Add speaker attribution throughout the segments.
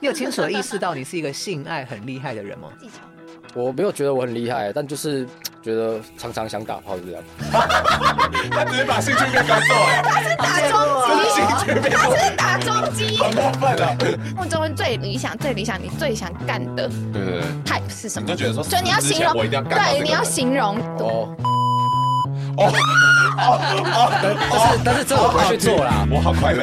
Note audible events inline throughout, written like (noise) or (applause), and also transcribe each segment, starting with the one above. Speaker 1: 你有清楚的意识到你是一个性爱很厉害的人吗？
Speaker 2: 技巧。
Speaker 3: 我没有觉得我很厉害，但就是觉得常常想打炮这样。
Speaker 4: 他只是把兴趣变高了，
Speaker 2: 他是打中
Speaker 4: 这是兴趣
Speaker 2: 击，
Speaker 4: 变
Speaker 2: 他是打中击。
Speaker 4: 好过分啊！对
Speaker 2: 梦中最理想、最理想、你最想干的
Speaker 4: 对对，
Speaker 2: type 是什
Speaker 4: 你
Speaker 2: 么？
Speaker 4: 就觉得说，
Speaker 2: 所以你要
Speaker 4: 之前
Speaker 2: 形容，
Speaker 4: 我一定要干到这
Speaker 2: 对，
Speaker 4: 个
Speaker 2: 你要形容。
Speaker 3: 哦，
Speaker 4: 哦，
Speaker 3: 但是但是这我不会去做啦。
Speaker 4: 我好快乐。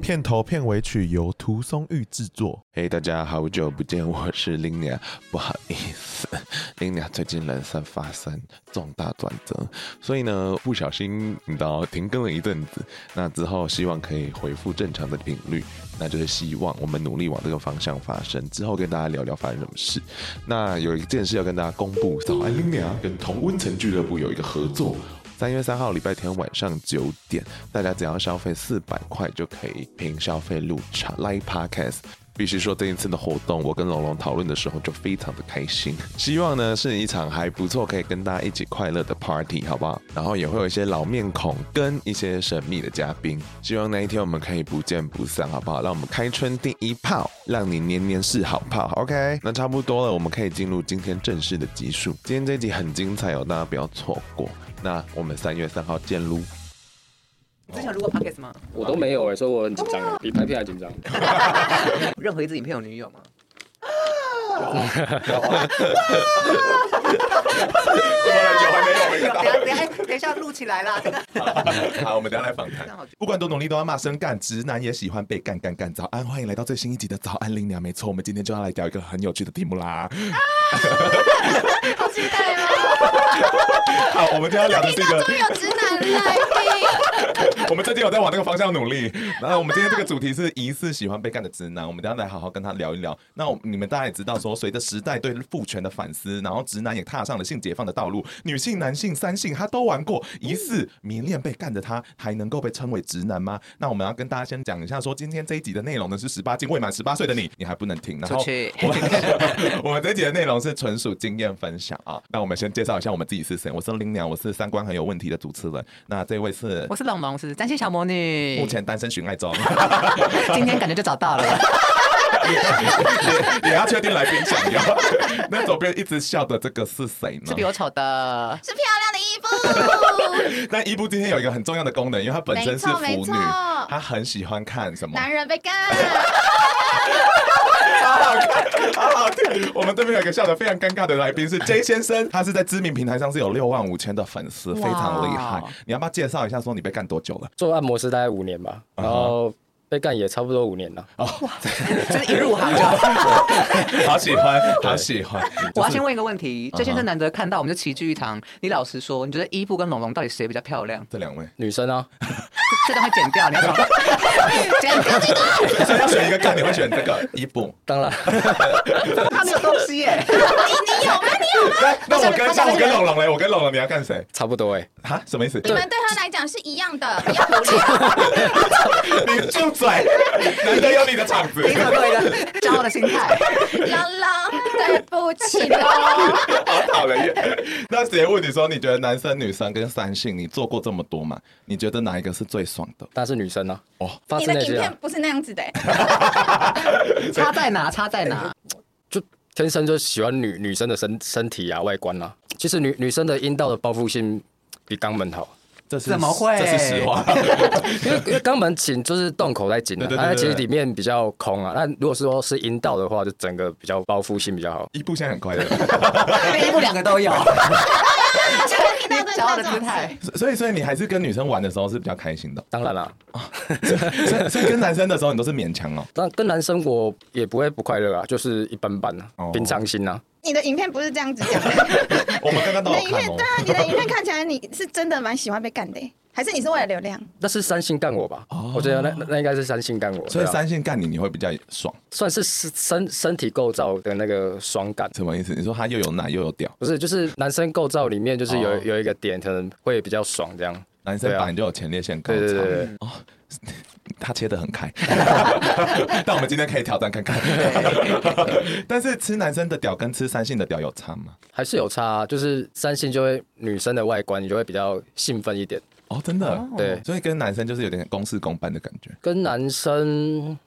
Speaker 5: 片头片尾曲由涂松玉制作。
Speaker 4: 嘿大家好久不见，我是林雅，不好意思，林雅最近人生发生重大转折，所以呢，不小心你知道停更了一阵子，那之后希望可以恢复正常的频率，那就是希望我们努力往这个方向发生。之后跟大家聊聊发生什么事。那有一件事要跟大家公布，早安林雅嗯跟同温层俱乐部有一个合作。三月三号礼拜天晚上九点，大家只要消费四百块就可以凭消费入场 Live Podcast。必须说，这一次的活动，我跟龙龙讨论的时候就非常的开心。希望呢是一场还不错，可以跟大家一起快乐的 party，好不好？然后也会有一些老面孔跟一些神秘的嘉宾。希望那一天我们可以不见不散，好不好？让我们开春第一炮，让你年年是好炮。OK，那差不多了，我们可以进入今天正式的集数。今天这一集很精彩哦，大家不要错过。那我们三月三号见
Speaker 5: (laughs)
Speaker 4: 喽！
Speaker 1: (laughs) 之前录过 podcast 吗？
Speaker 3: 我都没有哎，所以我很紧张，比拍片还紧张。
Speaker 1: 任何一支影片有女友吗？有， (laughs) 等下等下等一下录起来啦，这个
Speaker 4: 好，我们等下来访谈
Speaker 1: 这。样好。
Speaker 5: 不管多努力，都要骂声干，直男也喜欢被干干干。早安，欢迎来到最新一集的早安林娘。没错，我们今天就要来聊一个很有趣的题目啦。
Speaker 2: 好期待哦！
Speaker 5: 好，我们今天要聊 (laughs) 的是一个，
Speaker 2: 终于有直男来宾，
Speaker 5: (laughs) 我们最近有在往那个方向努力。然后我们今天这个主题是疑似喜欢被干的直男，我们等一下来好好跟他聊一聊。那我你们大家也知道，说随着时代对父权的反思，然后直男也踏上了性解放的道路，女性、男性、三性他都玩过，疑似迷恋被干的他，还能够被称为直男吗？那我们要跟大家先讲一下，说今天这一集的内容呢是十八禁未满十八岁的你，你还不能听。然后
Speaker 1: 出去
Speaker 5: (laughs) 我们 (laughs) 我们这一集的内容是纯属经验分享啊。那我们先介绍一下我们自己是谁，我是林娘，我是三观很有问题的主持人。那这位是
Speaker 1: 我是冷萌，我是单身小魔女。
Speaker 5: 目前单身寻爱中， (laughs)
Speaker 1: 今天感觉就找 (laughs) 到了，
Speaker 5: 也要确定来宾想要。 (laughs) 那左边一直笑的这个是谁
Speaker 1: 是
Speaker 5: 呢
Speaker 1: 比？我丑 (laughs) 的。
Speaker 2: 是漂亮的衣服。
Speaker 5: 但伊布今天有一个很重要的功能，因为她本身是
Speaker 2: 没
Speaker 5: 腐
Speaker 2: 错没
Speaker 5: 女
Speaker 2: 错，
Speaker 5: 她很喜欢看什么？
Speaker 2: 男人被干，
Speaker 5: 好好听。我们这边有一个笑得非常尴尬的来宾是 J 先生，他是在知名平台上是有六万五千的粉丝，非常厉害
Speaker 1: 哇。
Speaker 5: 你要不要介绍一下说你被干多久了？ (laughs)
Speaker 3: 做按摩师大概五年吧，
Speaker 5: 啊
Speaker 3: 然后被干也差不多五年了。
Speaker 1: 就是一入行就。
Speaker 5: 好喜欢，好喜欢。
Speaker 1: 我要
Speaker 5: 就是
Speaker 1: 先问一个问 (laughs) 题，这先生难得看到我们就齐聚一堂，你老实说，你觉得伊布跟龙龙到底谁比较漂亮？
Speaker 5: 这两位， (laughs)
Speaker 3: 女生啊，
Speaker 1: (laughs) 这段会剪掉，你要找 (laughs) 剪掉这段，
Speaker 5: 所以要选一个干，你会选这个伊布？
Speaker 3: 当然 (laughs)
Speaker 1: 他没有东西耶。
Speaker 2: 你你有吗？你有吗？
Speaker 5: 那那我
Speaker 2: 不
Speaker 5: 跟
Speaker 2: 是
Speaker 5: 那
Speaker 2: 不是
Speaker 5: 我跟龙龙嘞，我跟龙龙你要干谁？
Speaker 3: 差不多哎。
Speaker 5: 啊？什么意思？
Speaker 2: 你们对他来讲是一样的，一样的。
Speaker 5: (laughs) 你住嘴！难得有你的场子。
Speaker 1: 你怎么会的？ (laughs) 骄傲的心态。
Speaker 2: 郎朗，对不
Speaker 4: (laughs)
Speaker 2: 起喽。
Speaker 5: 好讨人厌。那直接问你说，你觉得男生、女生跟三性，你做过这么多嘛？你觉得哪一个是最爽的？
Speaker 3: 但是女生啊，
Speaker 5: 哦
Speaker 3: 哦，发
Speaker 2: 你
Speaker 3: 自
Speaker 2: 的
Speaker 3: 内
Speaker 2: 影
Speaker 3: 心啊
Speaker 2: 片，不是那样子的欸，
Speaker 1: 差在哪？差在哪？ (laughs)
Speaker 3: 就天生就喜欢女女生的身身体啊、外观啊。其实女女生的阴道的包覆性比肛门
Speaker 5: (laughs)
Speaker 3: 好，
Speaker 5: 这是
Speaker 1: 怎么会
Speaker 5: 这是
Speaker 1: (laughs)
Speaker 5: 实话。
Speaker 3: 因为因为肛门紧就是洞口在紧啊，
Speaker 5: 对对对
Speaker 3: 那其实
Speaker 5: 对
Speaker 3: 里
Speaker 5: 对
Speaker 3: 面比较空啊。那如果是说是阴道的话，就整个比较包覆性比较好。
Speaker 5: 一步现在很快乐， (laughs)
Speaker 1: 伊布两个都有，
Speaker 2: 现在听到
Speaker 1: (laughs) 骄傲的
Speaker 2: 这
Speaker 1: 姿
Speaker 2: 种
Speaker 1: 态
Speaker 2: 态，。
Speaker 5: 所以所以你还是跟女生玩的时候是比较开
Speaker 1: (laughs)
Speaker 5: 心的，
Speaker 3: 当然啦、
Speaker 5: 哦所以所以跟男生的时候你都是勉强哦。
Speaker 3: 但跟男生我也不会不快乐啊，就是一般般啊，
Speaker 5: 哦
Speaker 3: 平常心啊。
Speaker 2: 你的影片不是这样子讲的，
Speaker 5: 我们刚刚都
Speaker 2: 你的
Speaker 5: 有
Speaker 2: 影
Speaker 5: 看
Speaker 2: 片
Speaker 5: 哦
Speaker 2: 对。啊，你的影
Speaker 5: (laughs)
Speaker 2: 片看起来你是真的蛮喜欢被干的欸，还是你是为了流量？
Speaker 3: 那是三星干我吧？我觉得那那那应该是三星干我，
Speaker 5: 哦所以
Speaker 3: 对啊
Speaker 5: 三性干你你会比较爽，
Speaker 3: 算是身身身体构造的那个爽感。
Speaker 5: 什么意思？你说他又有奶又有屌，
Speaker 3: 不是，就是男生构造里面就是有、
Speaker 5: 哦
Speaker 3: 有一个点，可能会比较爽这样。
Speaker 5: 男生
Speaker 3: 对啊
Speaker 5: 版就有前列腺高
Speaker 3: 对
Speaker 5: 潮，哦
Speaker 3: 对对对，
Speaker 5: (laughs) 他切的很开。 (laughs) 但我们今天可以挑战看看。 (laughs) 但是吃男生的屌跟吃三性的屌有差吗？
Speaker 3: 还是有差、啊，就是三性就会女生的外观，你就会比较兴奋一点。
Speaker 5: 哦，真的，
Speaker 3: 对
Speaker 5: 所以跟男生就是有点公事公办的感
Speaker 3: (laughs)
Speaker 5: 觉。
Speaker 3: 跟男生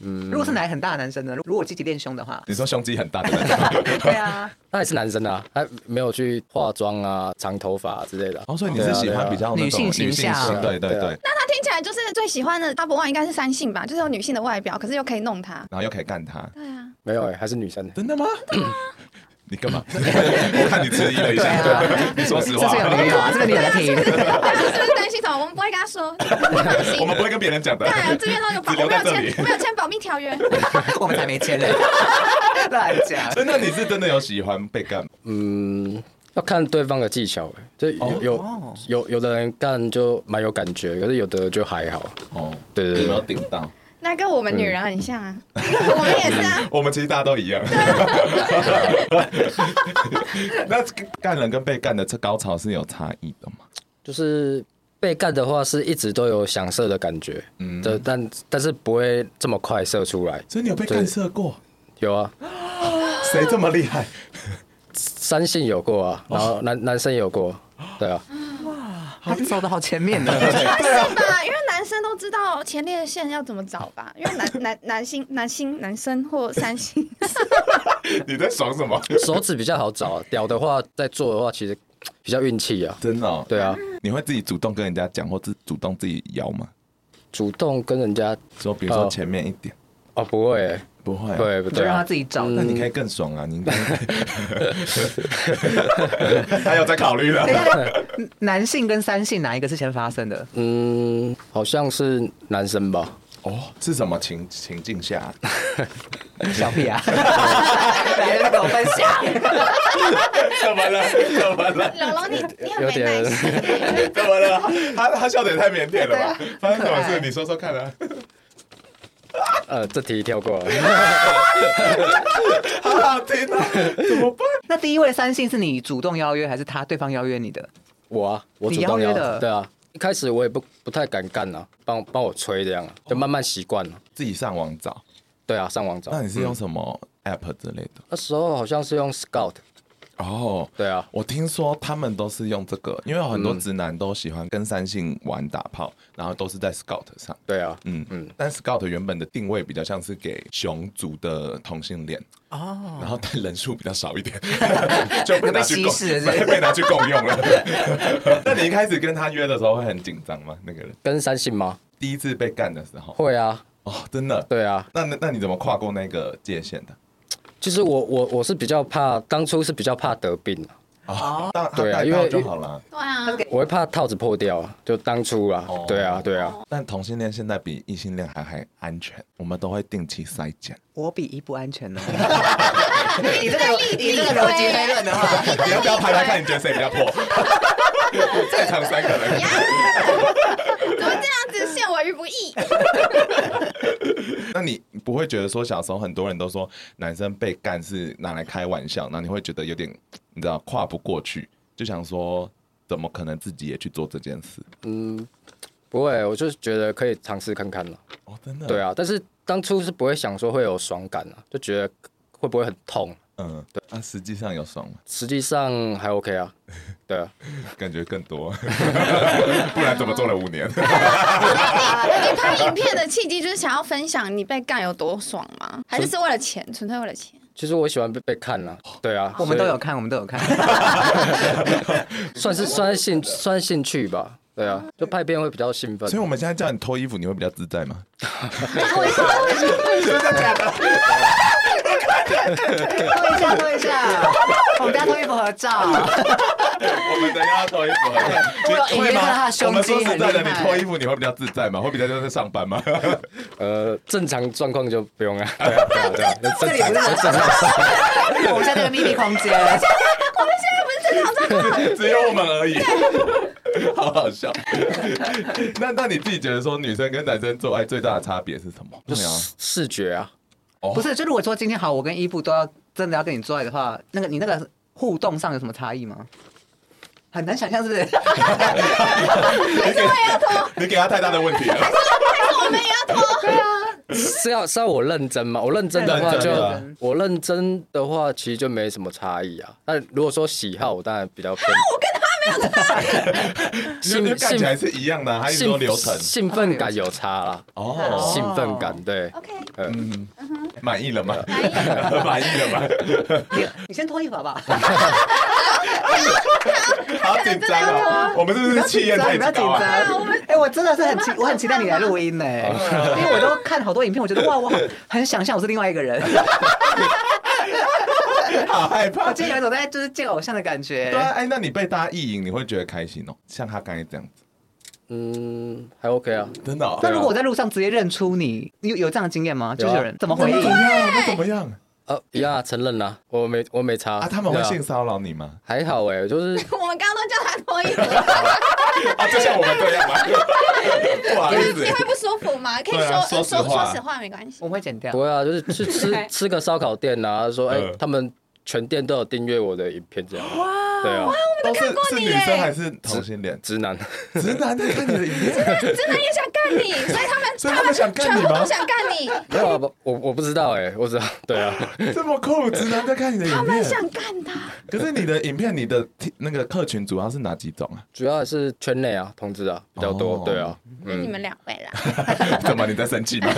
Speaker 1: 如果是奶很大的男生呢？如果我积极练胸的话，
Speaker 5: 你说胸肌很大的男生，
Speaker 2: 对啊，
Speaker 3: 那也是男生啊，他没有去化妆啊、长头发之类的。啊
Speaker 5: 哦，所以你是喜欢比较那种
Speaker 1: 女性形象
Speaker 5: 型对对
Speaker 3: 对啊
Speaker 5: 对，
Speaker 2: 那他听起来就是最喜欢的 number one 应该是三性吧，就是有女性的外表，可是又可以弄
Speaker 5: (laughs)
Speaker 2: 他。
Speaker 5: 然后又可以干他，
Speaker 2: 对啊，
Speaker 3: 没有哎、还是女生。
Speaker 5: 真的吗？你干嘛？ (laughs) 我看你迟疑了一下，
Speaker 1: 对啊
Speaker 5: 你说实
Speaker 1: 这
Speaker 5: 话
Speaker 1: 是，有没有
Speaker 5: (laughs)
Speaker 1: 啊？这个你很难听。 (laughs)
Speaker 2: 对啊，是不是担心什么？我们不会跟他说，放心
Speaker 5: 我。们不会跟别人讲的
Speaker 2: 对。啊，这边都有保，
Speaker 5: 只留
Speaker 2: 我没
Speaker 5: 在
Speaker 2: 有
Speaker 5: 这里
Speaker 2: 签，我没有签保密条约。
Speaker 1: 我们才没签嘞， (laughs) 乱讲。
Speaker 5: (laughs) 真的，你是真的有喜欢被干吗？
Speaker 3: 嗯，要看对方的技巧、欸，就有有、有有的人干就蛮有感觉，可是有的就还好。
Speaker 5: 哦，
Speaker 3: 对对对
Speaker 5: 有没有顶到？
Speaker 2: 那跟我们女人很像啊， (laughs) 我们也是啊。
Speaker 5: 我们其实大家都一样。啊 (laughs) 那干人跟被干的这高潮是有差异的吗？
Speaker 3: 就是被干的话是一直都有想射的感觉，嗯，对，但但是不会这么快射出来。
Speaker 5: 所以你有被干涉过？
Speaker 3: 有啊，
Speaker 5: 谁这么厉害？
Speaker 3: 三性有过啊，然后男、男生有过，对啊，
Speaker 1: 他走的好前面
Speaker 5: (laughs)
Speaker 1: 呢。
Speaker 5: 嗯
Speaker 2: 是吧？因为男生都知道前列腺要怎么找吧，因为男男男星、男星、男生或三星，
Speaker 5: 你在爽什么？
Speaker 3: 手指比较好找，啊屌的话在做的话其实比较运气啊，
Speaker 5: 真的、哦？
Speaker 3: 对啊，
Speaker 5: 你会自己主动跟人家讲，或自主动自己摇吗？
Speaker 3: 主动跟人家
Speaker 5: 说比如说
Speaker 3: 哦
Speaker 5: 前面一点，
Speaker 3: 哦不会、欸，
Speaker 5: 不会、啊。
Speaker 3: 对不
Speaker 1: 就
Speaker 3: 对、
Speaker 1: 让他
Speaker 3: 啊？
Speaker 1: 自己找。
Speaker 5: 那你可以更爽啊！你 (laughs) 应该他有在考虑 (laughs) 了。
Speaker 1: 男性跟三性哪一个是先发生
Speaker 5: (laughs)
Speaker 1: 的？
Speaker 3: 嗯，好像是男生吧，
Speaker 5: 哦，是什么情情境下？ (laughs)
Speaker 1: 小屁啊！来，来跟我分享。 (laughs)
Speaker 5: 怎么了？怎么了？
Speaker 2: 龙龙你你很
Speaker 3: 有
Speaker 2: 没
Speaker 3: 点
Speaker 2: 耐
Speaker 5: (laughs)
Speaker 2: 心，
Speaker 5: 怎么了？他他笑的也太腼腆了吧
Speaker 1: 对啊？
Speaker 5: 发生什么
Speaker 1: 很可
Speaker 5: 事？
Speaker 1: 爱
Speaker 5: 你说说看啊！
Speaker 3: 呃，这题跳
Speaker 1: (laughs)
Speaker 3: 过了。
Speaker 5: 好好听啊！怎么办？
Speaker 1: 那第一位三性是你主动邀约，还是他对方邀约你的？
Speaker 3: 我啊，我
Speaker 1: 你
Speaker 3: 主
Speaker 1: 邀
Speaker 3: 动
Speaker 1: 约
Speaker 3: 要
Speaker 1: 的
Speaker 3: 对啊。一开始我也不不太敢干啊，帮帮我吹这样啊，就慢慢习惯了。
Speaker 5: (laughs) 自己上网找。
Speaker 3: 对啊，上网找。
Speaker 5: 那你是用什么 app 之类的？
Speaker 3: 那时候好像是用 Scout，
Speaker 5: 哦，
Speaker 3: 对啊，
Speaker 5: 我听说他们都是用这个，因为有很多直男都喜欢跟三性玩打炮，然后都是在 Scout 上。
Speaker 3: 对啊，
Speaker 5: 嗯嗯，但 Scout 原本的定位比较像是给熊族的同性恋哦，然后但人数比较少一 (laughs) 点，就被拿去
Speaker 1: 被
Speaker 5: 共
Speaker 1: 稀释了是不
Speaker 5: (laughs) 被
Speaker 1: 是
Speaker 5: 被拿去共用了。 (laughs) 那你一开始跟他约的时候会很紧张吗？那个人
Speaker 3: 跟三性吗？
Speaker 5: 第一次被干的时候，
Speaker 3: 会啊，
Speaker 5: 哦，真的，
Speaker 3: 对啊。
Speaker 5: 那那那你怎么跨过那个界限的？
Speaker 3: 就是我我我是比较怕，当初是比较怕得病啊，
Speaker 5: 哦，到他
Speaker 3: 对啊
Speaker 5: 带
Speaker 3: 因
Speaker 5: 到
Speaker 3: 为
Speaker 5: 就好了。
Speaker 2: 对啊，
Speaker 3: 我会怕套子破掉啊，就当初啊
Speaker 5: 哦，
Speaker 3: 对啊对啊，
Speaker 5: 但同性恋现在比异性恋还还安全，我们都会定期筛
Speaker 3: (laughs)
Speaker 5: 检。
Speaker 1: 我比一不安全 (laughs) 呢。以这个以这个逻辑推论的
Speaker 5: (laughs)
Speaker 1: 话，
Speaker 5: 你要不要拍拍看，你觉得谁比
Speaker 3: (laughs)
Speaker 5: 较破？在场三个人，
Speaker 2: 怎么这样子陷我于不义？
Speaker 5: 那你不会觉得说小时候很多人都说男生被干是拿来开玩笑，那你会觉得有点你知道跨不过去，就想说怎么可能自己也去做这件事？
Speaker 3: 不会，我就是觉得可以尝试看看了，
Speaker 5: 哦，真的
Speaker 1: 嗯
Speaker 3: 对，啊。但是当初是不会想说会有爽感啊，就觉得会不会很痛？
Speaker 5: 嗯，对，那、实际上有爽吗？
Speaker 3: 实际上还 OK
Speaker 5: (laughs)
Speaker 3: 啊，对啊，
Speaker 5: 感觉更多， (laughs) 不然怎么做了五年？
Speaker 2: 你啊拍影片的契机就是想要分享你被干有多爽吗？还是是为了钱，纯粹为了钱？
Speaker 3: 其实我喜欢被被看啦、对啊，
Speaker 1: 哦我们都有看，我们都有 (laughs) 看。
Speaker 3: 所以算是算是兴算是兴趣吧，对啊，就拍片会比较兴奋
Speaker 5: (laughs) 所以。我们现在叫你脱衣服，你会比较自在吗？
Speaker 1: 拖一下，拖一下， (laughs) 我们家脱衣服合照。
Speaker 5: 我们等一下要脱衣服，
Speaker 1: 我有
Speaker 5: 你
Speaker 1: 隐约
Speaker 5: (laughs) 会
Speaker 1: 看到他
Speaker 5: 吗
Speaker 1: 的？胸
Speaker 5: 我们说
Speaker 1: 肌
Speaker 5: 实
Speaker 1: 很
Speaker 5: 在的，
Speaker 1: 厉
Speaker 5: 你
Speaker 1: 害
Speaker 5: 脱衣服你会比较自在吗？会比较像在上班吗？ (laughs)
Speaker 3: 呃，正常状况就不用啊，对啊，对啊，对啊， (laughs) 就
Speaker 1: 这
Speaker 3: 正
Speaker 1: 里不
Speaker 3: 常
Speaker 1: 是我们我们在这个秘密空间，
Speaker 2: 我们现啊在不是正常状况，
Speaker 5: 只有我们而已， (laughs) 好好笑。 (laughs) 那那你自己觉得说女生跟男生做爱最大的差别是什么？对啊，
Speaker 3: 视觉啊，
Speaker 1: 不是？就如果说今天好，我跟伊布都要真的要跟你做爱的话，那个你那个互动上有什么差异吗？很难想象，是不是？
Speaker 5: 还是我要脱？你给他太大的问题了。
Speaker 1: (laughs)
Speaker 3: 是要是要我认真吗？我认真的话
Speaker 5: 认真啊
Speaker 3: 就
Speaker 5: 认
Speaker 1: 真
Speaker 3: 我认真的话，其实就没什么差异啊。但如果说喜好，我当然比较
Speaker 5: (laughs)
Speaker 3: 偏。
Speaker 5: 啊你
Speaker 3: 兴
Speaker 5: 们看
Speaker 3: 兴
Speaker 5: 起来是一样的啊，还是说
Speaker 3: 兴
Speaker 5: 流程？
Speaker 3: 兴奋感有差啦，
Speaker 5: 哦，
Speaker 3: 兴奋感对。
Speaker 2: OK，
Speaker 5: 嗯，满意了吗？
Speaker 2: 满意了。
Speaker 5: (laughs) 满意
Speaker 1: (laughs)
Speaker 5: 了吗？
Speaker 1: 你你先脱衣服好不好？
Speaker 5: 好紧张哦！我们是不是气焰太
Speaker 1: 不要紧张
Speaker 5: 高啊？。
Speaker 1: 哎，我真的是很期，我很期待你来录音呢，因为我都看好多影片，我觉得哇，我好很想象我是另外一个人， (laughs)
Speaker 5: (laughs) 好害怕
Speaker 1: 我。今天有一种在就是见偶像的感觉
Speaker 5: 对。啊，哎，那你被大家意淫，你会觉得开心哦？像他刚才这样子，
Speaker 3: 嗯，还 OK 啊。
Speaker 5: 真的哦？
Speaker 1: 那如果我在路上直接认出你，你有有这样的经验吗？就是有人怎么回
Speaker 5: 怎么
Speaker 1: 应？
Speaker 5: 样？啊那怎么样
Speaker 3: 呃，一样啊承认啦，我没我没差
Speaker 5: 啊？他们会
Speaker 3: 对啊
Speaker 5: 性骚扰你吗？
Speaker 3: 还好哎，就是 (laughs)
Speaker 2: 我们刚刚都叫他脱衣服，
Speaker 5: 啊，就像我们这样 (laughs) 吗？ (laughs) 不好意
Speaker 2: 你
Speaker 5: 思
Speaker 2: 会你，会不舒服吗？可以
Speaker 5: 对啊
Speaker 2: 说说
Speaker 5: 说实话
Speaker 2: 说实话没关系
Speaker 1: 我。们会剪掉
Speaker 3: 不。会啊，就是去吃吃个烧烤店啊，说哎
Speaker 5: 嗯，
Speaker 3: 他们全店都有订阅我的影片这样。哇，对啊，
Speaker 5: 都是
Speaker 2: 过
Speaker 5: 是
Speaker 2: 你
Speaker 5: 女
Speaker 2: 耶
Speaker 5: 生还是同性恋？
Speaker 3: 直
Speaker 5: (laughs)
Speaker 3: 男。
Speaker 5: 直男在看你的影片，
Speaker 2: 真的也想干
Speaker 5: (laughs)
Speaker 2: 你，所以他们
Speaker 5: 所以他们想干
Speaker 2: 全
Speaker 5: 你
Speaker 2: 部
Speaker 5: 吗
Speaker 2: 都？想干你，
Speaker 3: 没有啊，不我我不知道哎，我知道， (laughs) 对啊，
Speaker 5: (laughs) 这么酷，直男在看你的
Speaker 2: 他
Speaker 5: 影
Speaker 2: 们
Speaker 5: 片。
Speaker 2: 想干他。
Speaker 5: 可是你的影片，你的那个客群主要是哪几种啊？
Speaker 3: 主要是圈内啊，同志啊比较
Speaker 5: 哦
Speaker 3: 多，对啊，
Speaker 2: 就你们两位啦，
Speaker 5: (laughs) 怎么你在生气吗？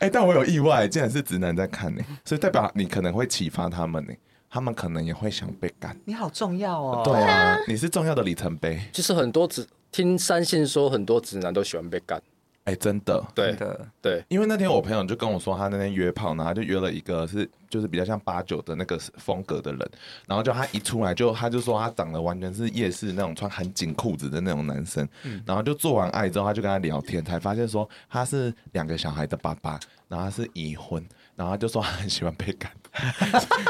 Speaker 5: 哎，但我有意外，竟然是直男在看呢，所以代表你可能会启发他们呢，他们可能也会想被干。
Speaker 1: 你好重要哦。
Speaker 5: 对啊，你是重要的里程碑。
Speaker 3: 就是很多直听三信说很多直男都喜欢被干，
Speaker 5: 哎，真的，
Speaker 3: 对
Speaker 1: 真的。
Speaker 3: 对，
Speaker 5: 因为那天我朋友就跟我说，他那天约炮，然后他就约了一个是就是比较像八九的那个风格的人，然后就他一出来就他就说他长得完全是夜市那种穿很紧裤子的那种男生，
Speaker 2: 嗯
Speaker 5: 然后就做完爱之后，他就跟他聊天，才发现说他是两个小孩的爸爸，然后他是已婚，然后他就说他很喜欢被
Speaker 2: (laughs)
Speaker 5: 干，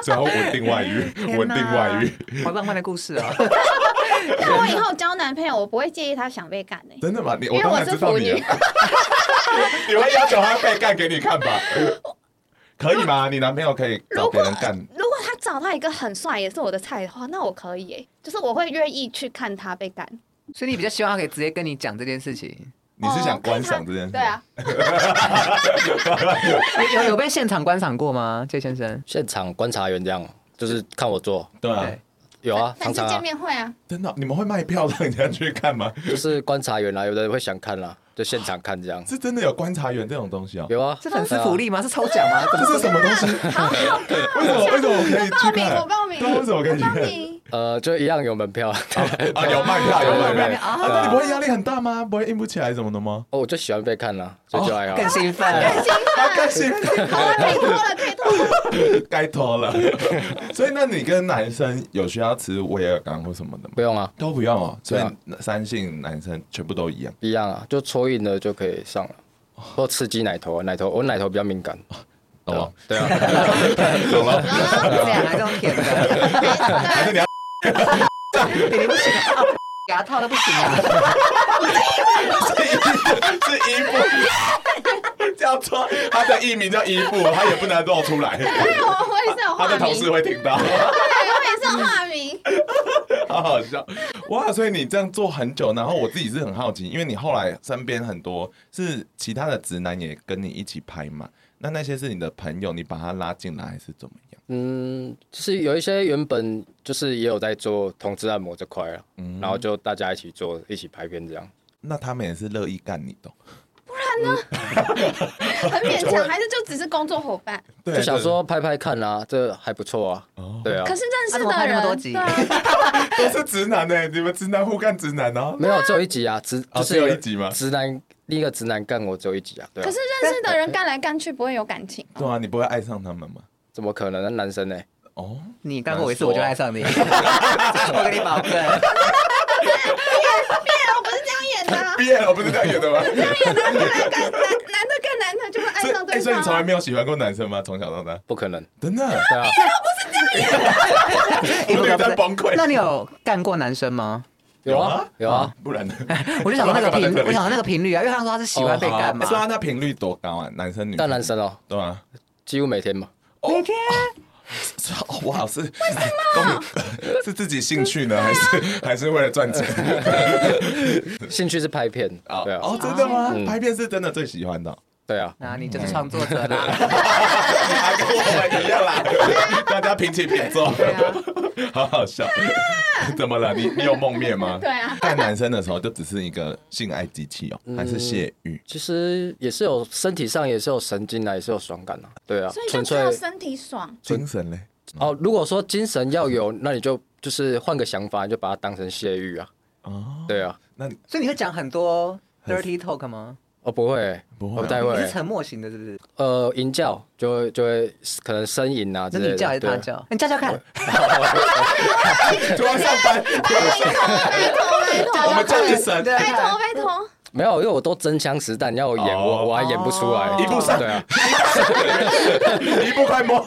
Speaker 5: 所以他稳定外遇，
Speaker 1: 天
Speaker 5: 稳
Speaker 1: 哪
Speaker 5: 定外
Speaker 1: (laughs)
Speaker 5: 遇，，
Speaker 1: 好浪漫的故事
Speaker 5: (laughs)
Speaker 1: 哦。
Speaker 2: 但我以后交男朋友，我不会介意他想被干的。
Speaker 5: 真的吗？你我
Speaker 2: 因为
Speaker 5: 当
Speaker 2: 我
Speaker 5: 然
Speaker 2: 是
Speaker 5: 知道
Speaker 2: 腐
Speaker 5: 你
Speaker 2: 女啊
Speaker 5: 了，， (laughs) 你会要求他被干给你看吧？可以吗？你男朋友可以找别人干？
Speaker 2: 如果他找到一个很帅也是我的菜的话，那我可以耶，就是我会愿意去看他被干。
Speaker 1: 所以你比较希望他可以直接跟你讲这件事
Speaker 5: (laughs)
Speaker 1: 情，
Speaker 5: 你是想观赏这件事？
Speaker 2: 哦对啊，
Speaker 1: 有有有被现场观赏过吗？这先生，
Speaker 3: 现场观察员这样，就是看我做，
Speaker 5: 对啊，
Speaker 1: 对，
Speaker 3: 有啊，
Speaker 2: 但
Speaker 3: 常
Speaker 2: 是
Speaker 3: 常
Speaker 2: 见
Speaker 3: 啊，
Speaker 2: 面会
Speaker 5: (laughs)
Speaker 2: 啊，
Speaker 5: 真的，你们会卖票让人家去看吗？ (laughs)
Speaker 3: 就是观察员啊，有的人会想看啦，就现场看
Speaker 5: (laughs)
Speaker 3: 这样，
Speaker 5: 是真的有观察员这种东西哦、
Speaker 2: (laughs)
Speaker 3: 有啊，
Speaker 1: 是粉丝福利吗？是抽奖吗？怎
Speaker 5: (laughs) 这
Speaker 1: 么
Speaker 5: 是什么东西？为什么为什么我可以去看？
Speaker 2: 我报名我报名
Speaker 5: 对啊为什么我可以去
Speaker 2: 报
Speaker 5: 看？
Speaker 2: 名
Speaker 3: 呃，就一样有门票，
Speaker 5: 啊，有
Speaker 3: (laughs)
Speaker 5: 卖票，有
Speaker 3: 对
Speaker 5: 卖票
Speaker 3: 对。
Speaker 5: 啊，那你不会压力很大吗？不会硬不起来什么
Speaker 2: (laughs)
Speaker 5: 的吗？
Speaker 3: 哦，我就喜欢被看啦，
Speaker 5: 哦
Speaker 3: 所以就还好。
Speaker 1: 哦更兴
Speaker 5: (laughs)
Speaker 1: 奋？哎
Speaker 2: 兴
Speaker 5: 啊，
Speaker 2: 奋，
Speaker 5: 更兴奋，
Speaker 2: 好啊，可以脱了，可以脱了。
Speaker 5: (laughs) 该脱了。 (laughs) 所以，那你跟男生有需要吃威尔刚或什么的吗？
Speaker 3: 不用啊，
Speaker 5: 都不用哦。所
Speaker 3: 对
Speaker 5: 以
Speaker 3: 啊
Speaker 5: 三性男生全部都一样。
Speaker 3: 一样啊，就戳印的就可以上了，
Speaker 5: 哦
Speaker 3: 或刺激奶头啊，奶头我奶头比较敏感，
Speaker 5: 懂了，
Speaker 3: 对啊， (laughs)
Speaker 2: (laughs)
Speaker 5: 懂了。
Speaker 2: 哦
Speaker 1: 这样还啊这种舔的，
Speaker 5: 还是你要
Speaker 1: 你不行啊，牙套都不行啊，
Speaker 5: 是衣服， (laughs) 是衣服，叫做他的艺名叫衣服，他也不能露出来。
Speaker 2: 对，我我也是有
Speaker 5: 他
Speaker 2: 化
Speaker 5: 的
Speaker 2: 名，
Speaker 5: 同事会听到， (laughs)
Speaker 2: 对，我也是有化名。
Speaker 5: 好好笑哇！所以你这样做很久，然后我自己是很好奇，因为你后来身边很多是其他的直男也跟你一起拍嘛，那那些是你的朋友，你把他拉进来还是怎么样？
Speaker 3: 嗯，就是有一些原本就是也有在做同志按摩这块啊，
Speaker 5: 嗯
Speaker 3: 然后就大家一起做，一起拍片这样。
Speaker 5: 那他们也是乐意干你的，
Speaker 2: 很勉强，
Speaker 5: (laughs)
Speaker 2: 还是就只是工作伙伴。
Speaker 5: 对哦
Speaker 3: 就想说拍拍看啊，这还不错啊，对啊
Speaker 2: 可，是认识
Speaker 1: 啊怎么拍
Speaker 2: 的
Speaker 1: 那么
Speaker 2: 人，
Speaker 1: 多集
Speaker 2: 对啊，
Speaker 5: 都是直男呢、欸你们直男互干直男哦、
Speaker 3: 没有只有一集啊，直
Speaker 5: 哦
Speaker 3: 就是
Speaker 5: 只有
Speaker 3: 个
Speaker 5: 一集吗
Speaker 3: 直男另一个直男干我只有一集啊，对啊
Speaker 2: 可是，认识的人干来干去不会有感情。
Speaker 5: 对啊，你不会爱上他们吗？
Speaker 3: 怎么可能？那男生呢？
Speaker 5: 哦，
Speaker 1: 你干过我一次，我就爱
Speaker 5: (laughs)
Speaker 1: 上你，我跟你保证。
Speaker 2: 对啊，我不是这样演的 (laughs) 啊，
Speaker 5: 毕业了不是这样演的吗？
Speaker 2: 男的来干男男的干男的就会爱
Speaker 5: 所以
Speaker 2: 上
Speaker 5: 哎
Speaker 2: 对
Speaker 5: 所以你
Speaker 2: 方
Speaker 5: 从来
Speaker 2: 啊。
Speaker 5: 没有喜欢过男生吗？从小到大，
Speaker 3: 不可能，
Speaker 5: 真的，
Speaker 3: 对啊，
Speaker 1: 哎不不
Speaker 5: 我有点在
Speaker 1: 不
Speaker 5: 崩溃
Speaker 1: (laughs) 那你有干过男生吗？
Speaker 3: 有啊有啊，，
Speaker 5: 不然呢？
Speaker 1: 我就想到那个
Speaker 5: 干嘛在 (laughs)
Speaker 1: 频
Speaker 5: 这，里
Speaker 1: 我想到那个频率啊，因为他说他是喜欢被干嘛
Speaker 5: 哦好，说他那啊频率多高啊？男生女生
Speaker 3: 但男生哦，
Speaker 5: (laughs) 对啊，
Speaker 3: 几乎每天嘛，
Speaker 1: 每天
Speaker 5: 哦哇，是为什么？是 (laughs) 自己兴趣呢，还是还是为了赚钱？
Speaker 3: 兴趣是拍片，
Speaker 5: 哦
Speaker 3: 对啊
Speaker 5: 哦，，真的吗？拍片是真的最喜欢的哦，
Speaker 3: 对啊，
Speaker 1: 那你就是创作者 (laughs) 啦。
Speaker 5: 啊跟我们一样啦， (laughs) 大家平起平坐，
Speaker 1: 对啊，
Speaker 5: (laughs) 好好笑。怎么了？你你有梦面吗？
Speaker 2: 对啊
Speaker 5: 带男生的时候就只是一个性爱机器哦，还是泄欲？
Speaker 3: 其实也是有身体上也是有神经啊，也是有爽感啊，对啊
Speaker 2: 所以，就
Speaker 3: 纯
Speaker 2: 只
Speaker 3: 粹
Speaker 2: 有身体爽。
Speaker 5: 精神嘞？
Speaker 3: 哦。如果说精神要有，那你就就是换个想法，你就把它当成泄欲啊，
Speaker 5: 哦，
Speaker 3: 对啊，
Speaker 5: 那你 (laughs)
Speaker 1: 所以你会讲很多 dirty talk 吗？
Speaker 3: 哦不会，
Speaker 5: 不会啊
Speaker 3: 我不太会
Speaker 1: 你，是沉默型的，是不是？
Speaker 3: 呃，吟叫就会就会可能呻吟啊之
Speaker 1: 那
Speaker 3: 类的，
Speaker 1: 你叫还是他
Speaker 3: 对？啊
Speaker 1: 叫？你叫叫看，
Speaker 5: 突然上班，
Speaker 2: 拜托拜
Speaker 5: 我
Speaker 2: 托
Speaker 5: 们叫一声，
Speaker 1: 对
Speaker 2: 拜托拜托，
Speaker 3: 没有，因为我都真枪实弹，你要我演
Speaker 5: 哦
Speaker 3: 我我还演不出来，
Speaker 1: 一
Speaker 5: 步上
Speaker 3: 对啊，
Speaker 5: 一步快摸。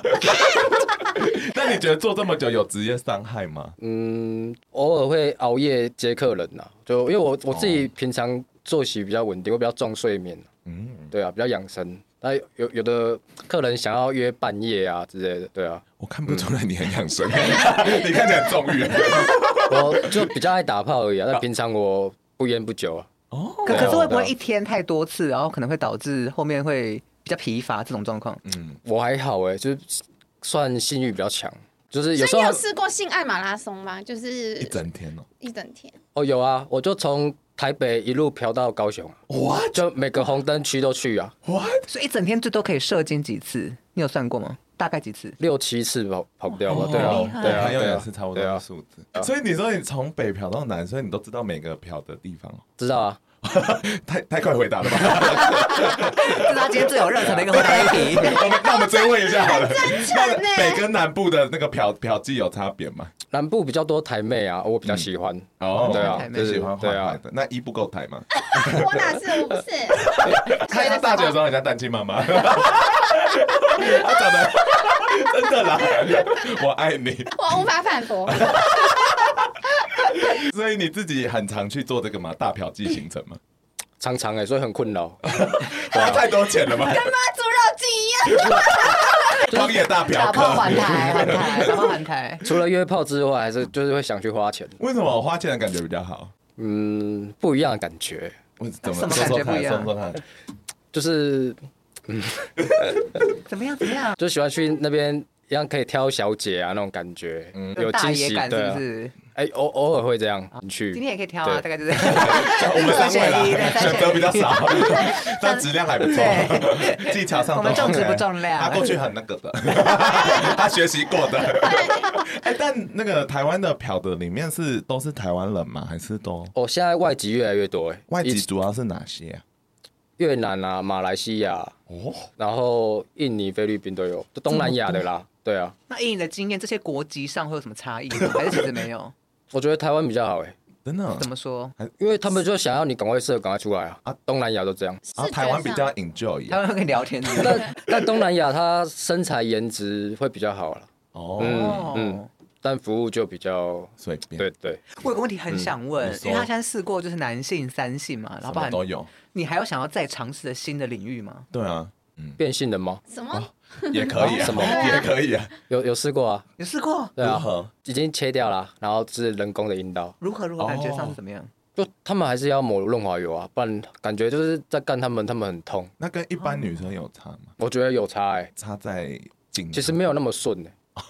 Speaker 5: (laughs) 那你觉得做这么久有职业伤害吗？
Speaker 3: 嗯，偶尔会熬夜接客人呐、就因为
Speaker 5: 哦
Speaker 3: 我我自己平常作息比较稳定，我比较重睡眠，
Speaker 5: 嗯，
Speaker 3: 对啊，比较养生。那有有的客人想要约半夜啊之类的，对啊，
Speaker 5: 我看不出来你很养生， (laughs) 你看起来很纵欲。
Speaker 3: 我就比较爱打炮而已啊。那平常我不烟不酒啊，
Speaker 5: 哦，
Speaker 1: 可
Speaker 3: 对啊
Speaker 1: 可是会不
Speaker 3: 对
Speaker 1: 会
Speaker 3: 啊
Speaker 1: 一天太多次，然后可能会导致后面会比较疲乏这种状况？
Speaker 5: 嗯，
Speaker 3: 我还好哎、就是算性欲比较强，就是有时
Speaker 2: 所以
Speaker 3: 候
Speaker 2: 你有试过性爱马拉松吗？就是
Speaker 5: (laughs) 一整天哦。
Speaker 2: 一整天，
Speaker 3: 哦有啊，我就从台北一路嫖到高雄啊，
Speaker 5: What
Speaker 3: 就每个红灯区都去啊，
Speaker 5: what？
Speaker 1: 所以一整天最多可以射精几次？你有算过吗？大概几次？ (laughs)
Speaker 3: 六七次跑跑不
Speaker 5: 哦
Speaker 3: 掉吧？对
Speaker 1: 哦好厉害
Speaker 3: 啊，对啊，
Speaker 5: 还有
Speaker 3: 对
Speaker 5: 也
Speaker 3: 啊
Speaker 5: 是差不多
Speaker 3: 对
Speaker 5: 的
Speaker 3: 啊，
Speaker 5: 数字。所以你说你从北漂到南，所以你都知道每个漂的地方哦。
Speaker 3: 知道啊。
Speaker 5: 太太快回答了吧？ (laughs)
Speaker 1: 这是他今天最有热忱的一个回答一
Speaker 3: (laughs) 啊
Speaker 1: 题。
Speaker 5: 我们那我们追问一下好了，那
Speaker 2: 呢
Speaker 5: 北跟南部的那个漂漂技有差别吗？
Speaker 3: 南部比较多台妹啊，我比较喜欢。
Speaker 5: 哦
Speaker 3: 对
Speaker 1: 台
Speaker 3: 啊，
Speaker 1: 妹
Speaker 3: 就
Speaker 5: 你
Speaker 3: 是
Speaker 5: 喜欢
Speaker 3: 对
Speaker 5: 坏坏
Speaker 3: 啊，
Speaker 5: 的，那一不够台吗？
Speaker 2: 啊我哪是我不是，
Speaker 1: (laughs)
Speaker 5: (laughs) 他他大学的时候很像单亲妈妈， (laughs) 他长得 (laughs) 真的啦， (laughs) 我爱你。
Speaker 2: 我无法反驳。
Speaker 5: 所以你自己很常去做这个嘛，大嫖妓
Speaker 1: (laughs)
Speaker 5: 行程嘛？
Speaker 3: 常常哎、所以很困
Speaker 5: (laughs)
Speaker 3: 扰。
Speaker 5: 花太多钱了嘛，
Speaker 2: 妈猪肉精一样，
Speaker 5: 荒野大嫖
Speaker 1: 打炮
Speaker 5: 客。
Speaker 1: 还台，还
Speaker 3: (laughs)
Speaker 1: 台，打炮还台。
Speaker 3: 除了约炮之外，还是就是会想去花钱。
Speaker 5: 为什么我花钱的感觉比较好？
Speaker 3: 嗯，不一样的感觉，
Speaker 5: 我怎
Speaker 1: 什
Speaker 5: 么
Speaker 1: 么
Speaker 5: 说
Speaker 1: 感
Speaker 5: 说
Speaker 1: 觉不
Speaker 5: 看，
Speaker 1: 一样
Speaker 5: 说说看，
Speaker 3: 就是
Speaker 1: 怎么样？怎么样？
Speaker 3: 就喜欢去那边。一样可以挑小姐啊，那种感觉，
Speaker 5: 嗯
Speaker 3: 有
Speaker 1: 大
Speaker 3: 惊
Speaker 1: 爷
Speaker 3: 喜，
Speaker 1: 感
Speaker 3: 对
Speaker 1: 是
Speaker 3: 啊
Speaker 1: 不，是？
Speaker 3: 哎、偶偶尔会这样你去。
Speaker 1: 今天也可以挑啊，
Speaker 3: 对
Speaker 1: 大概就是
Speaker 3: (laughs)
Speaker 5: (laughs) 我们三位
Speaker 1: 选一
Speaker 5: 啦，
Speaker 1: 对
Speaker 5: 选择比较
Speaker 1: 选一 (laughs)
Speaker 5: 少，但质量还不错，技巧上都
Speaker 1: 我们重质
Speaker 5: OK
Speaker 1: 不重量
Speaker 5: 他过去很那个
Speaker 1: (laughs)
Speaker 5: 的，他学习过的。哎，但那个台湾的嫖的里面是都是台湾人吗？还是都
Speaker 3: 哦，现在外籍越来越多、哎，
Speaker 5: 外
Speaker 3: 以
Speaker 5: 籍
Speaker 3: 前
Speaker 5: 主要是哪些啊？
Speaker 3: 越南啊、马来西亚，
Speaker 5: 哦，
Speaker 3: 然后印尼、菲律宾都有，就东南亚的啦。对啊，
Speaker 1: 那以你的经验，这些国籍上会有什么差异吗？还是其实没有？
Speaker 3: 我觉得台湾比较好哎、
Speaker 5: 真的啊
Speaker 1: 怎么说？
Speaker 3: 因为他们就想要你赶快射，赶快出来啊！
Speaker 5: 啊
Speaker 3: 啊，东南亚都这样。
Speaker 5: 然后啊台湾比较 enjoy 啊
Speaker 1: 台湾会跟你聊天是不是
Speaker 3: 但但东南亚它身材颜值会比较好了，
Speaker 5: 哦，
Speaker 1: 哦
Speaker 3: 嗯但服务就比较，
Speaker 5: 随便
Speaker 3: 对对，
Speaker 1: 我有个问题
Speaker 3: 嗯
Speaker 1: 很想问
Speaker 5: 你，说
Speaker 1: 因为他现在试过就是男性、三性嘛，然
Speaker 5: 什
Speaker 1: 后包
Speaker 5: 么
Speaker 1: 含
Speaker 5: 都有，
Speaker 1: 你还有想要再尝试的新的领域吗？
Speaker 5: 对
Speaker 3: (laughs)
Speaker 5: 啊，
Speaker 3: 变性人吗？
Speaker 2: 什么？
Speaker 5: 也可以啊，
Speaker 3: 哦什么
Speaker 5: 也可以啊，嗯
Speaker 3: 有有试过啊？
Speaker 1: 有试过？
Speaker 3: 对
Speaker 5: 如
Speaker 3: 啊，
Speaker 5: 何？
Speaker 3: 已经切掉了，然后是人工的阴道，
Speaker 1: 如何如何？感觉上是怎么样？
Speaker 3: 就他们还是要抹润滑油啊，不然感觉就是在干他们，他们很痛。
Speaker 5: 那跟一般女生有差吗？
Speaker 3: 我觉得有差哎、
Speaker 5: 差在紧，
Speaker 3: 其实没有那么顺哎、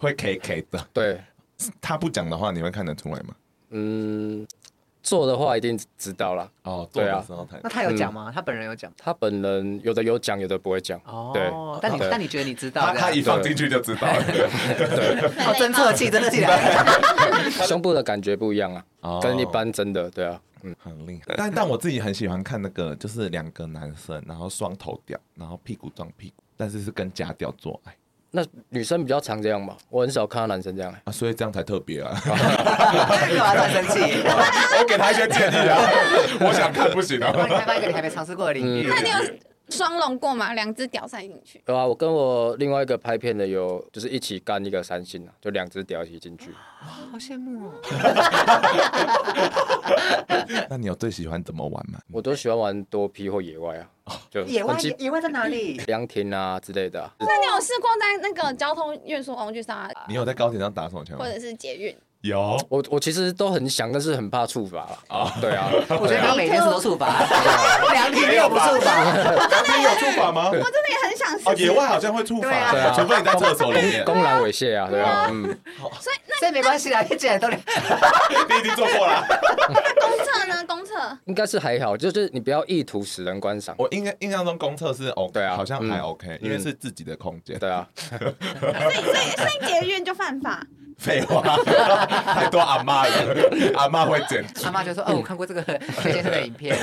Speaker 5: 会 K K 的。
Speaker 3: 对，
Speaker 5: 他不讲的话，你会看得出来吗？
Speaker 3: 嗯，做的话一定知道啦。
Speaker 5: 哦，
Speaker 3: 对啊
Speaker 5: 时候才
Speaker 1: 那他有讲吗？他本人有讲？
Speaker 3: 他本人有的有讲，有的不会讲。对，
Speaker 1: 哦，但你
Speaker 3: 对
Speaker 1: 但你觉得你知道
Speaker 5: 他
Speaker 1: 的？
Speaker 5: 他一放进去就知道了。
Speaker 1: 哦，侦测器侦测器来了，
Speaker 3: 胸部的感觉不一样
Speaker 5: 哦
Speaker 3: 啊，跟一般真的对啊。
Speaker 5: 很厉害。但但我自己很喜欢看那个，就是两个男生，然后双头吊，然后屁股撞屁股，但是是跟假屌做爱
Speaker 3: 那女生比较常这样吧，我很少看到男生这样、欸。
Speaker 5: 啊，所以这样才特别 (laughs) 啊。
Speaker 1: 又要他生气。
Speaker 5: (laughs) 我给他一些建议啊，我想看不行
Speaker 1: 帮你
Speaker 5: 啊。
Speaker 1: 开发一个你还没尝试过的领域
Speaker 2: 那。你有双龙过马，两只屌塞进去。
Speaker 3: 有啊，我跟我另外一个拍片的有，就是一起干一个三星啊，就两只屌一起进去。
Speaker 5: 嗯
Speaker 1: 好羡慕哦！
Speaker 5: 那你有最喜欢怎么玩吗？
Speaker 3: 我都喜欢玩多批或野外啊，
Speaker 5: 哦
Speaker 3: 就
Speaker 1: 野外
Speaker 3: 很基
Speaker 1: 野外在哪里？
Speaker 3: 凉亭啊之类的啊、
Speaker 2: 那你有试过在那个交通运输工具上啊，
Speaker 5: 你有在高铁上打手枪吗
Speaker 2: 或？者是捷运？
Speaker 5: 有，
Speaker 1: 哦
Speaker 3: 我我其实都很想，但是很怕触发啊。
Speaker 5: 哦
Speaker 3: 对
Speaker 5: (laughs)
Speaker 3: 啊，
Speaker 1: 我觉得他每天是都处罚，两天没有不处罚。
Speaker 5: 你有触法吗？
Speaker 2: 我真的也很想试试。
Speaker 5: 哦，野外好像会触
Speaker 1: 对啊对
Speaker 5: 法，
Speaker 3: 啊
Speaker 5: 除非你在厕所里
Speaker 1: (laughs)
Speaker 5: 面，
Speaker 3: 公然猥亵啊，对啊，嗯，
Speaker 1: 所以没关系啦，一进来都两。
Speaker 5: (laughs) 你已经做过了。
Speaker 2: 公厕呢？公厕
Speaker 3: 应该是还好，就是你不要意图使人观赏。
Speaker 5: 我印象印象中公厕是 OK，
Speaker 3: 对啊
Speaker 5: 好像还
Speaker 3: 嗯
Speaker 5: OK，因为是自己的空间。
Speaker 3: 对啊，
Speaker 5: (laughs)
Speaker 2: 在捷运就犯法，
Speaker 5: 废话， (laughs) 太多阿妈了，阿妈会剪辑，
Speaker 1: 阿妈就说：“哦，我看过这个 (laughs) 陈先生的影片。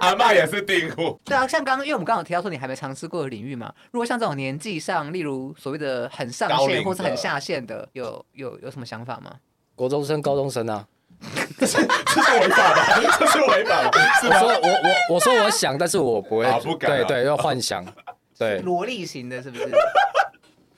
Speaker 5: 阿妈也是订户。”
Speaker 1: 对啊，像刚刚，因为我们刚好提到说你还没尝试过的领域嘛，如果像这种年纪上，例如所谓的很上
Speaker 5: 高
Speaker 1: 线
Speaker 5: 龄的
Speaker 1: 或是很下线的，有有有什么想法吗？
Speaker 3: 国中生、高中生
Speaker 5: (laughs)
Speaker 3: 啊。
Speaker 5: 这是违法的， (laughs) 这是违法的，是
Speaker 3: 我说
Speaker 5: 吗？
Speaker 3: 我我我说我想，但是我不会，
Speaker 5: 啊不敢啊
Speaker 3: 对对，要幻想，对，
Speaker 1: 萝莉型的，是不是？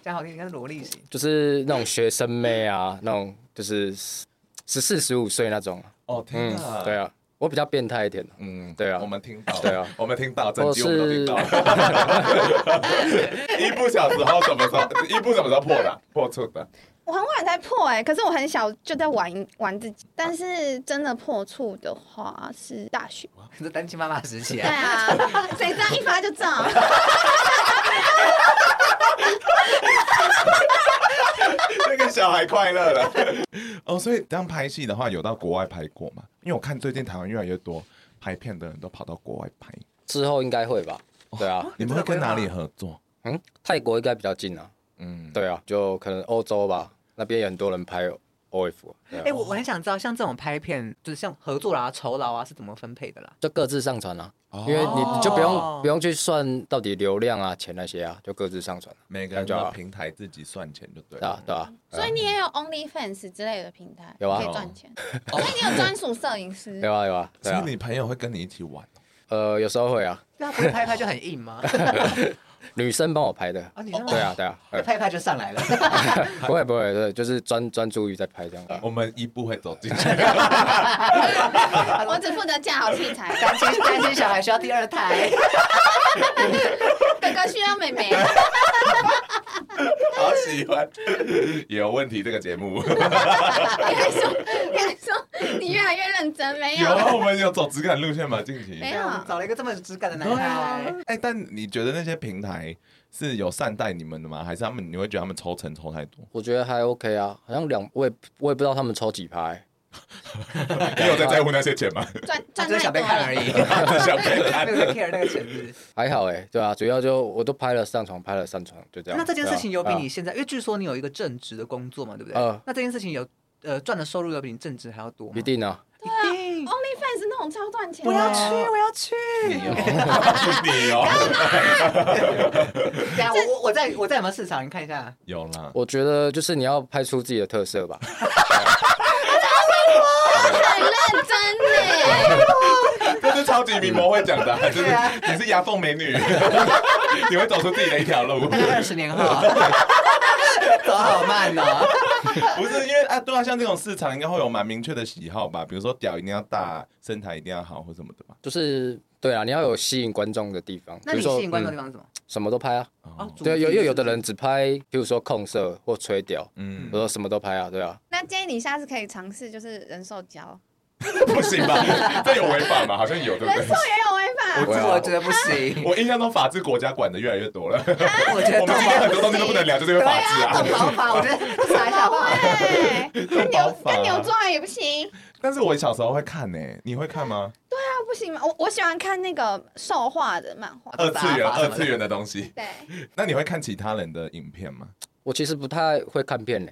Speaker 1: 讲好听，应该是萝莉型。 (laughs)
Speaker 3: 就是那种学生妹啊，那种就是十四十五岁那种，
Speaker 5: 哦，
Speaker 3: 嗯
Speaker 5: 天，哪！
Speaker 3: 对，啊，我比较变态一点，
Speaker 5: 嗯，
Speaker 3: 对啊
Speaker 5: 我们听到，
Speaker 3: 对啊，
Speaker 5: 我们听到，整
Speaker 3: 或
Speaker 5: 集我们都听
Speaker 3: 是
Speaker 5: 到。 (laughs) 一部小时后什么时候？一部什么时候破的？破处的？
Speaker 2: 我很晚才破哎、可是我很小就在玩玩自己。但是真的破处的话是大学。
Speaker 1: 这单亲妈妈时期
Speaker 2: 对
Speaker 1: 啊，
Speaker 2: 啊，谁知道一发
Speaker 5: (laughs)
Speaker 2: 就中？
Speaker 5: 啊那个小孩快乐了。 (laughs) 哦，所以这样拍戏的话，有到国外拍过吗？因为我看最近台湾越来越多拍片的人都跑到国外拍。
Speaker 3: 之后应该会吧？
Speaker 5: 哦
Speaker 3: 对啊，
Speaker 5: 你们会跟哪里合作？
Speaker 3: 嗯，泰国应该比较近啊，
Speaker 5: 嗯，
Speaker 3: 对啊，就可能欧洲吧，那边也很多人拍 OF，对啊
Speaker 1: 哎、我我很想知道，像这种拍片，就是像合作啦、酬劳啊，是怎么分配的啦？
Speaker 3: 就各自上传啊，
Speaker 5: 哦
Speaker 3: 因为你你就不用不用去算到底流量啊、钱那些啊，就各自上传，
Speaker 5: 每个人
Speaker 3: 就好
Speaker 5: 的平台自己算钱就对
Speaker 3: 对
Speaker 5: 了。
Speaker 3: 啊对啊，
Speaker 2: 所以你也有 OnlyFans 之类的平台，
Speaker 3: 有啊
Speaker 2: 可以赚钱。所
Speaker 5: 啊
Speaker 2: 以你有专属摄影师。
Speaker 3: 有啊有啊，对
Speaker 5: 所
Speaker 3: 啊
Speaker 5: 以，你朋友会跟你一起玩哦？
Speaker 3: 呃，有时候会啊，
Speaker 1: 对啊，不是拍一拍就很硬吗？
Speaker 3: 女生帮我拍
Speaker 5: 哦
Speaker 3: 的，
Speaker 1: 啊，你那么
Speaker 3: 对啊对啊，呃
Speaker 1: 拍一拍就上来了。
Speaker 3: 不会不会，对，就是专专注于在拍这样。
Speaker 5: 我们一步会走进去。
Speaker 2: (laughs) 我只负责架好器材，
Speaker 1: 担心担心小孩需要第二胎，
Speaker 2: 哥哥需要妹妹。啊
Speaker 5: 好喜欢， (laughs) 有问题这个节目
Speaker 2: 你还说，你还说你越来越认真没
Speaker 5: 有
Speaker 2: 有？
Speaker 5: 啊，我们有走质感路线嘛？近期
Speaker 2: 没
Speaker 1: (laughs)
Speaker 2: 有
Speaker 1: 哎找了一个这么质感的男
Speaker 5: 对啊
Speaker 1: 孩。，
Speaker 5: 哎，但你觉得那些平台是有善待你们的吗？还是他们你会觉得他们抽成抽太多？
Speaker 3: 我觉得还 OK 啊，好像两我也我也不知道他们抽几排，
Speaker 5: 你有在在乎那些钱吗？
Speaker 2: 赚
Speaker 1: 他
Speaker 2: 赚
Speaker 1: 只是
Speaker 2: 太
Speaker 1: 想
Speaker 2: 多
Speaker 1: 被看而
Speaker 2: 了。
Speaker 1: 已， (laughs)
Speaker 5: 只想被看
Speaker 1: 没有在 care 那个钱是不是。
Speaker 3: 还好哎、对啊，主要就我都拍了上床，拍了上床，就这
Speaker 1: 嗯
Speaker 3: 样。
Speaker 1: 那这件事情有比
Speaker 3: 对啊
Speaker 1: 你现在，因为据说你有一个正职的工作嘛，对不对
Speaker 3: 嗯？
Speaker 1: 那这件事情有呃赚的收入有比你正职还要多吗？
Speaker 3: 一定啊，
Speaker 1: 一定，啊
Speaker 2: OnlyFans 那种超赚钱的，
Speaker 1: 我要去，我要去。
Speaker 5: 你哦， (laughs) 你哦，
Speaker 1: 等一下啊我我我在我在有没有市场？你看一下。
Speaker 5: 有啦，
Speaker 3: 我觉得就是你要拍出自己的特色吧。
Speaker 2: 很认真呢。
Speaker 5: 这是超级名模会讲的啊，就是
Speaker 1: 对啊
Speaker 5: 你是牙缝美女，你会走出自己的一条路
Speaker 1: 大。概二十年后，啊走好慢哦。
Speaker 5: (laughs) 不是因为啊，对啊，像这种市场应该会有蛮明确的喜好吧，比如说屌一定要大，身材一定要好或什么的吧。
Speaker 3: 就是对啊，你要有吸引观众的地方。
Speaker 1: 那
Speaker 3: 比
Speaker 1: 你
Speaker 3: 如说
Speaker 1: 吸引观众的地
Speaker 3: 嗯
Speaker 1: 方是什么？
Speaker 3: 什么都拍啊。
Speaker 1: 哦，主
Speaker 3: 对啊，有
Speaker 1: 题
Speaker 3: 又
Speaker 1: 是
Speaker 3: 有的
Speaker 1: 不是
Speaker 3: 人只拍，比如说控色或吹屌，
Speaker 5: 嗯
Speaker 1: (laughs)
Speaker 3: 我，说什么都拍啊，对啊。
Speaker 2: (laughs) 那建议你下次可以尝试，就是人兽交，
Speaker 5: 不行吧？这有违法吗？好像有，对不
Speaker 2: 人兽
Speaker 5: 对？
Speaker 2: 也有违法。
Speaker 1: 啊我
Speaker 3: 啊
Speaker 1: 我觉得不
Speaker 3: (laughs)
Speaker 1: 行，
Speaker 5: 我印象中法治国家管的越来越多
Speaker 1: (laughs)
Speaker 5: 了，
Speaker 1: 我觉得
Speaker 5: 我们今天很多东西都不能聊，就是因为
Speaker 1: 啊对
Speaker 5: 法治
Speaker 1: 啊，
Speaker 5: 啊
Speaker 1: 懂。跑法，我觉得查一下吧。 (laughs)
Speaker 2: 对，欸跟
Speaker 5: 包
Speaker 2: 牛
Speaker 5: 法
Speaker 2: 跟牛做爱也不行。
Speaker 5: 但是我小时候会看呢、你会看吗？
Speaker 2: 那不行吗？我我喜欢看那个兽画的漫
Speaker 1: 啊
Speaker 2: 画。
Speaker 1: 呃
Speaker 5: 二次元，
Speaker 1: 打法什
Speaker 5: 二
Speaker 1: 么的
Speaker 5: 次元的东西。
Speaker 2: 对，
Speaker 5: 那你会看其他人的影片吗？
Speaker 3: 我其实不太会看片呢、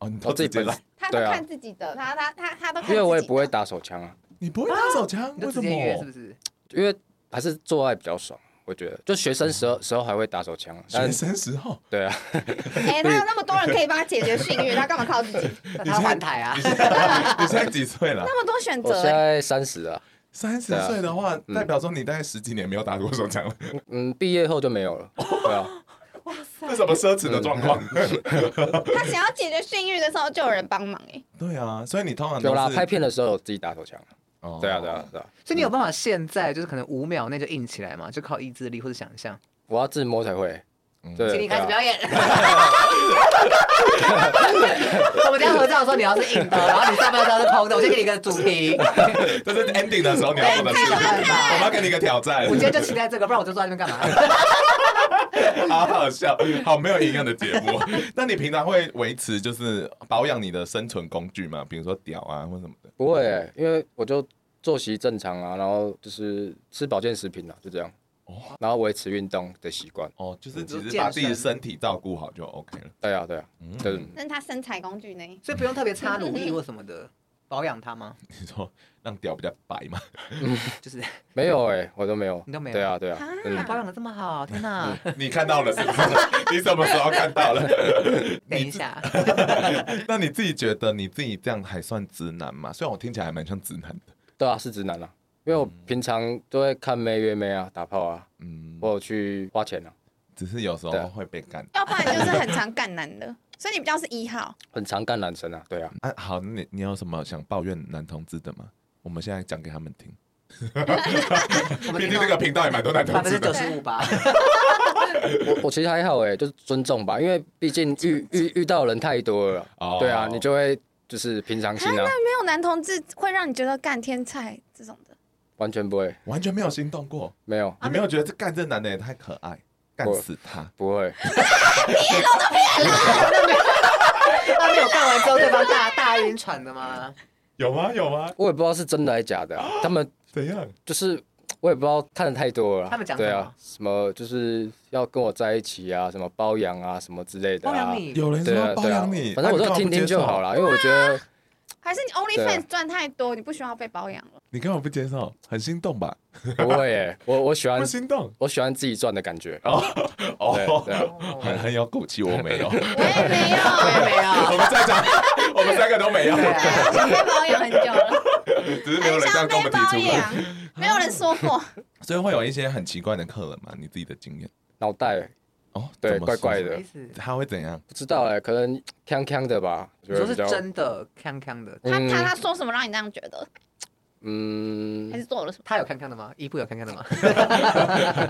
Speaker 5: 哦，你都
Speaker 3: 我自
Speaker 5: 直
Speaker 3: 己
Speaker 5: 接
Speaker 3: 本
Speaker 5: 来，
Speaker 2: 他都
Speaker 3: 对啊
Speaker 2: 看自己的，他他他他都看自己
Speaker 3: 因
Speaker 2: 的。
Speaker 3: 为我也不会打手枪啊，
Speaker 5: 你不会打手枪？
Speaker 1: 啊你就
Speaker 5: 为
Speaker 1: 直
Speaker 5: 什
Speaker 1: 接约是不
Speaker 5: 么？
Speaker 1: 是？
Speaker 3: 因为还是做爱比较爽。我觉得，就学生时
Speaker 1: 嗯
Speaker 3: 候时候还会打手枪啊，但
Speaker 5: 学生时候，
Speaker 3: 对啊，
Speaker 2: 哎，他有那么多人可以帮他解决性欲，他干嘛靠自己？
Speaker 1: 那他换台啊
Speaker 5: 你？现在你现在几岁了？
Speaker 1: (laughs)
Speaker 2: 那么多选
Speaker 3: 我
Speaker 2: 择
Speaker 3: 现
Speaker 2: 欸，
Speaker 3: 在三十啊，
Speaker 5: 三十岁的
Speaker 1: 啊
Speaker 5: 话，
Speaker 1: 嗯
Speaker 5: 代表说你大概十几年没有打过手枪了，
Speaker 3: 嗯，毕业后就没有
Speaker 5: (laughs)
Speaker 3: 了。对啊，
Speaker 5: 这什么奢侈的状况？
Speaker 2: 他想要解决性欲的时候，就有人帮忙哎、
Speaker 5: (laughs) 对啊，所以你通常都
Speaker 3: 有啦，
Speaker 5: 是
Speaker 3: 拍片的时候有自己打手枪。
Speaker 5: 哦
Speaker 3: 对啊，对啊，对啊。
Speaker 1: 所以你有办法现在就是可能五秒内就硬起来嘛，就靠意志力或者想象。
Speaker 3: 我要自摸才会。
Speaker 5: 嗯
Speaker 3: 对，
Speaker 1: 请你开始
Speaker 3: 对
Speaker 1: 表
Speaker 3: 啊 (laughs)
Speaker 1: 演。我们等一下合照的时候，你要是硬的，然后你下半张是空的，我就给你一个主题。
Speaker 5: 这是 ending 的时候你要做的事，
Speaker 1: 太好了
Speaker 5: 我们要给你一个挑战
Speaker 1: 我，今天就期待这个，不然我就坐在那边干嘛？
Speaker 5: (laughs) 好好笑，好没有营养的节目。 (laughs) 那你平常会维持就是保养你的生存工具吗？比如说屌啊或什么的。
Speaker 3: 不会欸，因为我就作息正常啊，然后就是吃保健食品啊，就这样。然后维持运动的习惯。
Speaker 5: 哦，就是只
Speaker 1: 就是
Speaker 5: 把
Speaker 1: 健
Speaker 5: 自己的
Speaker 1: 身
Speaker 5: 身嗯体照顾好就 OK 了。
Speaker 3: 对啊，对啊，对。
Speaker 2: 那是他身材工具呢？
Speaker 1: 所以不用特别擦乳液或什么的，保养它
Speaker 3: (laughs)
Speaker 1: 吗？
Speaker 5: 你说让屌比较白嘛？
Speaker 1: 就是
Speaker 3: 没有哎，我都没有。
Speaker 1: 你都没有
Speaker 3: 对啊，对啊
Speaker 2: 啊。
Speaker 3: 嗯
Speaker 1: 保养的这么好，天哪！
Speaker 5: (laughs) 你看到了是不是？ (laughs) 你什么时候看到了？ (laughs)
Speaker 1: 等一下，
Speaker 5: 那你自己觉得你自己这样还算直男吗？虽然我听起来还蛮像直男的。
Speaker 3: 对啊，是直男啊，因为我平常都会看妹约妹啊，打炮啊，
Speaker 5: 嗯，
Speaker 3: 我有去花钱啊，
Speaker 5: 只是有时
Speaker 3: 对啊
Speaker 5: 候会被干。
Speaker 2: 要不然就是很常干男的，所以你比较是一号。
Speaker 3: 很常干男生啊，对啊，
Speaker 5: 啊，好，那你你有什么想抱怨男同志的吗？我们现在讲给他们听。
Speaker 1: 我们
Speaker 5: (laughs) 毕竟这个频道也蛮多男
Speaker 1: 百
Speaker 5: 同
Speaker 1: 分
Speaker 5: 志
Speaker 1: 之
Speaker 5: 的
Speaker 1: 九。十五
Speaker 3: (laughs)
Speaker 1: 吧。
Speaker 3: 我我其实还好哎，就是尊重吧，因为毕竟遇遇遇到的人太多了
Speaker 5: 哦，
Speaker 3: 对啊，你就会就是平常心啊，
Speaker 1: (laughs)
Speaker 2: 没有男同志会让你觉得干天菜这种的，
Speaker 3: 完全不会，
Speaker 5: 完全没有心动过，
Speaker 3: 没有，
Speaker 5: 你没有觉得这干这男的也太可爱，干死他。
Speaker 3: 不会，
Speaker 1: 他没有
Speaker 3: 啊
Speaker 1: 干完之后，对方大大晕船的吗？
Speaker 5: 有吗？有吗？
Speaker 3: 我也不知道是真的还是假
Speaker 1: (laughs)
Speaker 3: 的啊，他们
Speaker 5: 怎样？
Speaker 3: 就是。我也不知道看的太多了啊，
Speaker 1: 他们讲什么
Speaker 3: 对啊，什么就是要跟我在一起啊，什么包养啊，什么之类的
Speaker 1: 包
Speaker 3: 啊，
Speaker 1: 养你，
Speaker 5: 有人
Speaker 3: 对
Speaker 5: 说
Speaker 3: 啊，
Speaker 5: 包
Speaker 3: 对啊
Speaker 5: 养你，，
Speaker 3: 反正我
Speaker 5: 啊
Speaker 3: 就听听就好。了，因为我觉得
Speaker 2: 还是你 OnlyFans 赚太多，你不需要被包养了？
Speaker 5: 你根本不接受，很心动吧？
Speaker 3: 不会耶，
Speaker 5: (laughs)
Speaker 3: 我我喜欢
Speaker 5: 不心动
Speaker 3: 我喜欢自己赚的感觉。对啊对
Speaker 5: (laughs) 哦，
Speaker 1: 哦
Speaker 5: 很很有骨气， (laughs) 我没有。
Speaker 2: 我也哎没有，啊
Speaker 1: 我也没
Speaker 5: 我
Speaker 1: 有。
Speaker 5: 们在场，我们三个都没有，
Speaker 1: 对啊
Speaker 2: 我想被包养很久了，
Speaker 5: (laughs) 只 (laughs) 是没有
Speaker 2: 很
Speaker 5: 人这样
Speaker 2: 想
Speaker 5: 跟我
Speaker 2: 被
Speaker 5: 们提
Speaker 2: 包
Speaker 5: 出。
Speaker 2: 养，没有人说
Speaker 5: (laughs)
Speaker 2: 过。
Speaker 5: 所以会有一些很奇怪的客人嘛，你自己的经验
Speaker 3: 脑袋
Speaker 5: 哦，
Speaker 3: 对
Speaker 5: 怎么
Speaker 3: 怪
Speaker 5: 说
Speaker 3: 怪
Speaker 1: 什
Speaker 3: 的
Speaker 1: 么意思？
Speaker 5: 他会怎样？
Speaker 3: 不知道哎，可能锵锵的吧，我
Speaker 1: 你
Speaker 3: 觉得
Speaker 1: 说是
Speaker 3: 比较
Speaker 1: 真的康康
Speaker 3: (laughs)
Speaker 1: 的，
Speaker 2: 他他
Speaker 3: 嗯
Speaker 2: 他说什么让你这样觉得？还
Speaker 3: 嗯，
Speaker 2: 是做了什么？
Speaker 1: 他有康康的吗？伊布有康康的吗？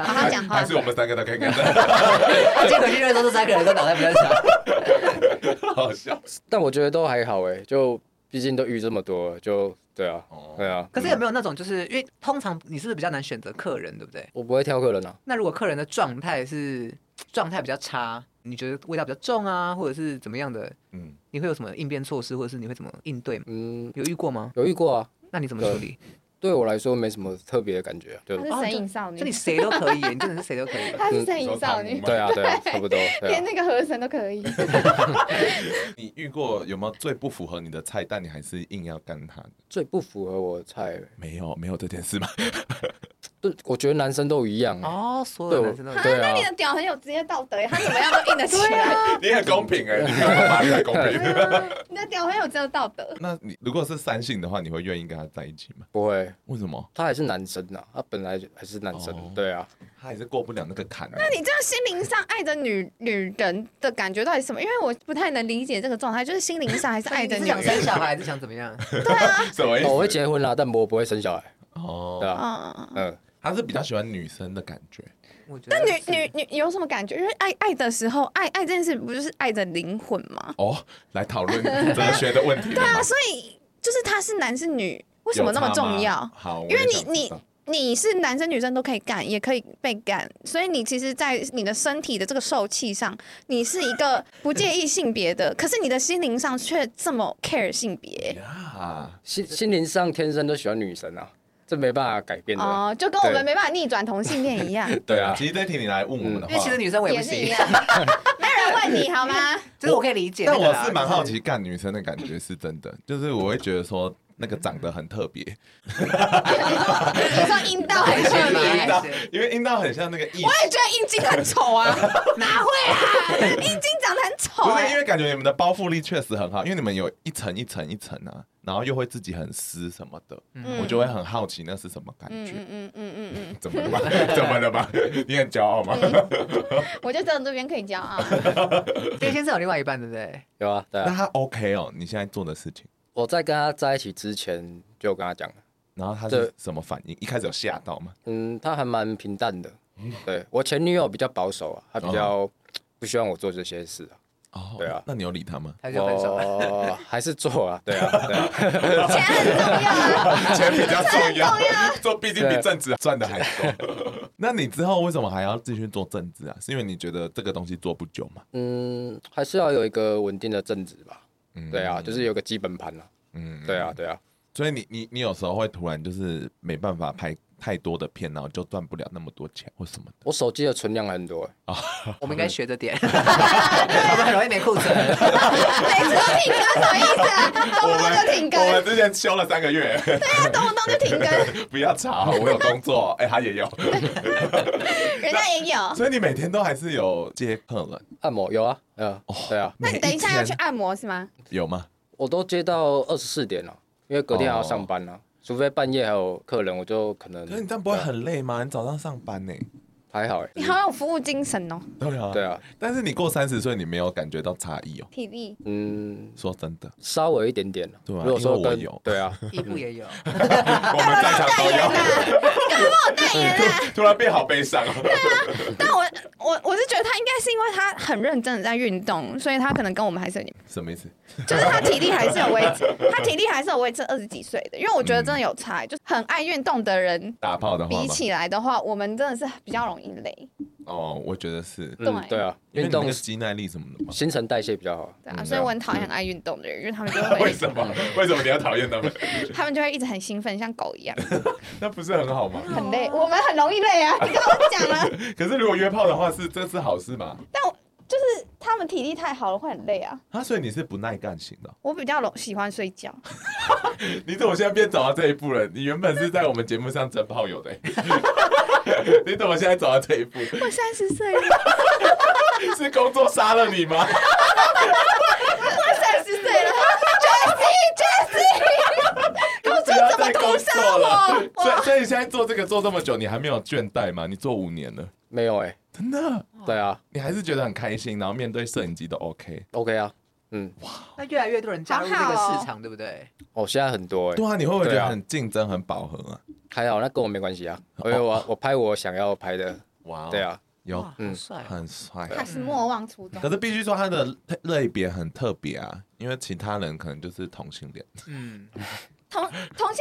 Speaker 2: 好好讲话
Speaker 5: 还。是我们三个都可以看 (laughs) 看，
Speaker 1: 他今天啊回去认识这三个人都脑袋比较长。
Speaker 5: 好笑
Speaker 3: 但我觉得都还好哎，就毕竟都遇这么多了，就对啊
Speaker 5: 哦，
Speaker 3: 对啊。
Speaker 1: 可是有
Speaker 3: 嗯
Speaker 1: 没有那种，就是因为通常你是不是比较难选择客人，对不对？
Speaker 3: 我不会挑客人啊，
Speaker 1: 那如果客人的状态是状态比较差，你觉得味道比较重啊，或者是怎么样的，
Speaker 5: 嗯，
Speaker 1: 你会有什么应变措施，或者是你会怎么应对吗？
Speaker 3: 嗯，
Speaker 1: 有遇过吗？
Speaker 3: 有遇过啊，
Speaker 1: 那你怎么处理？
Speaker 3: 对我来说没什么特别的感觉啊，就
Speaker 2: 她是神隐少
Speaker 5: 哦
Speaker 1: 就你
Speaker 2: 女，
Speaker 1: 谁都可以，你真的是谁都可以。
Speaker 2: 她是神隐少
Speaker 5: 你
Speaker 2: 女
Speaker 5: 说，
Speaker 3: 对啊对啊，差不多，对
Speaker 2: 连 (laughs)
Speaker 3: 啊。
Speaker 2: 那个河神都可
Speaker 3: (laughs)
Speaker 2: 以。
Speaker 5: 你遇过有没有最不符合你的菜，但你还是硬要干他的？
Speaker 3: 最不符合我的菜，
Speaker 5: 没有，没有这件 (laughs) 事吗？
Speaker 3: 对，我觉得男生都一
Speaker 5: 嗯
Speaker 3: 样欸，
Speaker 1: 哦，所
Speaker 3: 对
Speaker 1: 有
Speaker 3: 我
Speaker 1: 男生都有。
Speaker 3: 对
Speaker 2: 那你
Speaker 3: 啊，
Speaker 2: 的屌很有职业道德耶，他怎么样都硬得起来。
Speaker 5: 你很公平哎，你没有办法太公平。
Speaker 2: 你的屌很有职业道德。
Speaker 5: (laughs) 那你如果是三性的话，你会愿意跟他在一起吗？
Speaker 3: 不会，
Speaker 5: 为什么？
Speaker 3: 他还是男生啊，他本来就还是男
Speaker 5: 哦
Speaker 3: 生，对啊，
Speaker 5: 他还是过不了那个坎。啊
Speaker 2: 那你这样心灵上爱着女女人的感觉到底是什么？因为我不太能理解这个状态，就是心灵上还是爱
Speaker 1: 你
Speaker 2: 着
Speaker 1: 是
Speaker 2: 女
Speaker 1: 想
Speaker 2: 人。
Speaker 1: 生小孩，还是想怎么样？
Speaker 2: 啊
Speaker 5: (laughs) 什么意
Speaker 3: 哦我会
Speaker 5: 思？
Speaker 3: 结婚啦，但我不会生小孩，对
Speaker 5: 哎哦，
Speaker 3: 啊，
Speaker 2: (laughs) 嗯，
Speaker 3: 嗯，
Speaker 5: 他是比较喜欢女生的感觉。
Speaker 1: 我觉得
Speaker 2: 但女
Speaker 1: 是
Speaker 2: 女女有什么感觉？因为爱爱的时候，爱爱这件事不就是爱着灵魂吗？
Speaker 5: 哦，来讨论哲学的问题了吗。
Speaker 2: 对啊，所以就是他是男是女，为什么那么重
Speaker 5: 有差
Speaker 2: 要
Speaker 5: 吗？好，
Speaker 2: 因为
Speaker 5: 我也想
Speaker 2: 你
Speaker 5: 知道
Speaker 2: 你是男生女生都可以干，也可以被干，所以你其实，在你的身体的这个受气上，你是一个不介意性别的，可是你的心灵上却这么 care 性别。
Speaker 5: 呀，
Speaker 3: 心心灵上天生就喜欢女神啊，这没办法改变的。
Speaker 2: 哦，就跟我们没办法逆转同性恋一样，
Speaker 5: 对
Speaker 3: 啊
Speaker 5: 其实这一题你来问我们的
Speaker 2: 嗯
Speaker 1: 因为
Speaker 5: 话
Speaker 1: 其，实女生我也
Speaker 2: (laughs) 也
Speaker 1: 不
Speaker 2: 是一
Speaker 1: 行
Speaker 2: 样，，没有人问你好
Speaker 5: (laughs)
Speaker 2: 吗？
Speaker 1: 就是我可以理解。
Speaker 5: 但我是蛮好，
Speaker 2: 嗯
Speaker 5: 奇干女生的感觉是真的，就是我会觉得说那个长得很特别，
Speaker 2: 你说阴道哎很
Speaker 1: 特
Speaker 2: (laughs) 特
Speaker 1: 别
Speaker 2: 别
Speaker 1: 对
Speaker 5: 阴道，因为阴道很像那个异 (laughs)
Speaker 2: 我也觉得阴茎很丑啊，哪会啊？阴茎长得很丑厚
Speaker 5: 不
Speaker 2: 哎、
Speaker 5: 是因为感觉你们的包覆力确实很好，因为你们有一层一层一层啊，然后又会自己很撕什么的，
Speaker 2: 嗯
Speaker 5: 我就会很好奇那是什么感
Speaker 2: 嗯
Speaker 5: 觉。
Speaker 2: 嗯嗯嗯嗯嗯，
Speaker 5: 怎么了吧？怎么了吧？你很骄傲吗？
Speaker 2: 我就只有这边可以啊骄
Speaker 5: (laughs)
Speaker 2: 傲。
Speaker 1: 丁先生有另外一半，对不对？
Speaker 3: 有啊，对
Speaker 5: 那
Speaker 3: 啊，
Speaker 5: 他 OK 哦，你现在做的事情，
Speaker 3: 我在跟他在一起之前就有跟他讲了，
Speaker 5: 然后他
Speaker 3: 对
Speaker 5: 是什么反应？一开始有吓到吗？
Speaker 3: 嗯，他还蛮平淡的。对我前女友比较保守啊，她比较不希望我做这些事啊。
Speaker 5: 哦
Speaker 3: 对啊
Speaker 5: 那你有理他吗？
Speaker 1: 他就分手了。
Speaker 3: 我还是做啊，对啊，对啊，
Speaker 2: 钱很重要啊，
Speaker 5: 钱比较重要，做毕竟比正职赚的还多。 (laughs) 那你之后为什么还要继续做正职啊？是因为你觉得这个东西做不久嘛？
Speaker 3: 嗯，还是要有一个稳定的正职吧。
Speaker 5: 嗯
Speaker 3: 对啊，就是有个基本盘啊。
Speaker 5: 嗯
Speaker 3: 对啊，。对啊，
Speaker 5: 所以你你你有时候会突然就是没办法拍太多的片，然后就赚不了那么多钱或什么的。
Speaker 3: 我手机的存量还很多欸，
Speaker 1: 我们应该学着点， (laughs) 我们很容易没库
Speaker 5: (laughs)
Speaker 1: 存。
Speaker 2: 每次都停更什么意思啊？动不动就停更，
Speaker 5: 之前休了三个月， (laughs)
Speaker 2: 对啊，动不动就停更，
Speaker 5: 不要吵，我有工作， (laughs) 哎、他也有，
Speaker 2: 人家也有。
Speaker 5: 所以你每天都还是有接客人，
Speaker 3: 按摩有啊，嗯，
Speaker 5: 哦
Speaker 3: 对啊，
Speaker 2: 那你等一嗯下要去
Speaker 5: 每天
Speaker 2: 按摩是吗？
Speaker 5: 有吗？
Speaker 3: 我都接到二十四点了，因为隔天还要上班啊，除非半夜还有客人，我就可能
Speaker 5: 哦可是你这样不会很累吗？你早上上班呢、
Speaker 3: 还好欸。
Speaker 2: 你好有服务精神哦，
Speaker 5: 对啊
Speaker 3: 对啊，
Speaker 5: 但是你过三十岁，你没有感觉到差异哦。
Speaker 2: 体力。
Speaker 3: 嗯，
Speaker 5: 说真的，
Speaker 3: 稍微一点点啊
Speaker 5: 对啊
Speaker 3: 如果说
Speaker 5: 因为我
Speaker 3: 跟
Speaker 5: 有
Speaker 3: 对啊，
Speaker 1: 一部也有，
Speaker 5: (laughs) 我们在场都
Speaker 2: 代
Speaker 5: 有，
Speaker 2: 言啊！
Speaker 5: (laughs) 突然变好悲伤哦。
Speaker 2: 但我我我是觉得他应该是因为他很认真的在运动，所以他可能跟我们还是有点，
Speaker 5: 什么意思？
Speaker 2: 就是他体力还是有维 (laughs) 持，他体力还是有维持二十几岁的。因为我觉得真的有差，就是很爱运动的人
Speaker 5: 打炮的话
Speaker 2: 比
Speaker 5: 吗？
Speaker 2: 起来的话，我们真的是比较容易累，
Speaker 5: 哦，我觉得是
Speaker 3: 嗯，对啊，
Speaker 5: 因
Speaker 3: 运
Speaker 5: 为你那
Speaker 3: 动
Speaker 5: 个肌耐力什么
Speaker 2: (laughs)
Speaker 5: 的嘛。
Speaker 3: 新陈代谢比较好。
Speaker 2: 对啊。
Speaker 5: 嗯
Speaker 2: 所以我很讨厌很爱运动的人，因为他们就 (laughs)
Speaker 5: 为
Speaker 2: 会
Speaker 5: 什么？为什么你要讨厌他们？
Speaker 2: 他们就会一直很兴奋，像狗一样，
Speaker 5: (laughs) 那不是很好吗？
Speaker 2: 很累。我们很容易累啊，你跟我讲了。 (laughs)
Speaker 5: 可是如果约炮的话，是这是好事嘛？
Speaker 2: 但我就是他们体力太好了，会很累啊。
Speaker 5: 啊，所以你是不耐干型的哦。
Speaker 2: 我比较容喜欢睡觉，
Speaker 5: 你怎么现在变走到这一步了？你原本是在我们节目上真炮友的 (laughs) 欸。你怎么现在走到这一步？
Speaker 2: 我三十岁 (laughs) 了，
Speaker 5: 是工作杀了你
Speaker 2: (laughs)
Speaker 5: 吗？
Speaker 2: 我三十岁了，Jessie，Jessie，公主
Speaker 5: 不要
Speaker 2: 怎么
Speaker 5: 再工
Speaker 2: 屠杀 (laughs)
Speaker 5: 作了
Speaker 2: 我？
Speaker 5: 所以
Speaker 2: 我
Speaker 5: 所以你现在做这个做这么久，你还没有倦怠吗？你做五年了，
Speaker 3: 没有哎，
Speaker 5: 真的，
Speaker 3: 对啊
Speaker 5: 你还是觉得很开心，然后面对摄影机都 OK。
Speaker 3: ，OK 啊，嗯，
Speaker 1: 那越来越多人加入这个市场，对不对？
Speaker 3: 哦，现在很多哎
Speaker 5: 对，啊，你会不会觉
Speaker 3: 对
Speaker 5: 得
Speaker 3: 啊
Speaker 5: 很竞争、很饱和啊？
Speaker 3: 还好，那跟我没关系啊，因为我我拍我想要拍的，
Speaker 5: 哇哦
Speaker 3: 对，啊，
Speaker 5: 有
Speaker 1: 哇，好
Speaker 3: 嗯
Speaker 1: 帅哦。
Speaker 5: 很帅。
Speaker 2: 还是莫忘初衷
Speaker 5: 可。是必须说他的类别很特别啊，因为其他人可能就是同性恋。
Speaker 1: 嗯，
Speaker 2: (laughs) 同同性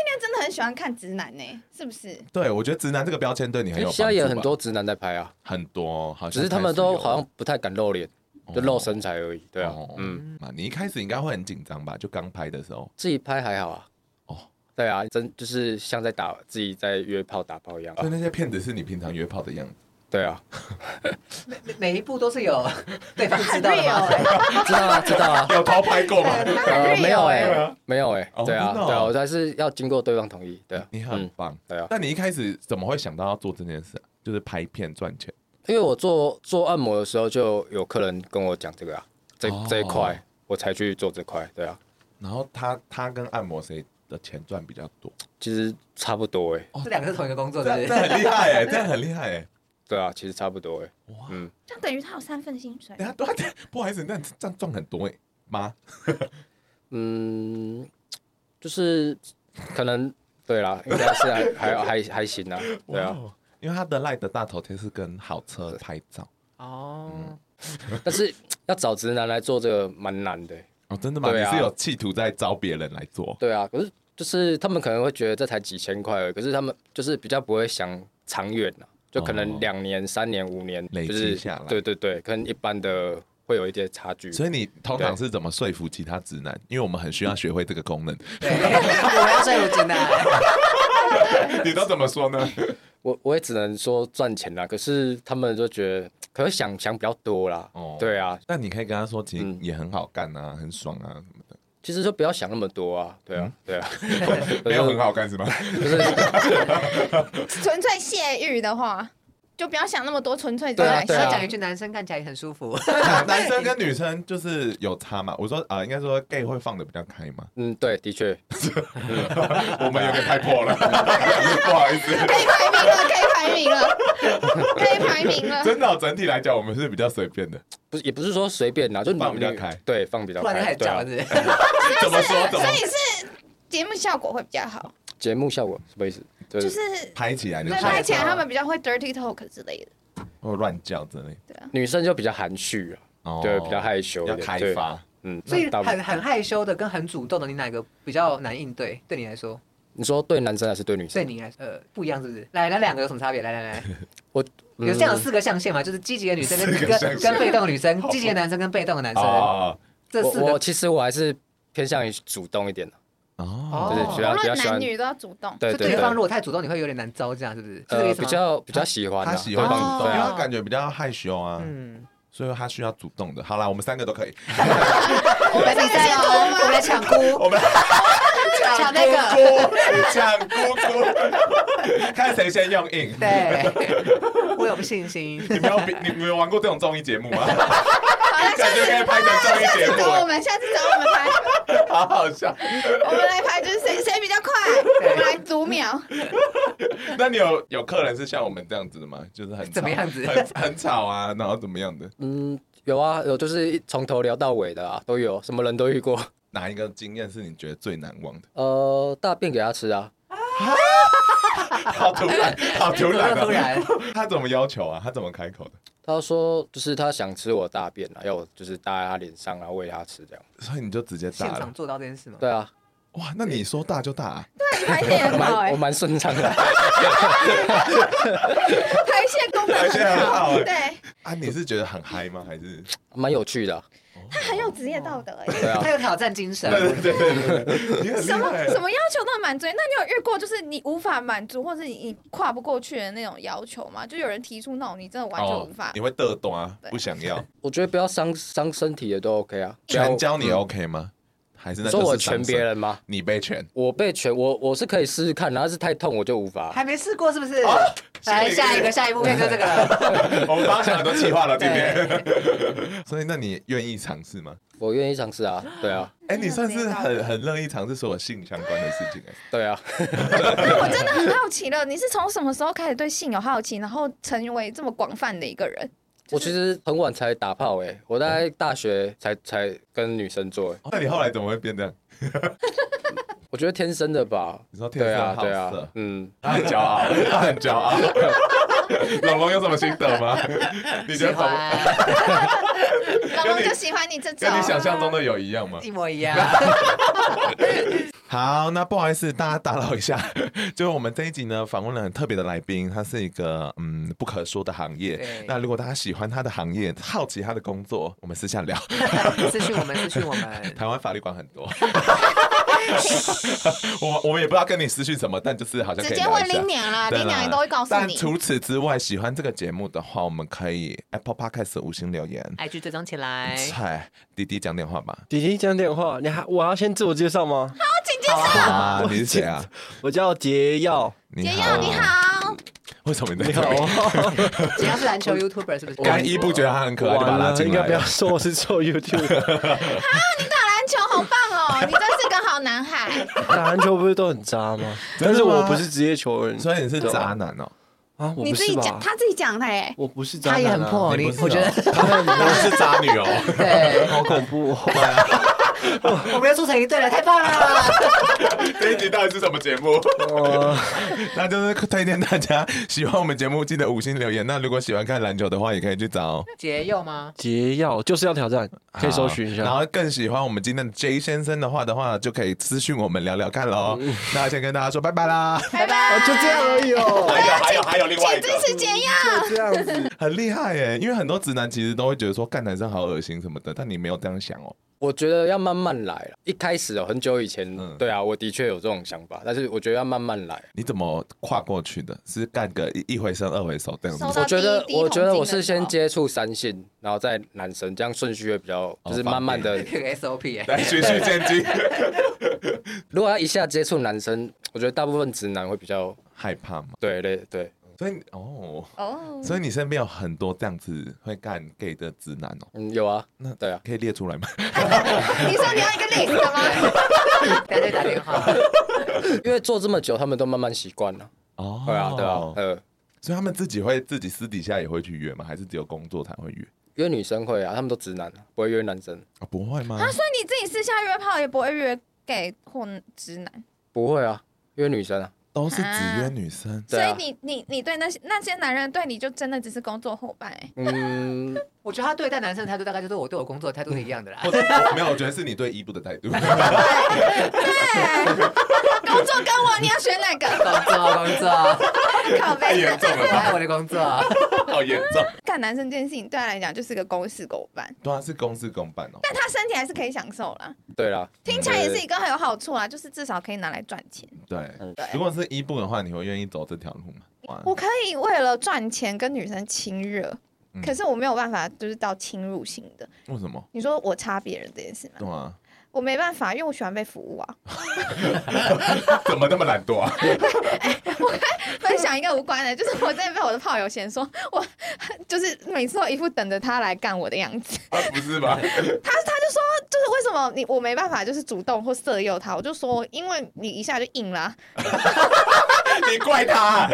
Speaker 2: 恋真的很喜欢看直男呢、是不是？
Speaker 5: 对，我觉得直男这个标签对你很有帮助
Speaker 3: 现
Speaker 5: 吧。
Speaker 3: 在也很多直男在拍啊，
Speaker 5: 很多，好像
Speaker 3: 只是他们
Speaker 5: 开始
Speaker 3: 都
Speaker 5: 有啊
Speaker 3: 好像不太敢露脸，就露身材而已。对啊
Speaker 5: 哦，
Speaker 3: 嗯，
Speaker 5: 嘛，你一开始应该会很紧张吧？就刚拍的时候，
Speaker 3: 自己拍还好啊。
Speaker 5: 哦
Speaker 3: 哦，对啊，真就是像在打自己在约炮打炮一样。啊
Speaker 5: 所以那些骗子是你平常约炮的样子。
Speaker 3: 对啊，
Speaker 1: 每每一步都是有对方知道的吗？
Speaker 3: 知道啊，知道啊。
Speaker 5: 有偷拍过吗？
Speaker 3: 呃，没有
Speaker 2: 对
Speaker 3: 哎，没有哎
Speaker 5: 哦，
Speaker 3: 对啊，
Speaker 5: 真的哦
Speaker 3: 对啊，我还是要经过对方同意。对啊，
Speaker 5: 你很
Speaker 3: 嗯，
Speaker 5: 棒。
Speaker 3: 对啊，
Speaker 5: 那你一开始怎么会想到要做这件事啊？就是拍片赚钱。
Speaker 3: 因为我做做按摩的时候就有客人跟我讲这个啊，这
Speaker 5: 哦
Speaker 3: 这一块我才去做这块。对啊，
Speaker 5: 然后他他跟按摩谁的钱赚比较多？
Speaker 3: 其实差不多哎。
Speaker 1: (laughs)
Speaker 5: 哦
Speaker 1: 这两个是同一个工作，
Speaker 5: 这
Speaker 1: 对嗯
Speaker 5: 样
Speaker 1: 不对？
Speaker 5: 这样很厉害哎，这样很厉害哎。
Speaker 3: 对啊，其实差不多哎。
Speaker 5: 哇，
Speaker 3: 嗯，
Speaker 2: 这样等于他有三份薪水 (laughs)
Speaker 5: 等一。下对啊等一下，不好意思，那这样赚很多哎。妈，
Speaker 3: 嗯，就是可能对啦，应该是还还还还行啊，对啊。
Speaker 5: 哇，因为他的赖的大头贴是跟好车拍照
Speaker 1: 哦，
Speaker 3: 但是要找直男来做这个蛮难的欸、
Speaker 5: 哦，真的吗？
Speaker 3: 对
Speaker 5: 你
Speaker 3: 啊
Speaker 5: 是有企图在招别人来做？
Speaker 3: 对啊。可是就是他们可能会觉得这才几千块而已，可是他们就是比较不会想长远啊，就可
Speaker 5: 哦
Speaker 3: 能两年、三年、五年
Speaker 5: 累积
Speaker 3: 就是
Speaker 5: 下来
Speaker 3: 对对对，跟一般的会有一些差距。
Speaker 5: 所以你通常
Speaker 3: 对
Speaker 5: 是怎么说服其他直男？因为我们很需要学会这个功
Speaker 3: (laughs)
Speaker 5: 能。
Speaker 1: 对，我们要睡如今的。
Speaker 5: 你都怎么说
Speaker 3: (laughs)
Speaker 5: 呢？
Speaker 3: 我我也只能说赚钱啦，可是他们就觉得可能想想比较多啦。
Speaker 5: 哦
Speaker 3: 对啊，
Speaker 5: 那你可以跟他说，其实
Speaker 3: 嗯
Speaker 5: 也很好干啊，很爽啊什么的。
Speaker 3: 其实就不要想那么多啊。对啊，
Speaker 5: 嗯
Speaker 3: 对
Speaker 5: (laughs)
Speaker 3: 啊， (laughs)
Speaker 5: 没有很好干是吗？
Speaker 3: 就是
Speaker 2: 纯粹泄欲的话，就不要想那么多，纯粹就
Speaker 3: 对啊
Speaker 2: 来
Speaker 3: 对啊
Speaker 1: 要
Speaker 2: 笑
Speaker 1: 讲一句，男生看起来也很舒服。
Speaker 5: 男生跟女生就是有差嘛。我说啊、呃应该说 gay 会放的比较开嘛。
Speaker 3: 嗯，对，的确，
Speaker 5: (laughs) 我们有点太破了，不好
Speaker 1: (laughs)
Speaker 5: 意思。
Speaker 2: 可以排名了，可以排名了，可以排名了。 (laughs)
Speaker 5: 真的哦、整体来讲，我们是比较随便的。
Speaker 3: 不是也不是说随便啦，就女
Speaker 5: 放比较
Speaker 3: 女
Speaker 5: 开
Speaker 3: 对，放比较
Speaker 1: 不然就开
Speaker 3: 开，
Speaker 1: 始
Speaker 3: 对
Speaker 1: 讲
Speaker 3: 啊
Speaker 1: 了，是不是？
Speaker 5: 怎么说？怎么
Speaker 2: 所以是节目效果会比较好，
Speaker 3: 节目效果什么意思？就
Speaker 2: 就是是
Speaker 5: 拍起来的
Speaker 2: 对
Speaker 5: 时候
Speaker 2: 拍起来他们比较会 dirty talk 之类的，
Speaker 5: 会乱叫之类
Speaker 2: 对啊。
Speaker 3: 女生就比较含蓄啊，
Speaker 5: 的，
Speaker 3: 对，比较害羞一
Speaker 5: 哦要
Speaker 3: 点，
Speaker 5: 开
Speaker 3: 对，
Speaker 5: 发。
Speaker 3: 嗯，
Speaker 1: 所以
Speaker 3: 那大部
Speaker 1: 很很害羞的跟很主动的，你哪个比较难应对？对你来说，
Speaker 3: 你说对男生还是对女
Speaker 1: 对
Speaker 3: 生？
Speaker 1: 你来说，呃，不一样是不是？来，那两个有什么差别？来来
Speaker 3: (laughs)
Speaker 1: 来，
Speaker 3: 我
Speaker 1: 有这样
Speaker 3: 嗯
Speaker 1: 有四个象限嘛，就是积极的女生跟
Speaker 5: 四个象限
Speaker 1: 跟跟被动的女
Speaker 3: (laughs)
Speaker 1: 生，积极的男生跟被动的男生，
Speaker 5: 哦
Speaker 1: 这
Speaker 3: 我
Speaker 1: 四
Speaker 3: 我
Speaker 1: 个
Speaker 3: 其实我还是偏向于主动一点的，
Speaker 5: 哦，
Speaker 3: 对，
Speaker 1: 哦
Speaker 3: 比较
Speaker 2: 无
Speaker 3: 比较
Speaker 2: 论
Speaker 3: 喜
Speaker 2: 男
Speaker 3: 欢，
Speaker 2: 女都要主动，
Speaker 3: 对
Speaker 1: 就对方如果太主动，你会有点难招架，是不是？是这个意
Speaker 3: 呃，
Speaker 1: 思
Speaker 3: 比
Speaker 1: 吗？
Speaker 3: 较比较喜欢啊，
Speaker 5: 他喜欢
Speaker 3: 对
Speaker 5: 主
Speaker 3: 方
Speaker 5: 动，
Speaker 3: 对
Speaker 5: 因
Speaker 3: 啊
Speaker 5: 为他感觉比较害羞啊，
Speaker 1: 嗯，
Speaker 5: 所以他需要主动的。好啦，我们三个都可以。
Speaker 1: 我们比赛哦，我们来抢姑，
Speaker 5: 我们
Speaker 1: 抢那个，
Speaker 5: 姑抢姑姑，看谁先用硬。 (laughs)
Speaker 1: 对，我有信心。
Speaker 5: 你没有比你没有玩过这种综艺节目吗？
Speaker 2: 好了，下
Speaker 5: 感觉可以拍成综艺节
Speaker 2: 次找我
Speaker 5: 目，
Speaker 2: 们，下次找我们拍，
Speaker 5: 好好笑。
Speaker 2: 我们来拍，就是谁谁比较快，我们来读秒。
Speaker 5: 那你有有客人是像我们这样子的吗？就是很吵
Speaker 1: 怎么样子
Speaker 5: 很很吵啊，然后怎么样的？
Speaker 3: 嗯，有啊，有就是一从头聊到尾的啊，都有，什么人都遇过。 (laughs)
Speaker 5: 哪一个经验是你觉得最难忘的？
Speaker 3: 呃，大便给他吃啊，
Speaker 5: 好突然，好突然、啊！
Speaker 1: 突然，
Speaker 5: 他怎么要求啊？他怎么开口的？
Speaker 3: 他说就是他想吃我的大便啊，要我就是搭在他脸上然后喂他吃这样。
Speaker 5: 所以你就直接
Speaker 1: 现
Speaker 5: 打
Speaker 1: 场
Speaker 5: 了。
Speaker 1: 做到这件事吗？
Speaker 3: 对啊，
Speaker 5: 哇，那你说大就大、啊，
Speaker 2: 对，排泄很好
Speaker 3: 蛮
Speaker 2: 哎
Speaker 3: 我，蛮顺畅的， (laughs)
Speaker 2: 排泄功能很好，对，
Speaker 5: 啊，你是觉得很嗨吗？还是？
Speaker 3: 蛮有趣的啊。
Speaker 2: 他很有职业道德哎。
Speaker 3: 对啊
Speaker 1: 他，有挑战精神，
Speaker 5: 对对对对，你很厉
Speaker 2: 什么
Speaker 5: 害。
Speaker 2: 什么要求都要满足？那你有遇过就是你无法满足，或是你跨不过去的那种要求吗？就有人提出那种你真的完全无法
Speaker 5: 哦、你会嘚懂啊？
Speaker 2: 对
Speaker 5: 不想要。
Speaker 3: 我觉得不要伤伤身体的都 OK 啊。不要
Speaker 5: 全教你 OK 吗？还是那
Speaker 3: 你
Speaker 5: 就
Speaker 3: 说
Speaker 5: 是
Speaker 3: 我
Speaker 5: 掌
Speaker 3: 全
Speaker 5: 声
Speaker 3: 别，人吗？
Speaker 5: 你被全。
Speaker 3: 我被全我我是可以试试看，然后是太痛我就无法。
Speaker 1: 还没试过是不是？
Speaker 5: 下
Speaker 1: 来
Speaker 5: 一个
Speaker 1: 下一个，下一部片就这个了。
Speaker 5: 我们帮想很多计划了，今天。
Speaker 1: 对，
Speaker 5: 所以，那你愿意尝试吗？
Speaker 3: 我愿意尝试啊，对啊，
Speaker 5: 哎、你算是很很乐意尝试所有性相关的事情哎、
Speaker 3: 对啊，
Speaker 2: 我真的很好奇了，你是从什么时候开始对性有好奇，然后成为这么广泛的一个人？
Speaker 3: 我其实很晚才打炮诶、我大概大学才才跟女生做、欸，
Speaker 5: 那你后来怎么会变这样？
Speaker 3: 我觉得天生的吧。
Speaker 5: 你说天
Speaker 3: 对
Speaker 5: 生
Speaker 3: 啊，
Speaker 5: 好
Speaker 3: 对
Speaker 5: 色
Speaker 3: 啊，，嗯，
Speaker 5: 他很骄傲，他很骄傲。龙龙有什么心得
Speaker 2: (laughs)
Speaker 5: 吗？你
Speaker 1: 喜
Speaker 5: 觉得怎么
Speaker 1: 欢
Speaker 2: 老公就喜欢你这种
Speaker 5: 跟，你想象中的有一样吗？
Speaker 1: 一模一样。
Speaker 5: 好，那不好意思，大家打扰一下， (laughs) 就是我们这一集呢，访问了很特别的来宾，他是一个嗯不可说的行业
Speaker 1: 对。
Speaker 5: 那如果大家喜欢他的行业，好奇他的工作，我们私下
Speaker 2: (laughs)
Speaker 5: 聊。
Speaker 1: 私讯我们，私讯我们。
Speaker 5: 台湾法律馆很多， (laughs) 我我们也不知道跟你私讯什么，但就是好像可
Speaker 2: 直
Speaker 5: 以
Speaker 2: 接
Speaker 5: 聊一
Speaker 2: 问
Speaker 5: 下
Speaker 2: 林娘啦，
Speaker 5: 对
Speaker 2: 林娘也啊都会告诉
Speaker 5: 但
Speaker 2: 你。
Speaker 5: 除此之外，喜欢这个节目的话，我们可以 Apple Podcast 五星留言。
Speaker 1: IG 追踪起来，
Speaker 5: (laughs) 嗨，弟弟讲点话吧。
Speaker 6: 弟弟讲点话，你还我要先自我介绍吗？
Speaker 1: 好啊，好啊
Speaker 5: 啊，你是谁啊？
Speaker 6: 我叫杰耀，
Speaker 5: 你
Speaker 2: 杰耀你，好，
Speaker 5: 为什么你在
Speaker 6: 你
Speaker 5: 这
Speaker 6: 好
Speaker 5: 里？，
Speaker 1: 只要是篮球 YouTuber 是不是？
Speaker 5: 刚一不觉得他很可爱，就把他拉
Speaker 6: 完了，
Speaker 5: 进
Speaker 6: 应
Speaker 5: 来
Speaker 6: 该不要
Speaker 5: 了。
Speaker 6: 说我是
Speaker 5: (laughs)
Speaker 6: 做 YouTube，
Speaker 2: 打篮球好 (laughs) 棒哦，你真是个好男孩。
Speaker 6: 打篮球不是都很渣吗？
Speaker 5: 真的吗
Speaker 6: 但是我不是职业球员
Speaker 5: 所以你是渣男哦，
Speaker 6: 啊，我
Speaker 2: 你
Speaker 6: 不
Speaker 2: 自
Speaker 6: 是
Speaker 2: 己讲，
Speaker 6: 吧？
Speaker 2: 他自己讲的哎，
Speaker 6: 我不是渣
Speaker 1: 他
Speaker 6: 男
Speaker 1: 也
Speaker 6: 啊，
Speaker 1: 很破，你
Speaker 5: 你不是哦
Speaker 1: 我觉得
Speaker 5: (laughs) 我是渣女哦。
Speaker 1: 对，
Speaker 6: 好恐怖哦。
Speaker 1: 我们又做成一对了，太棒了！
Speaker 5: 这一集到底是什么节目？
Speaker 2: (laughs)
Speaker 6: 呃
Speaker 5: (laughs) 那就是推荐大家喜欢我们节目，记得五星留言。那如果喜欢看篮球的话，也可以去找，
Speaker 1: 解忧吗？
Speaker 6: 杰耀就是要挑战，可以搜寻一
Speaker 5: 然
Speaker 6: 下。
Speaker 5: 后更喜欢我们今天的 J 先生的话的话，就可以私讯我们聊聊看喽。
Speaker 6: 嗯
Speaker 5: 那先跟大家说拜拜啦。
Speaker 2: 拜拜。
Speaker 6: 就这样而已
Speaker 5: 有
Speaker 6: 哦，
Speaker 5: 还有还有另
Speaker 2: 请支持杰耀，
Speaker 6: 就这样子。
Speaker 5: (laughs) 很厉害耶，因为很多直男其实都会觉得说干男生好恶心什么的，但你没有这样想哦。
Speaker 3: (laughs) 我觉得要慢慢来啦一开始哦、很久以前，
Speaker 5: 嗯
Speaker 3: 对啊，我的确有这种想法，但是我觉得要慢慢来。
Speaker 5: 你怎么跨过去的？是干个一一回生二回熟这样子
Speaker 2: 收 (laughs)
Speaker 5: 吗？
Speaker 2: 到
Speaker 3: 我觉得
Speaker 2: 第一
Speaker 3: 我觉得我
Speaker 2: 第一桶金的时
Speaker 3: 是先
Speaker 2: 候
Speaker 3: 接触三性，然后再男生，这样顺序会比较，
Speaker 5: 哦
Speaker 3: 就是慢慢的。
Speaker 1: 有个 SOP 哎，
Speaker 5: 来循序渐进， (laughs)
Speaker 3: 如果要一下接触男生，我觉得大部分直男会比较
Speaker 5: 害怕吗？
Speaker 3: 对对对，
Speaker 5: 所以哦，
Speaker 2: 哦，
Speaker 5: 所以你身边有很多这样子会干 gay 的直男哦，
Speaker 3: 嗯，有啊，对啊，
Speaker 5: 可以列出来吗？
Speaker 2: 你说你要一个 list (laughs) 吗？
Speaker 1: 大家打电话，
Speaker 3: 因为做这么久，他们都慢慢习惯了。
Speaker 5: (laughs) 哦
Speaker 3: (coughs) 对啊，对啊，呃，
Speaker 5: 所以他们自己会自己私底下也会去约吗？还是只有工作才会约？
Speaker 3: 约女生会啊，他们都直男，不会约男生，
Speaker 5: 啊，不会吗？
Speaker 2: 啊，所以你自己私下约炮也不会约 gay 或直男，
Speaker 3: 不会啊，约女生啊。
Speaker 5: 都是只约女生，
Speaker 2: 所
Speaker 3: 对啊
Speaker 2: 以你你你对那些那些男人对你就真的只是工作伙伴、 (laughs) 欸。
Speaker 3: 嗯， (laughs)
Speaker 1: 我觉得他对待男生的态度大概就是我对我工作的态度是一样的啦
Speaker 5: 或。者我没有，我觉得是你对伊布的态度。 (laughs)
Speaker 2: 对，工作跟我，你要选哪个？
Speaker 1: 工作工作，
Speaker 2: 靠
Speaker 5: 太
Speaker 2: 背
Speaker 5: 严重
Speaker 1: 我
Speaker 5: 了吧，
Speaker 1: 爱我的工作。
Speaker 5: 好严重。
Speaker 2: 干男生这件事情对他来讲就是个公事狗办，
Speaker 5: 对啊，是公事公办哦。
Speaker 2: 但他身体还是可以享受啦，
Speaker 5: 嗯
Speaker 3: 对啦，
Speaker 2: 听起来也是一个很有好处啊，就是至少可以拿来赚钱。
Speaker 5: 对
Speaker 3: 嗯，
Speaker 5: 如果是伊布的话，你会愿意走这条路吗？哇
Speaker 2: 我可以为了赚钱跟女生亲热
Speaker 5: 嗯，
Speaker 2: 可是我没有办法就是到侵入性的。
Speaker 5: 为什么？
Speaker 2: 你说我插别人这件事吗？
Speaker 5: 对啊，
Speaker 2: 我没办法，因为我喜欢被服务啊。
Speaker 5: 怎么那么懒惰啊？
Speaker 2: 分享一个无关的，就是 (laughs) 我之前被我的炮友嫌说，我 (laughs) 就是每次都一副等着他来干我的样子。
Speaker 5: 啊，不是吧？
Speaker 2: (laughs) 他他就说，就是为什么你我没办法就是主动或色诱他，我就说因为你一下就硬了啊、
Speaker 5: (laughs)
Speaker 2: 啊
Speaker 5: 你怪
Speaker 2: (laughs)
Speaker 5: 他？啊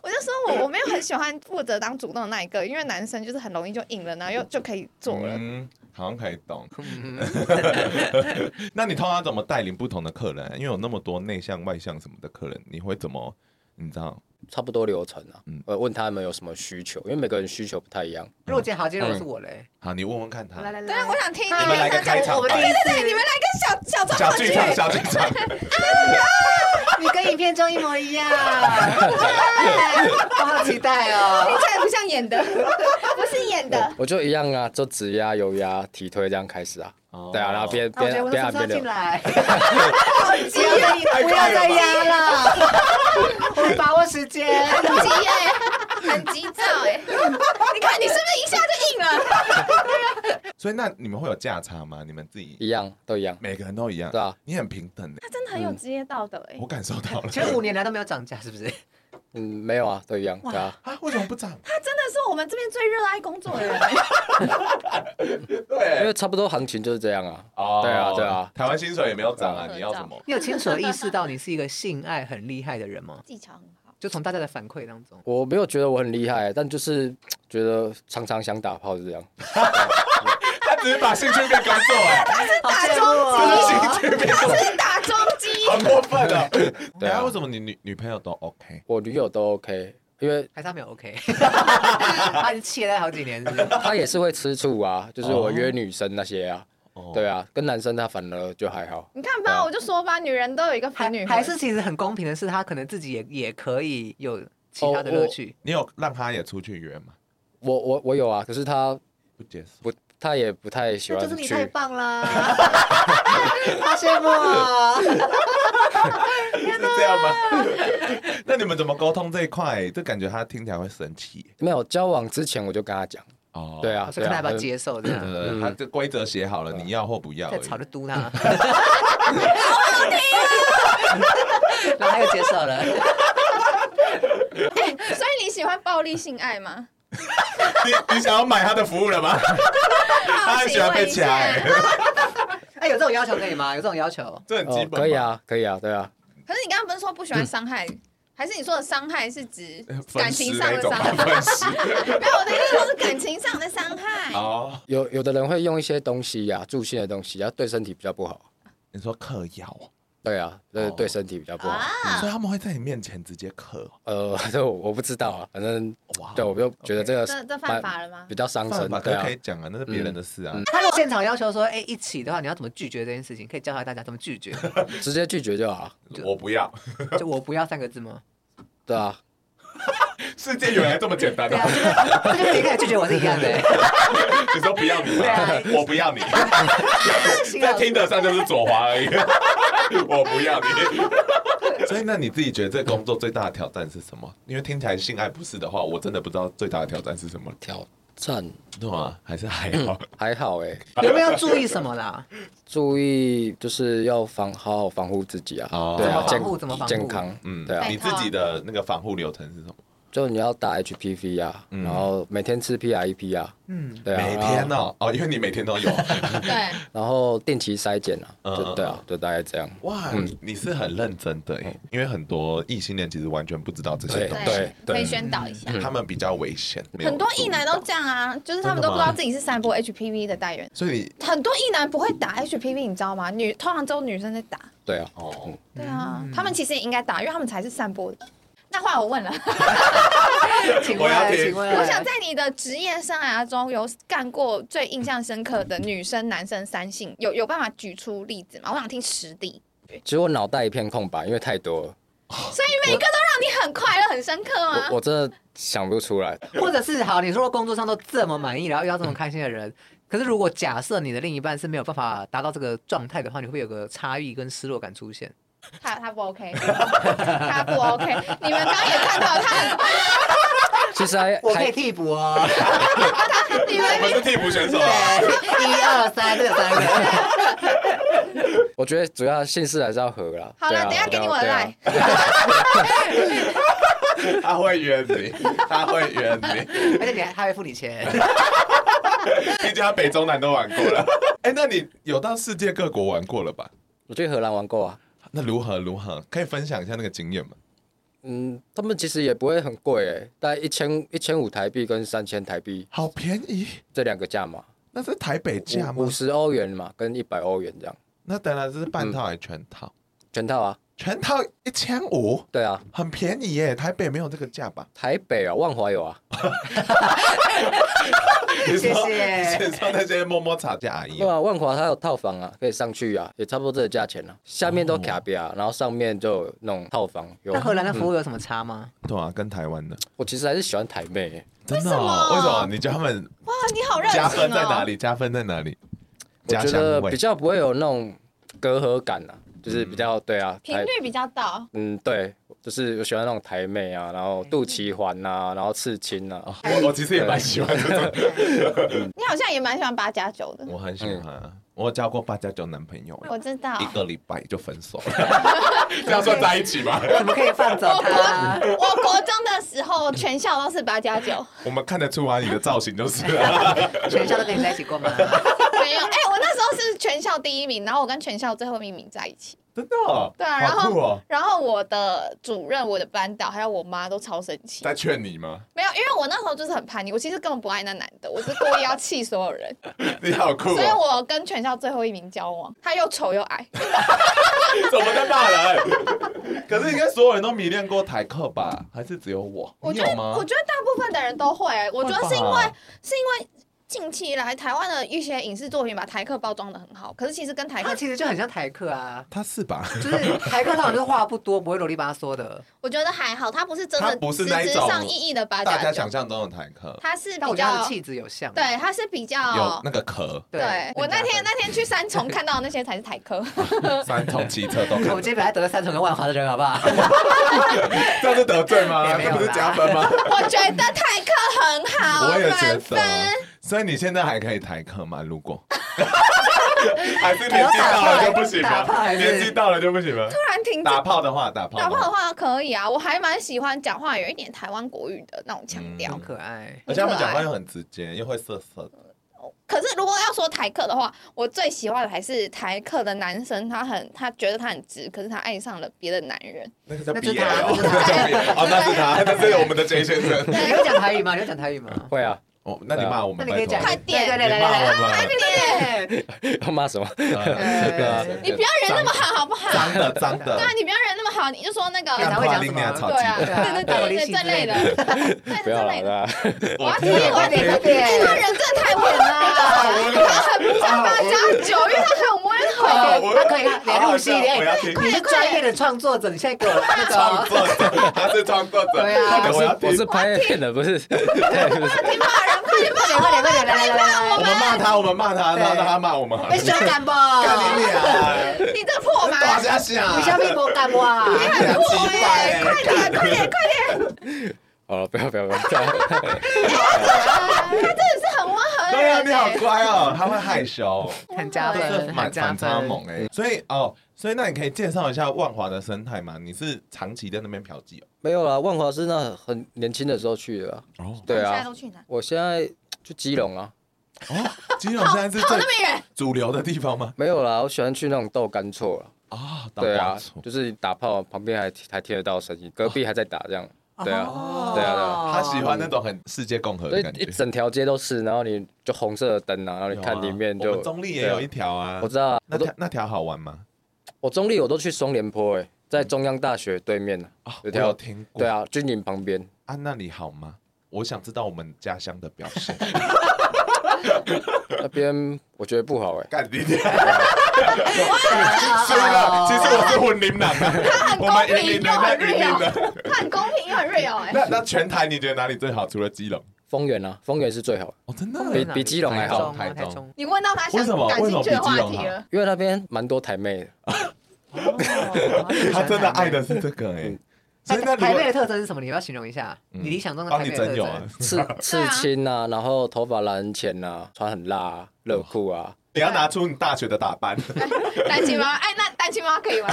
Speaker 2: 我就说我我没有很喜欢负责当主动的那一个，因为男生就是很容易就硬了，然后又就可以做了。
Speaker 5: 嗯，好像可以懂。
Speaker 3: 嗯
Speaker 5: 那你通常怎么带领不同的客人？因为有那么多内向、外向什么的客人，你会怎么？你知道？
Speaker 3: 差不多流程啊
Speaker 5: 嗯。
Speaker 3: 呃，问他们有什么需求，因为每个人需求不太一样。
Speaker 1: 如果今天好，今天如果是我嘞，
Speaker 5: 好，你问问看
Speaker 1: 来
Speaker 5: 他。
Speaker 1: 来
Speaker 2: 对
Speaker 1: 来
Speaker 2: 啊，，我想听你
Speaker 5: 你们来个开场
Speaker 1: 我们第一
Speaker 2: 对，你
Speaker 1: 次，
Speaker 2: 们来个小小
Speaker 5: 小
Speaker 2: 状
Speaker 5: 剧
Speaker 2: 况
Speaker 5: 场，
Speaker 2: 剧
Speaker 5: 小剧场，
Speaker 1: 你跟影片中一模一样，我
Speaker 3: 嗯
Speaker 1: 好期待哦。
Speaker 2: 听起来不像演的， (laughs) 不是演的。
Speaker 3: 我就一样啊，就指压、油压、提推这样开始啊。
Speaker 5: 哦
Speaker 3: 对啊，然后边
Speaker 1: 那我觉得
Speaker 3: 边
Speaker 1: 我
Speaker 3: 边
Speaker 1: 什
Speaker 3: 按
Speaker 1: 么时候
Speaker 3: 边
Speaker 1: 进
Speaker 3: 流。
Speaker 1: 来？不要再不要再压了，我们把握时间。
Speaker 2: 很急哎、很急躁哎、你看你是不是一下就硬了？
Speaker 5: 所以那你们会有价差吗？你们自己
Speaker 3: 一样都一样，
Speaker 5: 每个人都一样，
Speaker 3: 对啊，
Speaker 5: 你很平等的，
Speaker 2: 他真的很有职业道德哎、
Speaker 5: 我感受到了。
Speaker 1: 前五年来都没有涨价，是不是？
Speaker 3: 嗯，没有啊，都一样，对啊，
Speaker 5: 啊，为什么不涨？
Speaker 2: 他真的是我们这边最热爱工作的人、
Speaker 3: 因为差不多行情就是这样啊，
Speaker 5: 哦
Speaker 3: 对啊对啊，
Speaker 5: 台湾薪水也没有涨啊，你要什么？
Speaker 1: 你有清楚地意识到你是一个性爱很厉害的人吗？
Speaker 2: 技巧很好。
Speaker 1: 就从大家的反馈当中，
Speaker 3: 我没有觉得我很厉害，但就是觉得常常想打炮是这样。
Speaker 5: 他只是把兴趣变工作，哎，
Speaker 1: 好
Speaker 2: 打
Speaker 1: 羡
Speaker 2: 中
Speaker 1: 慕哦！
Speaker 5: 兴趣变
Speaker 2: 他是打中机，
Speaker 5: 好过分啊！对
Speaker 3: 对啊
Speaker 5: 啊，为什么你女女朋友都 OK？
Speaker 3: 我女友都 OK，因为
Speaker 1: 还是他没有
Speaker 3: (laughs)
Speaker 1: OK，他已经气了好几年，是不是？
Speaker 3: 她也是会吃醋啊，就是我约女生那些啊，
Speaker 5: 哦
Speaker 3: 对，啊，跟男生她反而就还好。
Speaker 2: 你看吧，我就说吧，女人都有一个腐
Speaker 1: 还
Speaker 2: 女魂
Speaker 1: 还是其实很公平的是，他可能自己也也可以有其
Speaker 3: 哦
Speaker 1: 他的乐趣。
Speaker 5: 你有让他也出去约吗？
Speaker 3: 我我我有啊，可是她
Speaker 5: 不接受。
Speaker 3: 不，她也不太喜
Speaker 1: 那
Speaker 3: 欢
Speaker 1: 就是你太
Speaker 3: 去。
Speaker 1: 棒啦！好羡慕
Speaker 2: (laughs)
Speaker 1: 哦！
Speaker 5: 是这样吗？ (laughs) 那你们怎么沟通这一块？这感觉他听起来会生气
Speaker 3: 没有交往之前我就跟她讲，
Speaker 5: 哦。
Speaker 3: 对，啊，嗯
Speaker 1: 我是
Speaker 3: 对
Speaker 1: 看他
Speaker 3: 啊
Speaker 1: 要不，要接受这样，
Speaker 5: 呃，他这规则写好了，你要或不要
Speaker 1: 再
Speaker 5: 而已。
Speaker 1: 吵就嘟 (laughs) 他。啊 (laughs) 然后他又接受了，
Speaker 2: 哎所以你喜欢暴力性爱吗？
Speaker 5: (laughs) 你你想要买他的服务了吗？ (laughs) 他
Speaker 2: 好
Speaker 5: 很
Speaker 2: 奇
Speaker 5: 喜欢
Speaker 2: 问
Speaker 5: 被
Speaker 2: 一
Speaker 5: 抢，
Speaker 2: 下，
Speaker 5: 哎
Speaker 1: 哎，有这种要求可以吗？有这种要求？
Speaker 5: 这很基
Speaker 3: 哦，
Speaker 5: 本。
Speaker 3: 可以。啊，可以啊，对啊，
Speaker 2: 可是你刚刚不是说不喜
Speaker 3: 嗯
Speaker 2: 欢伤害，还是你说的伤害是指
Speaker 3: 哎
Speaker 2: 感
Speaker 5: 分尸
Speaker 2: 情上
Speaker 5: 那
Speaker 2: 的
Speaker 5: 种
Speaker 2: 伤
Speaker 5: 吗，
Speaker 2: 害？
Speaker 5: 分 (laughs) 尸。
Speaker 2: (laughs) 没有，我的意思说是感情上的伤害。啊
Speaker 5: 哦，
Speaker 3: 有有的人会用一些东西呀、助兴的东西，然后对身体比较不好。
Speaker 5: 你说嗑药，
Speaker 3: 对啊，对
Speaker 5: 哦
Speaker 3: 对身体比较不好。
Speaker 2: 啊，
Speaker 5: 所以他们会在你面前直接嗑。
Speaker 3: 呃， (laughs) 这我我不知道啊，反正
Speaker 5: 哇
Speaker 3: 对，我就觉得这个
Speaker 2: 这这
Speaker 3: 蛮
Speaker 2: 犯法了吗？
Speaker 3: 比较伤身
Speaker 5: 犯法，，
Speaker 3: 对
Speaker 5: 可
Speaker 3: 啊嗯
Speaker 5: 可以，讲啊，那是别人的事啊。
Speaker 1: 他如果现场要求说，哎，一起的话，你要怎么拒绝这件事情？可以教教大家怎么拒绝？ (laughs)
Speaker 3: 直接拒绝就好，
Speaker 5: 我不要， (laughs)
Speaker 1: 就我不要三个字吗？
Speaker 3: 对啊，
Speaker 5: 世界原来这么简单
Speaker 1: 对 (laughs) 啊，这就跟你开始拒绝我是一 (laughs) 样的。
Speaker 5: 你说不要你吗
Speaker 1: 对啊
Speaker 5: 我不要你，
Speaker 1: 幸
Speaker 5: (laughs) 在
Speaker 1: 好
Speaker 5: 听得上就是左滑而已。 (laughs) 我不要你。 (laughs) 所以，那你自己觉得这
Speaker 3: (laughs)
Speaker 5: 工作最大的挑战是什么？因为听起来性爱不是的话，我真的不知道最大的挑战是什么。
Speaker 3: 挑战啊
Speaker 4: 哇，还是还好。
Speaker 3: 还好哎、
Speaker 1: 有没有要注意什么啦？
Speaker 3: 注意就是要防好好防护自己啊，
Speaker 4: 哦
Speaker 3: 对啊，
Speaker 1: 怎么防护怎么
Speaker 3: 健
Speaker 1: 防护
Speaker 3: 健康，嗯，对啊
Speaker 2: 戴，
Speaker 5: 你自己的那个防护流程是什么？
Speaker 3: 就你要打 HPV 啊，然后每天吃 PRP 啊，嗯，对啊，
Speaker 5: 嗯每
Speaker 3: 然
Speaker 5: 天
Speaker 3: 后
Speaker 5: 哦，哦，因为你每天都有，啊
Speaker 3: (laughs)
Speaker 2: 对，
Speaker 3: 然后定期筛检啊，
Speaker 5: 嗯
Speaker 3: 就对啊，就大概这样，
Speaker 4: 哇，你是很认真
Speaker 5: 欸
Speaker 4: 的耶，因为很多异性恋其实完全不知道这些
Speaker 3: 嗯对
Speaker 4: 东西，
Speaker 3: 对嗯
Speaker 2: 可以宣导一下。
Speaker 4: 他们比较危险。没有
Speaker 2: 很多
Speaker 4: 注意
Speaker 2: 异男
Speaker 4: 到
Speaker 2: 都这样啊，就是他们都不知道自己是散播 HPV 的代言。
Speaker 5: 所以你
Speaker 2: 很多异男不会打 HPV，你知道吗？女通常只有女生在打。
Speaker 3: 对啊，
Speaker 5: 哦
Speaker 2: 对啊，
Speaker 3: 嗯
Speaker 2: 他们其实也应该打，因为他们才是散播的。那话我问了，
Speaker 1: 请
Speaker 5: 我要
Speaker 1: 问，
Speaker 5: 听
Speaker 1: 请问，
Speaker 2: (laughs) 我想在你的职业生涯中有干过最印象深刻的女生、男生三性，有有办法举出例子吗？我想听实例，
Speaker 3: 其实我脑袋一片空白，因为太多了，
Speaker 2: 所以每个都让你很快乐、很深刻吗
Speaker 3: 我？我真的想不出来，
Speaker 1: 或者是好，你说工作上都这么满意，然后遇到这么开心的人，可是如果假设你的另一半是没有办法达到这个状态的话，你会不会有个差异跟失落感出现？
Speaker 2: 他他不 OK，他不 OK。你们刚刚也看到他很快
Speaker 3: 其实还
Speaker 1: 我可以
Speaker 3: 还
Speaker 1: 替补哦，
Speaker 2: 乐，你们
Speaker 5: 我是替补选手啊
Speaker 1: 对，一二三，这三个，
Speaker 3: 我觉得主要姓氏还是要合啦，
Speaker 2: 好
Speaker 3: 对
Speaker 2: 了，
Speaker 3: 啊
Speaker 2: 等一下给你我的
Speaker 3: 对啊
Speaker 2: line。
Speaker 5: 他会约你，他会约你，
Speaker 1: 而且你还还会付你钱。
Speaker 5: 毕竟他北中南都玩过 (laughs) 了。哎，那你有到世界各国玩过了吧？
Speaker 3: 我去荷兰玩过啊，
Speaker 5: 那如何如何？可以分享一下那个经验吗？
Speaker 3: 嗯，他们其实也不会很贵诶、大概一千一千五台币跟三千台币
Speaker 5: 好便宜，
Speaker 3: 这两个价码，
Speaker 5: 那是台北价吗
Speaker 3: 五？十欧元嘛，跟一百欧元这样，
Speaker 5: 那当然是半套还是全套？
Speaker 3: 全套啊，
Speaker 5: 全套一千五，
Speaker 3: 对啊，
Speaker 5: 很便宜耶！台北没有这个价 (laughs) 吧？
Speaker 3: 台北啊，万华有啊，
Speaker 1: 谢谢
Speaker 5: 你说那些摸摸茶的阿姨哦
Speaker 3: 对啊，万华它有套房啊，可以上去啊，也差不多这个价钱啊，下面都卡比啊，然后上面就有那种套房。有
Speaker 1: 哦
Speaker 3: 嗯
Speaker 1: 那荷兰的服务有什么差吗？
Speaker 5: 对啊，跟台湾的
Speaker 3: 我其实还是喜欢台妹欸，
Speaker 5: 真
Speaker 2: 为
Speaker 5: 的、啊
Speaker 2: 什么
Speaker 5: 为什么？你觉得他们
Speaker 2: 哇，你好热情哦！
Speaker 5: 加分在哪？里？加分在哪里？
Speaker 3: 我
Speaker 5: 家
Speaker 3: 觉
Speaker 5: 乡
Speaker 3: 得
Speaker 5: 味
Speaker 3: 比较不会有那种隔阂感啊，就是
Speaker 1: 嗯
Speaker 3: 比较对啊，
Speaker 2: 频
Speaker 3: 台
Speaker 2: 率比较到，
Speaker 3: 嗯对，就是我喜欢那种台妹啊，然后肚脐环啊，然后刺青
Speaker 1: 哦
Speaker 3: 啊，
Speaker 2: 哎
Speaker 5: 我我其实也蛮喜欢 (laughs) 这种，
Speaker 2: 你好像也蛮喜欢八加九的。
Speaker 5: 我很喜欢啊。我交过八加九男朋友欸，
Speaker 2: 我知道，
Speaker 5: 一个礼拜就分手了，这样算在一起吗？
Speaker 1: 怎么可以放走他？
Speaker 2: 我国中的时候全校都是八加九， (laughs)
Speaker 5: 我们看得出来你的造型就是了。
Speaker 1: 全校都跟你在一起过吗？
Speaker 2: 没有。哎、我那时候是全校第一名，然后我跟全校最后一名在一起。
Speaker 5: 真的哦？
Speaker 2: 对 (laughs) 啊，然
Speaker 5: 好
Speaker 2: 后、
Speaker 5: 酷哦！
Speaker 2: 然后我的主任、我的班导还有我妈都超生气。
Speaker 5: 在劝
Speaker 2: (laughs)
Speaker 5: 你吗？
Speaker 2: 没有，因为我那时候就是很叛逆，我其实根本不爱那男的，我是故意要气所有人，
Speaker 5: 你好酷
Speaker 2: (laughs) 所以
Speaker 5: 哦！
Speaker 2: 我跟全校最后一名交往，他又丑又
Speaker 5: (laughs)
Speaker 2: 矮。
Speaker 5: 怎么在骂人？可是应该所有人都迷恋过台客吧？还是只有我？
Speaker 2: 我
Speaker 5: 你
Speaker 2: 觉
Speaker 5: 有
Speaker 2: 得，
Speaker 5: 吗
Speaker 2: 我？觉得大部分的人都会、欸我觉得是因
Speaker 5: 会
Speaker 2: 为
Speaker 5: 吧
Speaker 2: 是因为近期来台湾的一些影视作品把台客包装的很好，可是其实跟台
Speaker 1: 他
Speaker 5: 啊
Speaker 2: 客，
Speaker 1: 其实就很像台客啊，
Speaker 5: 他是吧？
Speaker 1: 就是台客他们就是话不多，不会啰里吧嗦的。
Speaker 2: 我觉得还好，他不是真
Speaker 5: 他
Speaker 2: 的
Speaker 5: 不是
Speaker 2: 实
Speaker 5: 那一
Speaker 2: 质
Speaker 5: 种
Speaker 2: 上意义的八
Speaker 5: 大
Speaker 2: 加
Speaker 5: 家想
Speaker 2: 九，
Speaker 5: 象中的台客
Speaker 2: 他是
Speaker 1: 但
Speaker 2: 比
Speaker 1: 我觉得他
Speaker 2: 较
Speaker 1: 的气质有像。
Speaker 2: 对，他是比
Speaker 5: 有
Speaker 2: 较
Speaker 5: 那。个壳，
Speaker 2: 对我那天
Speaker 1: 那。
Speaker 2: 那天去三重看到的那些才是台客， (laughs)
Speaker 5: 三重七车都
Speaker 1: 我
Speaker 5: 可
Speaker 1: 们
Speaker 5: 以，
Speaker 1: 今天本来得了三重跟万华的人，好不好？
Speaker 5: 这样是得罪吗？
Speaker 1: 也没有
Speaker 5: 这
Speaker 1: 啦
Speaker 5: 不是加分吗？
Speaker 2: 我觉得台客很好，
Speaker 5: 我也觉
Speaker 2: 满分。
Speaker 5: 得，所以你现在还可以抬课吗？如果还是年纪到了就不行
Speaker 1: 打炮
Speaker 5: 吗？
Speaker 1: 还是
Speaker 5: 年纪到了就不行吗？
Speaker 2: 突然停止
Speaker 5: 打炮的话，打炮
Speaker 2: 打炮的
Speaker 5: 话，
Speaker 2: 话可以啊，我还蛮喜欢讲话有一点台湾国语的那种腔调
Speaker 5: 嗯
Speaker 1: 好。可爱。
Speaker 5: 而且他们讲话又很直接，又会涩涩的。
Speaker 2: 可是如果要说台客的话，我最喜欢的还是台客的男生，他很他觉得他很直，可是他爱上了别的男人。
Speaker 5: 那个叫
Speaker 1: 那
Speaker 5: B
Speaker 1: 是
Speaker 5: L，
Speaker 1: 他
Speaker 5: 哦，
Speaker 1: 那是他
Speaker 5: 那是他，那是我们的 J 先
Speaker 1: (laughs)
Speaker 5: 生。
Speaker 1: 你会讲台语吗？你会讲台语吗？
Speaker 3: 会啊，
Speaker 5: 哦，那你骂我
Speaker 1: 那
Speaker 5: 们，
Speaker 1: 你可以讲，
Speaker 5: 拜
Speaker 2: 快点
Speaker 1: 对对对对对对
Speaker 3: 要骂什么？
Speaker 1: 呃
Speaker 5: 对
Speaker 2: 你不要人那么好好不好？
Speaker 5: 托，脏的脏
Speaker 2: 对啊
Speaker 5: 的，，
Speaker 2: 你不要人那么好，你就说那个。
Speaker 1: 你还会讲什
Speaker 5: 你还
Speaker 1: 么
Speaker 5: 吵？
Speaker 2: 对啊，对对对对，这类的，对
Speaker 3: 不
Speaker 2: 这
Speaker 3: 要
Speaker 2: 类的。
Speaker 3: 了，
Speaker 2: 我要踢
Speaker 5: 天啊
Speaker 2: 我
Speaker 1: 快点快点！
Speaker 2: 他人真的太温了，他很不像八加九，因为他很温和。
Speaker 1: 他可以连入戏
Speaker 5: 我要听
Speaker 1: 连，你是专业的创作者，你现在给我那
Speaker 5: 创
Speaker 1: 个
Speaker 5: 作者，他是创作者，
Speaker 1: 对啊
Speaker 5: 我要
Speaker 3: 哎我
Speaker 5: 听
Speaker 3: 是拍片的，不是。对，不是
Speaker 2: 你骂人，快点
Speaker 1: 快点快点快点来来来
Speaker 5: 我
Speaker 1: 来，
Speaker 5: 们骂他，我们骂他，
Speaker 1: 对
Speaker 5: 然后让他骂我们好了。
Speaker 1: 被谁干不？
Speaker 5: 干你俩！
Speaker 2: 骂！你这破马，
Speaker 5: 大家想，
Speaker 1: 你下面给我干不啊？
Speaker 2: 很破哎！快点快点快点！
Speaker 3: 好了，不要不要不要， (laughs) 这样
Speaker 6: 很温和的
Speaker 5: 对啊，
Speaker 6: 人
Speaker 5: 你好
Speaker 6: 欸。
Speaker 5: 乖哦，他会害羞，
Speaker 1: 很加
Speaker 5: 这
Speaker 1: 分，
Speaker 5: 是
Speaker 1: 很
Speaker 5: 蛮
Speaker 1: 加
Speaker 5: 反差
Speaker 1: 分。
Speaker 5: 萌哎。所以哦，所以那你可以介绍一下万华的生态吗？你是长期在那边嫖妓哦？
Speaker 3: 没有啦。万华是那很年轻的时候去的啊，
Speaker 7: 哦
Speaker 3: 对
Speaker 2: 现在
Speaker 3: 啊
Speaker 2: 都，去哪？
Speaker 3: 我现在就基隆啊，
Speaker 5: 哦，基隆现在是
Speaker 2: 跑
Speaker 5: 最
Speaker 2: 那么远，
Speaker 5: 主流的地方吗？
Speaker 3: 没有啦，我喜欢去那种豆干错了，
Speaker 5: 啊，
Speaker 3: 对
Speaker 5: 倒挂
Speaker 3: 啊
Speaker 5: 错，
Speaker 3: 就是打炮旁边还还听得到声音，隔壁还在打这样，对啊，
Speaker 1: 哦
Speaker 3: 对啊对啊
Speaker 5: 他喜欢那种很世界共和
Speaker 3: 所
Speaker 5: 的
Speaker 3: 以
Speaker 5: 感
Speaker 3: 一
Speaker 5: 觉。
Speaker 3: 整条街都是，然后你就红色的灯啊，然后你看里面
Speaker 5: 有啊我
Speaker 3: 就
Speaker 5: 们中立也有一条啊
Speaker 3: 我，知道啊，
Speaker 5: 那
Speaker 3: 我都
Speaker 5: 条那条好玩吗？
Speaker 3: 我中立我都去双联坡哎、在中央大学对面呢、
Speaker 5: 啊，我
Speaker 3: 嗯有条
Speaker 5: 有听过。
Speaker 3: 对啊，军营旁边，
Speaker 5: 啊，那里好吗？我想知道我们家乡的表现。
Speaker 3: 那边我觉得不好哎、
Speaker 5: (laughs) 干你
Speaker 2: (laughs)
Speaker 5: 娘！是了，其实我是混龄男
Speaker 2: (laughs)
Speaker 5: 啊，我们云林人在云林的。 (laughs)
Speaker 6: 他很公平又很 real 哎、
Speaker 5: 那那全台你觉得哪里最好？除了基隆？
Speaker 3: 丰原啊，丰原是最好的，
Speaker 5: 哦，真的
Speaker 3: 比比基隆还好
Speaker 5: 台
Speaker 1: 台
Speaker 5: 中
Speaker 1: 中，
Speaker 2: 你问到他
Speaker 5: 为
Speaker 2: 想
Speaker 5: 什么
Speaker 2: 感兴趣的话题
Speaker 5: 为什
Speaker 2: 了。
Speaker 3: 因为那边蛮多台
Speaker 5: (laughs)
Speaker 3: 妹的，
Speaker 5: (laughs) 他真的爱的是这
Speaker 2: (laughs)
Speaker 5: 个哎。所以那
Speaker 1: 台台
Speaker 5: 如
Speaker 1: 北的
Speaker 5: 果
Speaker 1: 特征是什么？你要不要形容一下，
Speaker 5: 嗯
Speaker 1: 你理想中的
Speaker 5: 帮
Speaker 1: 台
Speaker 5: 你
Speaker 1: 北的
Speaker 5: 真
Speaker 1: 特
Speaker 5: 有啊
Speaker 1: 征。，
Speaker 3: 刺刺青啊，然后头发染浅啊，穿很辣、啊，热裤啊，
Speaker 5: 你要拿出你大学的打
Speaker 2: (laughs)
Speaker 5: 扮。
Speaker 2: 单亲妈妈，哎，那单亲妈妈可以吗？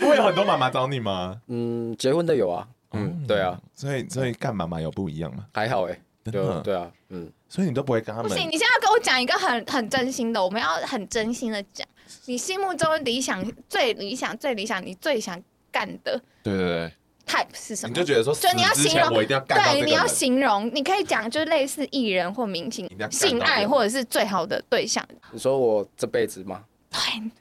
Speaker 5: 会有很多妈妈找你吗？
Speaker 3: 嗯，结婚的有啊，
Speaker 5: 哦
Speaker 3: 嗯，对啊，，
Speaker 5: 所以所以干妈妈有不一样吗？
Speaker 3: 还好哎、
Speaker 5: 真
Speaker 3: 就
Speaker 5: 的，
Speaker 3: 对啊，嗯，
Speaker 5: 所以你都不会跟他
Speaker 2: 不
Speaker 5: 们
Speaker 2: 行，你现在要跟我讲一个很很真心的，我们要很真心的讲，你心目中理想最理想最理想，你最想干的
Speaker 5: 对对对，
Speaker 2: type 是什
Speaker 5: 你
Speaker 2: 么
Speaker 5: 就？觉得说，
Speaker 2: 就你要
Speaker 5: 死之
Speaker 2: 形
Speaker 5: 前
Speaker 2: 容
Speaker 5: 我一定要干到这
Speaker 2: 对，
Speaker 5: 个
Speaker 2: 你要
Speaker 5: 人
Speaker 2: 形容，你可以讲就是类似艺人或明星
Speaker 5: 定要干到
Speaker 2: 性爱，
Speaker 5: 人
Speaker 2: 或者是最好的对象，
Speaker 3: 你说我这辈子吗？
Speaker 2: 对，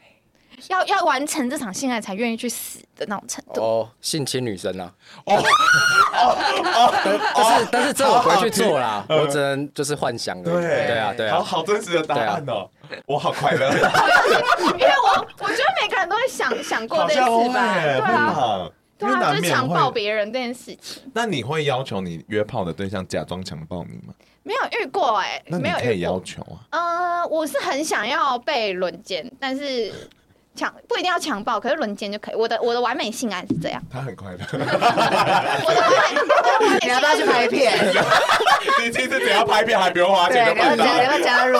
Speaker 2: 要要完成这场性爱才愿意去死的那种程度。
Speaker 3: 哦，性侵女生啊，
Speaker 5: 哦
Speaker 3: (laughs) 但是但是这我不会去做啦，我只能就是幻想而已，
Speaker 5: 哦对
Speaker 3: 对啊对
Speaker 5: 好
Speaker 3: 啊，
Speaker 5: 好真实的答案哦，我好快 (laughs) 乐，
Speaker 2: (laughs) 因为我我觉得每个人都会想想过
Speaker 5: 好
Speaker 2: 这件
Speaker 5: 像会
Speaker 2: 事吧，对啊，
Speaker 5: 啊，
Speaker 2: 对
Speaker 5: 因为
Speaker 2: 啊，就
Speaker 5: 难
Speaker 2: 是
Speaker 5: 免
Speaker 2: 强暴
Speaker 5: 会。
Speaker 2: 别人这件事情，
Speaker 5: 那你会要求你约炮的对象假装强暴你吗？
Speaker 2: 没有遇过哎、
Speaker 5: 那你
Speaker 2: 没有
Speaker 5: 可以
Speaker 2: 遇
Speaker 5: 要
Speaker 2: 过。
Speaker 5: 求啊。
Speaker 2: 呃，我是很想要被轮奸，但是强不一定要强暴，可是轮奸就可以。我的我的完美性爱是这样，
Speaker 1: (laughs)
Speaker 5: 他很快乐， (laughs)
Speaker 2: 我的完美我的完美
Speaker 1: 你
Speaker 2: 性
Speaker 1: 要
Speaker 2: 爱
Speaker 1: 不要去拍
Speaker 5: (laughs)
Speaker 1: 片？
Speaker 5: 你其实只要拍片还不用花
Speaker 1: 对，
Speaker 5: 钱就
Speaker 1: 你要
Speaker 5: 办
Speaker 1: 不要你
Speaker 5: 到。
Speaker 1: 要不要加入？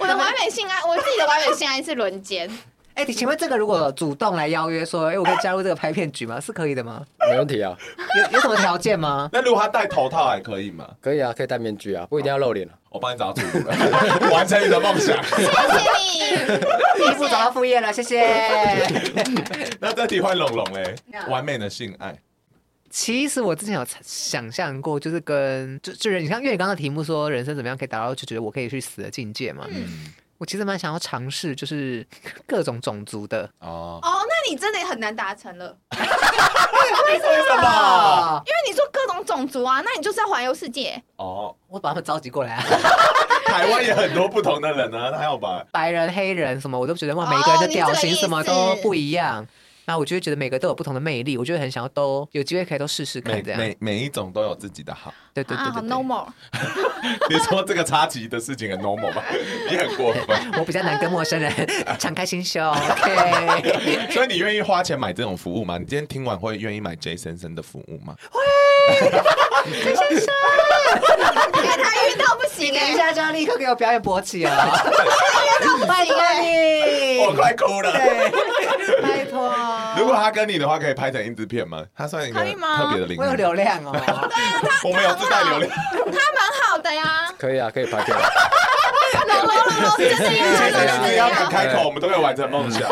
Speaker 1: (laughs)
Speaker 2: 我的完美性爱，我自己的完美性爱是
Speaker 1: (laughs)
Speaker 2: 轮奸，
Speaker 1: 哎，请问这个如果主动来邀约说，哎，我可以加入这个拍片局吗？是可以的吗？
Speaker 3: 没问题啊，
Speaker 1: 有有什么条件吗？
Speaker 5: 那如果他戴头套还可以吗？
Speaker 3: 可以啊，可以戴面具啊，不一定要露脸啊。
Speaker 5: 我帮你找到出路了， (laughs) 完成你的
Speaker 2: (laughs)
Speaker 5: 梦想。
Speaker 1: (laughs)
Speaker 2: 谢谢你。
Speaker 1: 第一步找到副业了，谢谢。
Speaker 5: 那这题换龙龙嘞，完美的性爱，
Speaker 1: 其实我之前有想象过，就是跟就就人，你像因为你刚刚题目说人生怎么样可以达到就觉得我可以去死的境界嘛，
Speaker 5: 嗯，
Speaker 1: 我其实蛮想要尝试，就是 (laughs) 各种种族的。
Speaker 5: 哦，
Speaker 2: 哦，那你真的很难达成了，
Speaker 5: 为什
Speaker 1: (laughs)
Speaker 5: 么？
Speaker 1: 啊！
Speaker 2: 因为你说各种种族啊，那你就是要环游世界。
Speaker 5: 哦，
Speaker 1: 我把他们召集过来啊，
Speaker 5: 台湾也很多不同的人啊，那还有吧？
Speaker 1: (laughs) 白人、黑人什么，我都觉得哇，每哦个人的表情什么都不一样。那我就会觉得每个都有不同的魅力，我就会很想要都有机会可以都试试
Speaker 5: 每
Speaker 1: 看这样。
Speaker 5: 每每一种都有自己的好。
Speaker 1: 对对对
Speaker 2: 啊
Speaker 1: 对
Speaker 2: 好
Speaker 1: 对
Speaker 2: ，no more。
Speaker 5: 你说这个插旗的事情很 normal 吧？ (laughs) 你很过分，
Speaker 1: 我比较难跟陌生人 (laughs) 敞开心胸。OK，
Speaker 5: (laughs) 所以你愿意花钱买这种服务吗？你今天听完会愿意买 J 先生的服务 (laughs) 吗？
Speaker 2: 哎，他遇到不行
Speaker 1: 等一
Speaker 2: 哎、
Speaker 1: 下就要立刻给我表演勃 (laughs) 起啊！拜托 (laughs) 你，
Speaker 5: 快哭了。
Speaker 1: 拜托，
Speaker 5: (laughs) 如果他跟你的话，可以拍成一支片吗？他算一个
Speaker 2: 可以吗
Speaker 5: 特别的灵
Speaker 1: 我有
Speaker 5: 魂，
Speaker 1: 流量哦。
Speaker 5: 我们有自带流量。
Speaker 2: 蛮好的呀。
Speaker 3: 可以啊，可以拍片啊。
Speaker 2: 龙龙龙龙，这是一个
Speaker 5: 其
Speaker 2: 真
Speaker 5: 实
Speaker 2: 的
Speaker 5: 只
Speaker 2: 是
Speaker 5: 要
Speaker 2: 要
Speaker 5: 肯开口，我们都会完成梦想。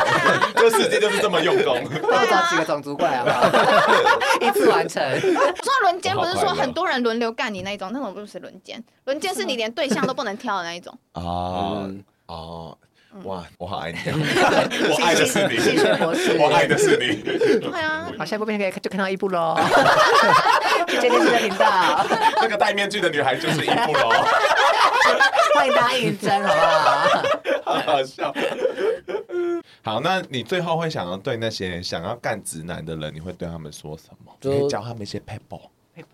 Speaker 5: 这世界 (laughs) 就是这么用功。
Speaker 1: 帮我找几个种族过来好不好？ (laughs) 一次完成。
Speaker 2: (laughs) 说轮奸，不是说很多人轮流干你那一种，那种不是轮奸，轮奸是你连对象都不能挑的那一种。
Speaker 5: 啊
Speaker 3: 嗯
Speaker 5: 哦，哇，我好爱你， (laughs) 我爱的是
Speaker 1: 兴趣博士
Speaker 5: 你，我爱的是你。
Speaker 2: 对啊，
Speaker 1: 好，下一部片可以看就看到一部 (laughs) 喽。今天是的频道，
Speaker 5: (laughs) 那个戴面具的女孩就是一步喽。
Speaker 1: 欢迎大家应征，好不好？
Speaker 5: 好好笑。好，那你最后会想要对那些想要干直男的人，你会对他们说什么？
Speaker 3: 就
Speaker 5: 你可以教他们一些 p e b b l e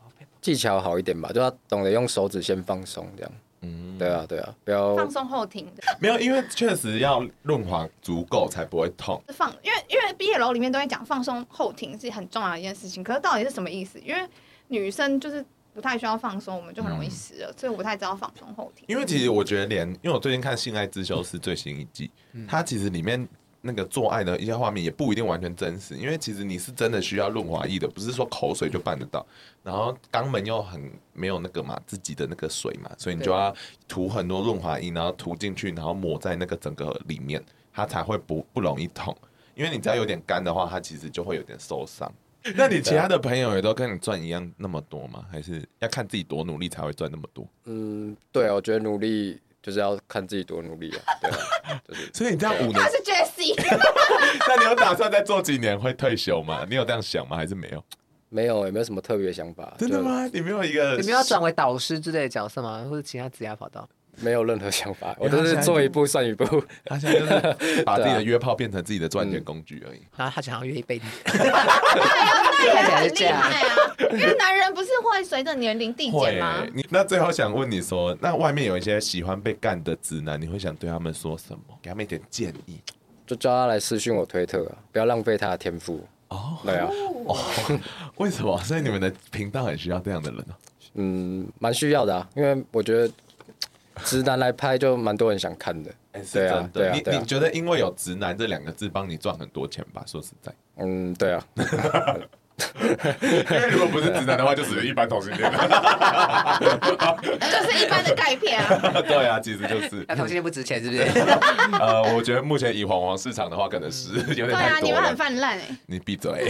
Speaker 3: 技巧好一点吧，就要懂得用手指先放松，这样
Speaker 8: 嗯，
Speaker 3: 对啊，对啊，不
Speaker 2: (laughs)
Speaker 3: 要
Speaker 2: 放松后庭的
Speaker 5: 没有，因为确实要润滑足够才不会痛。
Speaker 2: 放，因为因为毕业楼里面都会讲放松后庭是很重要的一件事情，可是到底是什么意思？因为女生就是不太需要放松，我们就很容易湿了，所以我不太知道放松后庭。
Speaker 5: 因为其实我觉得连，因为我最近看《性爱之修士》最新一季，它其实里面那个做爱的一些画面也不一定完全真实，因为其实你是真的需要润滑液的，不是说口水就办得到。然后肛门又很没有那个嘛，自己的那个水嘛，所以你就要涂很多润滑液，然后涂进去，然后抹在那个整个里面，它才会不不容易痛。因为你只要有点干的话，它其实就会有点受伤。那你其他的朋友也都跟你赚一样那么多吗？还是要看自己多努力才会赚那么多？
Speaker 3: 嗯，对啊，我觉得努力就是要看自己多努力啊， (laughs) 对啊，就是
Speaker 5: 所以你这样五年
Speaker 2: 他是 Jessie， (laughs)
Speaker 5: (laughs) 那你有打算再做几年会退休吗？你有这样想吗？还是没有？
Speaker 3: 没有也没有什么特别的想法，
Speaker 5: 真的？吗？你没有一个，
Speaker 1: 你们
Speaker 5: (laughs)
Speaker 1: 要转为导师之类的角色吗？或者其他职业跑道？
Speaker 3: 没有任何想
Speaker 5: (laughs)
Speaker 3: 法，我
Speaker 5: 因
Speaker 3: 都
Speaker 5: 为他
Speaker 3: 是
Speaker 5: 现在
Speaker 3: 做
Speaker 5: 就
Speaker 3: 一步算一步， (laughs)
Speaker 5: 他现在就是把自己的约炮变成自己的赚钱工具
Speaker 3: (laughs)
Speaker 5: 而已。
Speaker 1: 然后他想要约一辈子，
Speaker 2: 那也很
Speaker 1: 看
Speaker 2: 厉
Speaker 1: 起来是
Speaker 2: 害啊！因为男人不是会随着年龄递减
Speaker 3: 啊
Speaker 2: 吗？
Speaker 5: 你那最后想问你说，那外面有一些喜欢被干的直男，你会想对他们说什么？给他们一点建议
Speaker 3: 就叫他来私讯我推特啊，不要浪费他的天赋。
Speaker 5: 哦。
Speaker 3: 对啊，
Speaker 5: 为什么？所以你们的频道很需要这样的人哦。
Speaker 3: 嗯，蛮需要的啊，因为我觉得直男来拍就蛮多人想看的。
Speaker 5: 哎是
Speaker 3: 对啊
Speaker 5: 真，
Speaker 3: 对
Speaker 5: 的。
Speaker 3: 啊，对
Speaker 5: 你
Speaker 3: 啊
Speaker 5: 你，觉得因为有直男这两个字帮你赚很多钱吧？说实
Speaker 3: (laughs)
Speaker 5: 在， (laughs)
Speaker 3: 嗯，对啊，
Speaker 5: 因为如果不是直男的话，就只是一般同性
Speaker 3: (laughs)
Speaker 5: 恋 (laughs) 了。
Speaker 2: 就是一般的钙片啊。
Speaker 5: 对啊，其实
Speaker 3: (laughs)
Speaker 5: 就是 (laughs)
Speaker 1: 那同性恋不值钱是不是？ (laughs)
Speaker 5: 呃，我觉得目前以黄黄市场的话，可能是
Speaker 1: 嗯
Speaker 5: (laughs) 有点
Speaker 2: 对
Speaker 5: 太
Speaker 2: 啊，
Speaker 5: 多
Speaker 2: 你们
Speaker 5: 了
Speaker 2: 很。泛滥哎。
Speaker 5: 你
Speaker 1: (laughs)
Speaker 5: 闭嘴。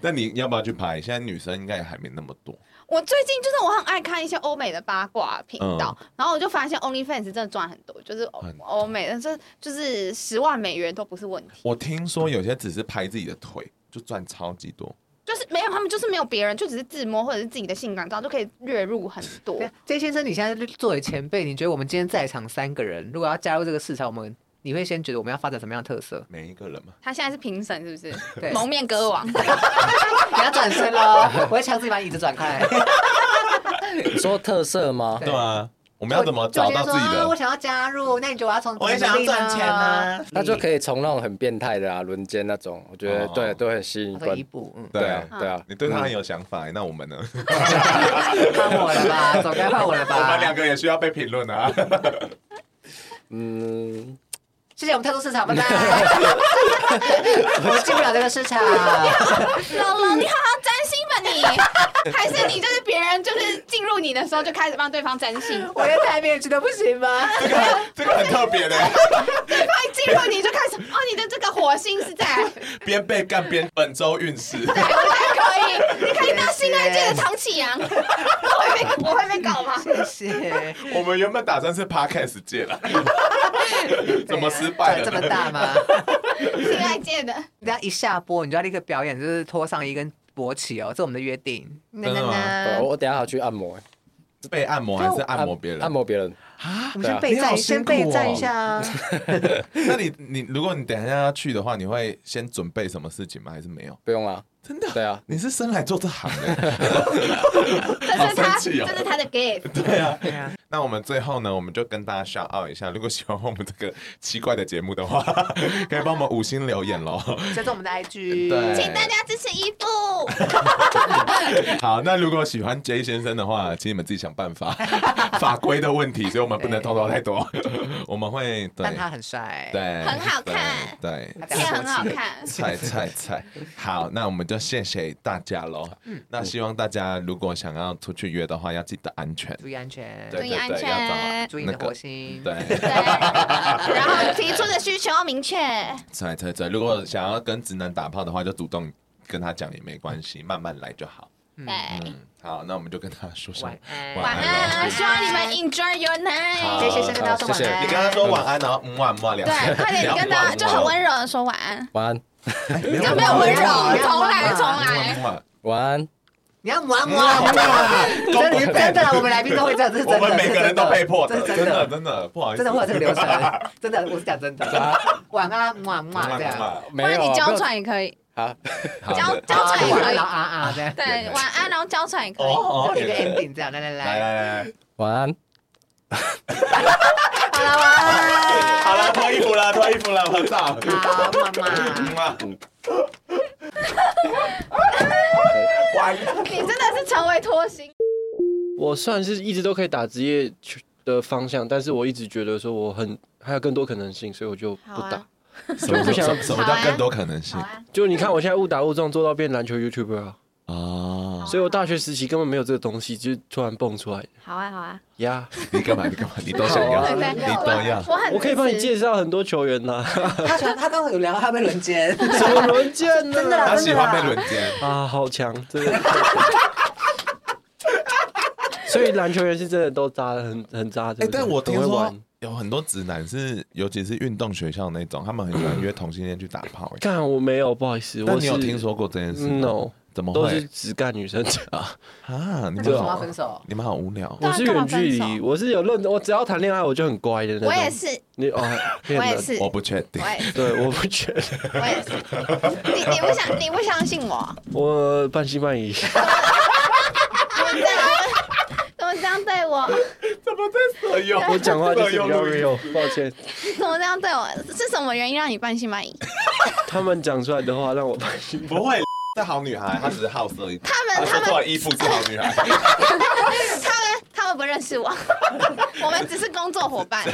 Speaker 5: 那你要不要去拍？现在女生应该也还没那么多。
Speaker 2: 我最近就是我很爱看一些欧美的八卦频道，然后我就发现 OnlyFans 真的赚很多，就是欧
Speaker 5: 很
Speaker 2: 欧美的这就是十万美元都不是问题，
Speaker 5: 我听说有些只是拍自己的腿就赚超级多，
Speaker 2: 就是没有他们就是没有别人，就只是自摸或者是自己的性感照就可以月入很多。
Speaker 1: J 先生，你现在作为前辈，你觉得我们今天在场三个人，如果要加入这个市场，我们你会先觉得我们要发展什么样的特色？
Speaker 5: 每一个人嘛。
Speaker 2: 他现在是评审是不是？
Speaker 1: 对，
Speaker 2: 蒙面歌王，
Speaker 1: 你要转身 (laughs) 喽，我会强制把椅子转开。
Speaker 3: 你说特色吗？
Speaker 1: 对
Speaker 5: 啊，我们要怎么找到自己
Speaker 1: 就觉得说啊我
Speaker 5: 的？
Speaker 1: 想要加入，那你觉得我要从
Speaker 5: 我也想要赚钱啊
Speaker 1: 呢？
Speaker 3: 那就可
Speaker 1: 以
Speaker 3: 以从那种很变态的啊，轮奸那种，我觉得
Speaker 5: 哦
Speaker 3: 对都很吸引
Speaker 1: 退
Speaker 3: 观
Speaker 1: 一。步，嗯，
Speaker 3: 对啊，对啊，
Speaker 5: 你对他很有想法，欸那我们呢？
Speaker 1: 换我了吧，总该换我了
Speaker 5: 我们
Speaker 1: (laughs)
Speaker 5: 两
Speaker 1: 吧。
Speaker 5: 个也需要被评
Speaker 1: (laughs)
Speaker 5: 论啊。
Speaker 3: 嗯，
Speaker 1: 谢谢我们特殊市场，拜拜。我们进不了这个市场，
Speaker 2: 老龙，你好好占星吧你，还是你就是别人就是进入你的时候就开始帮对方占星，
Speaker 1: 我连戴面具都不行吗？
Speaker 5: 这个很这个很特别的，
Speaker 2: 对方一进入你就开始哦，你的这个火星是在，
Speaker 5: 边被干边本周运
Speaker 1: (laughs)
Speaker 5: 势。
Speaker 2: 对，我觉得可以，你可以当性爱界的唐启阳，我会被我会被搞吗？
Speaker 1: 谢谢。
Speaker 5: 我们原本打算是 podcast 界了，怎么失败
Speaker 1: 转这么
Speaker 5: 了呢？
Speaker 1: 大吗？
Speaker 2: 性爱界的，
Speaker 1: 等一下一下播，你就要立刻表演，就是脱上衣跟勃起哦，这是我们的约定。
Speaker 5: 真的吗？
Speaker 3: 对啊我等一下还要去按摩，
Speaker 5: 被按摩还是按摩别人？
Speaker 3: 按摩别人，
Speaker 1: 我们
Speaker 3: 对啊
Speaker 1: 先备
Speaker 5: 你
Speaker 1: 战，先备
Speaker 5: 好辛苦
Speaker 1: 战
Speaker 5: 哦
Speaker 1: 一下啊。
Speaker 5: (laughs) 那你你如果你等一下要去的话，你会先准备什么事情吗？还是没有？
Speaker 3: 不用啊，
Speaker 5: 真的？
Speaker 3: 对啊，
Speaker 5: 你是生来做这行的。
Speaker 2: 这是他，
Speaker 5: 好生气哦
Speaker 2: 这是他的 gift。
Speaker 5: 对啊。
Speaker 1: (laughs) 对啊，
Speaker 5: (laughs) 那我们最后呢，我们就跟大家 shout out 一下，如果喜欢我们这个奇怪的节目的 (laughs) 话，可以帮我们五星留言喽。
Speaker 1: 这是我们的 IG。
Speaker 5: 对
Speaker 2: 请大家支持伊布，
Speaker 5: 好，那如果喜欢 J 先生的话，请你们自己想办 (laughs) 法，法规的问题，所以我们不能透露太 (laughs) 多。我们会对
Speaker 1: 但他很帅。
Speaker 5: 对
Speaker 2: 很好看
Speaker 5: 对。对
Speaker 1: 他等
Speaker 5: (laughs)
Speaker 2: 也
Speaker 1: 下
Speaker 2: 很好
Speaker 1: 勃起了。
Speaker 2: 看。
Speaker 5: 菜菜菜，好，那我们就谢谢大家喽。那希望大家如果想要出去约的话，要记得安全。
Speaker 1: 注意安全，
Speaker 5: 对
Speaker 2: 注意安
Speaker 5: 对对要找好
Speaker 2: 全，
Speaker 1: 注意你的火星。
Speaker 5: 对，
Speaker 2: 对，然后提出的需求要明确。
Speaker 5: 菜菜菜，如果想要跟直男打炮的话，就主动跟他讲也没关系，慢慢来就好。
Speaker 2: 对，
Speaker 5: 嗯，好，那我们就跟他说声
Speaker 1: 晚安，
Speaker 5: 晚
Speaker 2: 哎晚安，希望你们 enjoy your
Speaker 5: 好
Speaker 2: night。
Speaker 1: 谢谢先生跟大家说
Speaker 3: 谢谢
Speaker 1: 晚安。
Speaker 5: 你跟他说晚安，然后嗯哇嗯哇两声嗯
Speaker 2: 对，，快点，你跟大家就很温柔的说晚安，
Speaker 3: 晚安，
Speaker 5: 柔，
Speaker 2: 就没有
Speaker 1: 啊
Speaker 2: 温柔，重来，重
Speaker 5: 嗯哇
Speaker 2: 来
Speaker 5: 嗯。哇
Speaker 3: 晚安，
Speaker 1: 你要哇哇哇！真的真的，我们来宾都会这样，这是真
Speaker 5: 我
Speaker 1: 的。
Speaker 5: 们每个人都被迫
Speaker 1: 这
Speaker 5: 的，
Speaker 1: 是
Speaker 5: 真
Speaker 1: 真
Speaker 5: 的
Speaker 1: 的，
Speaker 5: 真的不好意思，
Speaker 1: 真的会有这个流程，真的，我是讲真的。晚安，哇
Speaker 5: 嗯哇
Speaker 1: 哇
Speaker 5: 嗯
Speaker 1: 这样。
Speaker 5: 哇
Speaker 3: 没
Speaker 2: 不然
Speaker 3: 有
Speaker 2: 你
Speaker 3: 啊，不
Speaker 2: 娇
Speaker 3: 要
Speaker 2: 喘也可以，
Speaker 3: 啊，
Speaker 5: 好
Speaker 2: 交
Speaker 5: 的，
Speaker 2: 交出来也可以
Speaker 1: 然，后啊啊这样，
Speaker 2: 对，晚安，然后交出来也可以。
Speaker 5: 哦
Speaker 1: 这个
Speaker 5: ，OK，
Speaker 1: ending 这样，来来
Speaker 5: 来
Speaker 1: 来，
Speaker 5: 来来来，
Speaker 3: 晚安。
Speaker 1: 好了，晚安，
Speaker 5: 好了，脱衣服了，脱衣服了，合照。
Speaker 1: 好妈妈，
Speaker 9: 你真的是成为拖星。
Speaker 6: 我虽然是一直都可以打职业球的方向，但是我一直觉得说我很还有更多可能性，所以我就不
Speaker 9: 好
Speaker 6: 打。
Speaker 9: 啊
Speaker 5: 什么
Speaker 6: 不想
Speaker 5: 什么叫更多可能
Speaker 9: 好
Speaker 5: 性？
Speaker 9: 啊，
Speaker 6: 就你看我现在误打误撞做到变篮球 YouTuber 啊，
Speaker 4: 哦，
Speaker 1: 啊
Speaker 6: 所以我大学时期根本没有这个东西，就是突然蹦出来
Speaker 9: 好啊，好啊，
Speaker 1: (laughs)
Speaker 6: 呀。
Speaker 5: 你干嘛？你干嘛？你都想
Speaker 6: 好
Speaker 5: 要，
Speaker 6: 啊
Speaker 9: 对对，
Speaker 5: 你都要。
Speaker 9: 我很
Speaker 6: 我可以帮你
Speaker 9: 支持
Speaker 6: 介绍很多球
Speaker 1: (laughs)
Speaker 6: 员呐、
Speaker 1: 他说他刚刚有聊到他被轮奸，
Speaker 6: 什么轮奸呢？
Speaker 1: 真的啦
Speaker 5: 他喜欢被轮奸，
Speaker 6: 啊，好强，真的。 (laughs) 所以篮球员是真的都渣的，很很渣。
Speaker 5: 哎、
Speaker 6: 真的
Speaker 5: 但我听
Speaker 6: 很会
Speaker 5: 说
Speaker 6: 玩
Speaker 5: 有很多直男是，尤其是运动学校那种，他们很喜欢约同性恋去打炮、欸。
Speaker 6: 干我没有，不好意思，
Speaker 5: 但
Speaker 6: 我
Speaker 5: 你
Speaker 6: 是嗯
Speaker 5: 有听说过这件事吗
Speaker 6: No
Speaker 5: 怎么
Speaker 6: 都是
Speaker 5: 会
Speaker 6: 只干女生啊。
Speaker 5: 啊？你
Speaker 1: 那为
Speaker 5: 们
Speaker 1: 什么
Speaker 5: 好
Speaker 1: 要，分手？
Speaker 5: 你们好无聊。
Speaker 6: 我是远
Speaker 9: 干
Speaker 6: 距
Speaker 9: 嘛分
Speaker 6: 离，我是有认，我只要谈恋爱我就很乖的那种。
Speaker 2: 我也，是，
Speaker 6: 你哦，骗
Speaker 2: 我也
Speaker 6: 人
Speaker 2: 是，
Speaker 5: 我不确定
Speaker 2: 我，也是，
Speaker 6: 对，我不觉得，
Speaker 2: 我也是。你你不相你不相信我？
Speaker 6: 我半
Speaker 5: (laughs)
Speaker 6: 信半疑。
Speaker 2: 怎么这样对我？
Speaker 6: 哎
Speaker 2: 哎
Speaker 6: 我讲话就是比较 real，抱歉，
Speaker 2: 怎么这样对我？是什么原因让你半信半疑？
Speaker 6: 他们讲出来的话让我 (laughs) 半信半疑。
Speaker 5: 不会，是好女孩，她只是好色一点。
Speaker 2: 他们他们
Speaker 5: 的衣服是好女孩， (laughs)
Speaker 2: 他们他们不认识我， (laughs) 我们只是工作伙伴，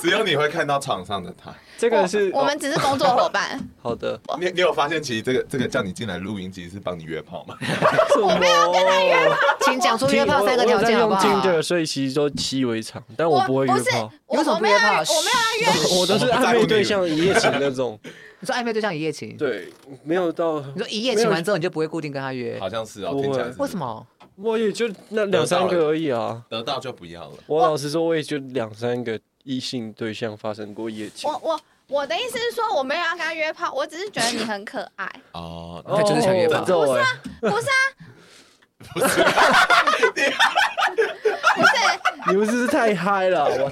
Speaker 5: 只有你会看到床上的她。
Speaker 6: 这个是
Speaker 2: 我们只是工作伙伴。
Speaker 6: 哦好的，
Speaker 5: 你你有发现，其实这个这个叫你进来录音，其实是帮你约炮
Speaker 6: (laughs)
Speaker 5: 吗？
Speaker 6: 什么？
Speaker 1: 请讲出约炮三个条件好不
Speaker 6: 我我有在
Speaker 1: 好
Speaker 6: 用？Tinder，所以其实都习以为常，但哦我
Speaker 2: 我
Speaker 6: 不会约
Speaker 2: 是
Speaker 6: 炮。
Speaker 1: 你为
Speaker 2: 我
Speaker 1: 什么
Speaker 2: 我
Speaker 1: 不
Speaker 2: 没
Speaker 1: 约
Speaker 2: 有
Speaker 1: 炮
Speaker 2: 要我没有要约
Speaker 6: 我都是暧昧对象一夜情那 (laughs) 种，
Speaker 1: 你说暧昧对象一夜情，
Speaker 6: 对，没有到。
Speaker 1: 你说一夜情完之后你就不会固定跟他约，
Speaker 5: 好像是哦，
Speaker 6: 不会
Speaker 5: 听起来是
Speaker 1: 为什？么？
Speaker 6: 我也就那两三个而已啊。
Speaker 5: 得到就不要了。
Speaker 6: 我老实说，我也就两三个异性对象发生过一夜情
Speaker 2: 我。我我的意思是说，我没有要跟他约炮，我只是觉得你很可
Speaker 6: (laughs)
Speaker 2: 爱。
Speaker 5: 哦，
Speaker 1: 那
Speaker 5: (laughs)
Speaker 1: 就是想约炮
Speaker 6: 哦真的欸
Speaker 2: 不是啊，不是，不
Speaker 6: 哎你们是不是太嗨了？我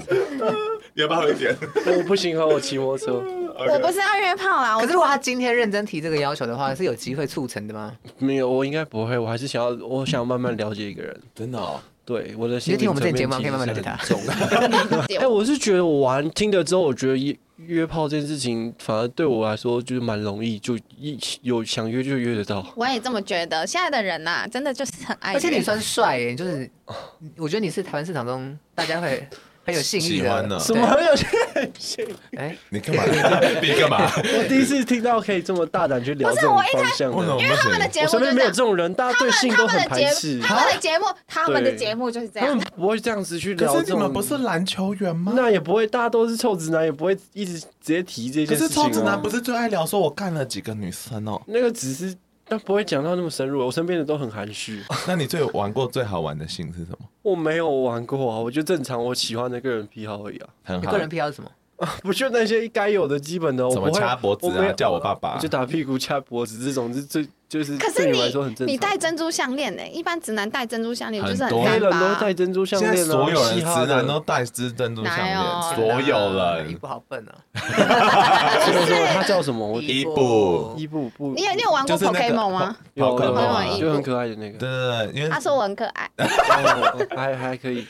Speaker 5: 约炮一点。哦
Speaker 6: 我不行，和啊我骑摩托车
Speaker 5: (laughs)
Speaker 2: 是，我不是要约炮啦，我
Speaker 1: 可是如果他今天认真提这个要求的话，是有机会促成的吗？
Speaker 6: 没有，我应该不会，我还是想要，我想慢慢了解一个人。
Speaker 5: 真的哦，
Speaker 6: 对我的
Speaker 1: 你
Speaker 6: 心
Speaker 1: 就
Speaker 6: 理
Speaker 1: 听我们这
Speaker 6: 层
Speaker 1: 期节
Speaker 6: 面
Speaker 1: 目，
Speaker 6: 其
Speaker 1: 可以
Speaker 6: 实
Speaker 1: 慢慢了解
Speaker 6: 是
Speaker 1: 他
Speaker 6: 很。重的。哎、我是觉得我玩听了之后，我觉得约约炮这件事情，反而对我来说就是蛮容易，就一有想约就约得到。
Speaker 2: 我也这么觉得。现在的人呐、真的就是很爱
Speaker 1: (laughs)
Speaker 2: 约，
Speaker 1: 而且你算帅耶，就是我觉得你是台湾市场中大家会很有性欲
Speaker 5: 喜欢的
Speaker 1: 的。
Speaker 6: 什么很有趣？
Speaker 1: 对？哎，
Speaker 5: 你干嘛？你干嘛？
Speaker 6: 我第一次听到可以这么大胆去聊这种方向
Speaker 5: (laughs) 为什么
Speaker 6: 的。
Speaker 5: 不
Speaker 2: 他们的
Speaker 5: 行？
Speaker 2: 节
Speaker 6: 我
Speaker 2: 目就
Speaker 6: 身
Speaker 2: 是这
Speaker 6: 边没有
Speaker 2: 样
Speaker 6: 这。种人，大家对性都
Speaker 2: 他
Speaker 6: 很
Speaker 2: 们的
Speaker 6: 排
Speaker 2: 节
Speaker 6: 斥，
Speaker 2: 他们的节目，他们的
Speaker 6: 对
Speaker 2: 节目就是这
Speaker 6: 他们
Speaker 2: 样。
Speaker 6: 不会这样子去聊
Speaker 5: 可
Speaker 6: 这
Speaker 5: 是你
Speaker 6: 种。
Speaker 5: 们不是篮球员吗？
Speaker 6: 那也不会，大家都是臭直男，也不会一直直接提这
Speaker 5: 可
Speaker 6: 件
Speaker 5: 是
Speaker 6: 事情、啊。
Speaker 5: 臭直男不是最爱聊说我干了几个女生哦？
Speaker 6: 那个只是，但不会讲到那么深入。我身边的都很含蓄。
Speaker 5: 那你最有玩过最好玩的性是什么？
Speaker 6: 我没有玩过啊，我就正常我喜欢的个人癖好而已啊，
Speaker 5: 很
Speaker 1: 你
Speaker 5: 好
Speaker 1: 个，人癖好是什么？
Speaker 6: (laughs) 不就那些该有的基本的，我
Speaker 5: 什么
Speaker 6: 不会
Speaker 5: 掐脖子
Speaker 6: 我没
Speaker 5: 啊，
Speaker 6: 有
Speaker 5: 叫我爸爸
Speaker 6: 就。打屁股、掐脖子这种，是最就是
Speaker 2: 可是
Speaker 6: 对
Speaker 2: 你
Speaker 6: 你来说很正常。
Speaker 2: 你戴珍珠项链呢？一般直男戴珍珠项链不就是
Speaker 5: 很多
Speaker 2: 难
Speaker 6: 黑人都
Speaker 2: 吧？
Speaker 6: 戴珍珠项
Speaker 5: 现
Speaker 6: 链
Speaker 5: 在
Speaker 6: 啊，
Speaker 5: 所有人
Speaker 6: 嘻哈
Speaker 5: 直
Speaker 6: 的
Speaker 5: 男都戴只珍珠项链，
Speaker 2: 哪有
Speaker 5: 所有
Speaker 1: 伊
Speaker 5: 人
Speaker 1: 布好笨啊！
Speaker 2: 哎
Speaker 6: 什么什么，他叫什么？我
Speaker 5: 伊布
Speaker 6: 伊布布，
Speaker 2: 你有你有玩过
Speaker 5: 就是那个
Speaker 2: Pokemon 吗？
Speaker 6: 有
Speaker 5: 好可
Speaker 6: 有
Speaker 5: 怕啊
Speaker 2: 伊布
Speaker 6: 就很可爱的那个，
Speaker 5: 对对对，因为
Speaker 2: 他说我很可爱， (laughs)
Speaker 6: 哦还还可以。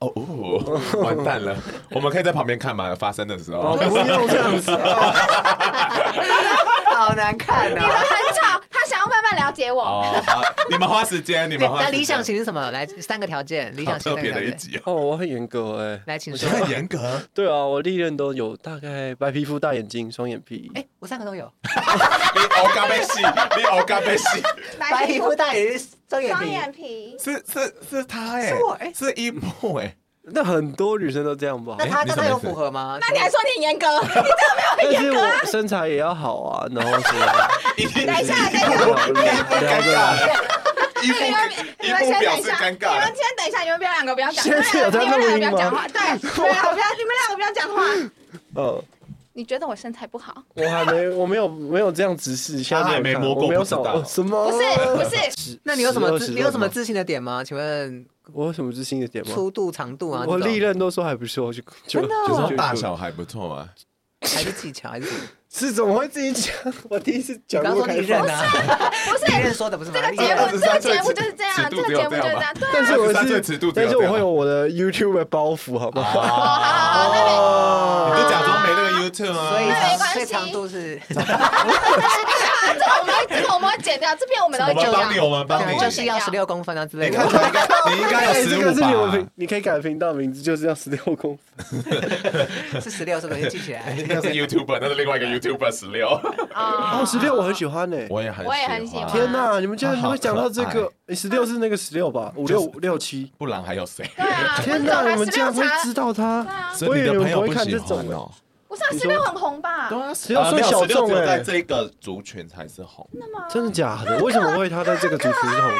Speaker 5: 哦哦，完蛋了，我们可以在旁边看吗？发生的时候，
Speaker 6: 哦，不用这样子啊！
Speaker 1: 好难看啊！
Speaker 2: 很吵，他想要慢慢了解我。
Speaker 5: 哦，好你们花时间，你们花时
Speaker 1: 那
Speaker 5: 间
Speaker 1: 理想型是什么？来三个条件，理
Speaker 5: 好
Speaker 1: 想型三
Speaker 5: 特
Speaker 1: 个
Speaker 5: 别
Speaker 1: 条
Speaker 5: 的一
Speaker 1: 件。
Speaker 5: 集哦，
Speaker 6: 哦，我很严格哎。
Speaker 1: 来，请
Speaker 6: 我
Speaker 1: 说。
Speaker 5: 很严格，
Speaker 6: 对啊，我历任都有大概白皮肤、大眼睛、双眼皮。
Speaker 1: 哎，我三个都有，
Speaker 5: 你欧嘎被戏，你欧嘎被戏，
Speaker 1: 白皮肤、大眼睛、双眼
Speaker 2: 双
Speaker 1: 皮。
Speaker 2: 眼皮，
Speaker 5: 是是是他哎，
Speaker 1: 是我
Speaker 2: 欸
Speaker 1: 哎
Speaker 5: 是伊布哎，
Speaker 6: 那很多女生都这样吧？
Speaker 1: 那他
Speaker 5: 哎你
Speaker 1: 那
Speaker 5: 什么
Speaker 1: 他有
Speaker 5: 意思
Speaker 1: 符合吗？
Speaker 2: 那你还说你很严
Speaker 6: (laughs)
Speaker 2: 格？你这
Speaker 6: 但是
Speaker 2: 啊
Speaker 6: 我身材也要好啊，然后什么？
Speaker 2: (laughs) (laughs)
Speaker 5: (laughs)
Speaker 2: 等一下，等一下，哎
Speaker 5: 尴尬，伊布
Speaker 2: 你
Speaker 5: 伊
Speaker 2: 们
Speaker 5: 布
Speaker 2: 先
Speaker 5: 表
Speaker 2: 等一
Speaker 5: 示
Speaker 2: 下，你
Speaker 5: 尴
Speaker 2: 们
Speaker 5: 尬，
Speaker 2: 先等一下，你们不要两个不要讲，你
Speaker 6: 现
Speaker 2: 们两
Speaker 6: 在有
Speaker 2: 个
Speaker 6: 在
Speaker 2: 你们两个
Speaker 6: 录音
Speaker 2: 不要讲话，对，
Speaker 6: 吗
Speaker 2: 你们两个不要，你们两个不要讲话。
Speaker 6: 呃，
Speaker 2: 你觉得我身材不好？
Speaker 6: 我还没，我没有没有这样直视，现在
Speaker 5: 他还没
Speaker 6: 看
Speaker 5: 摸过
Speaker 6: 我没有
Speaker 5: 不知道
Speaker 6: 找到什么？
Speaker 2: 不是，不是，
Speaker 6: 是
Speaker 1: 那你有什么自你有什么？
Speaker 6: 十二十二
Speaker 1: 自信的点吗？请问
Speaker 6: 我有什么自信的点吗？
Speaker 1: 粗度、长度啊？
Speaker 6: 我
Speaker 1: 这种
Speaker 6: 历任都说还不错，就就
Speaker 1: 真的哦
Speaker 5: 就是
Speaker 6: 就
Speaker 5: 大小还不错嘛，
Speaker 1: 还是技巧还是什
Speaker 2: (laughs)
Speaker 1: 么？
Speaker 6: 是怎么会自己讲？我第一次
Speaker 1: 你
Speaker 6: 讲
Speaker 1: 刚
Speaker 6: 过
Speaker 1: 说
Speaker 6: 开
Speaker 1: 你认
Speaker 6: 放，
Speaker 1: 啊，
Speaker 2: 不是
Speaker 1: 你认说的不是吗？
Speaker 2: 这个
Speaker 1: 你
Speaker 2: 节
Speaker 1: 认
Speaker 2: 目，这个节目
Speaker 5: 尺
Speaker 2: 就是这
Speaker 5: 尺
Speaker 2: 样，
Speaker 5: 度
Speaker 2: 这个
Speaker 5: 只有
Speaker 2: 节目
Speaker 5: 这
Speaker 2: 就是
Speaker 5: 样
Speaker 2: 这
Speaker 5: 吧
Speaker 2: 样，对啊。
Speaker 6: 但是我
Speaker 5: 23岁尺
Speaker 6: 是
Speaker 5: 度只有
Speaker 6: 但是我
Speaker 5: 这样吧
Speaker 6: 会有我的 YouTube 的包袱，好不
Speaker 5: 啊
Speaker 6: 好？
Speaker 2: 好好，哦那没
Speaker 5: 哦
Speaker 2: 哦
Speaker 5: 你就假装没那个 YouTube
Speaker 1: 哦
Speaker 5: 啊。
Speaker 1: 所以
Speaker 2: 那没
Speaker 1: 长
Speaker 2: 关
Speaker 1: 所以
Speaker 2: 系
Speaker 1: 长度是
Speaker 2: 啊，这个我们会这个我们会剪掉，这边我们都
Speaker 5: 我
Speaker 2: 会
Speaker 5: 们
Speaker 2: 剪
Speaker 5: 帮你，
Speaker 2: 掉。
Speaker 5: 我们帮你。
Speaker 1: 啊就是要十六公分啊之类
Speaker 5: 你看
Speaker 1: 的。
Speaker 5: 他应
Speaker 2: (laughs)
Speaker 5: 该，你应该有
Speaker 6: 哎
Speaker 5: 十
Speaker 6: 这个是你
Speaker 5: 五
Speaker 6: 们
Speaker 5: 吧
Speaker 6: 频，？你可以改频道名字，就是要十六公分。
Speaker 1: 是十六是不是？记起来。
Speaker 5: 那是 YouTuber，那是另外一个 YouTuber 十六。
Speaker 2: 哦
Speaker 5: 啊
Speaker 6: 哦，十六我很喜欢诶。
Speaker 5: 我也很
Speaker 2: 我也很喜欢
Speaker 6: 天哪，你们竟然会讲到这
Speaker 5: 他好可
Speaker 6: 个？诶，十六是那个十六吧？五六
Speaker 5: 就
Speaker 6: 六七。
Speaker 5: 不然还有谁？
Speaker 2: 对啊，
Speaker 6: 天
Speaker 2: 哪，
Speaker 6: 哪，你们竟然会知道
Speaker 2: 对
Speaker 6: 他？
Speaker 2: 啊，
Speaker 5: 所以你的朋友喜
Speaker 6: 我以为
Speaker 5: 欢
Speaker 6: 你们不会看这
Speaker 5: 哦
Speaker 6: 种。
Speaker 2: 不是啊，
Speaker 6: 你
Speaker 2: 十
Speaker 6: 说
Speaker 2: 六很红吧？
Speaker 5: 啊，
Speaker 6: 十六岁
Speaker 5: 没有
Speaker 6: 小
Speaker 5: 16
Speaker 6: 众
Speaker 5: 只有在
Speaker 6: 哎
Speaker 5: 这个族群才是红，
Speaker 6: 真的假的？为什么会他在这个主题是红的？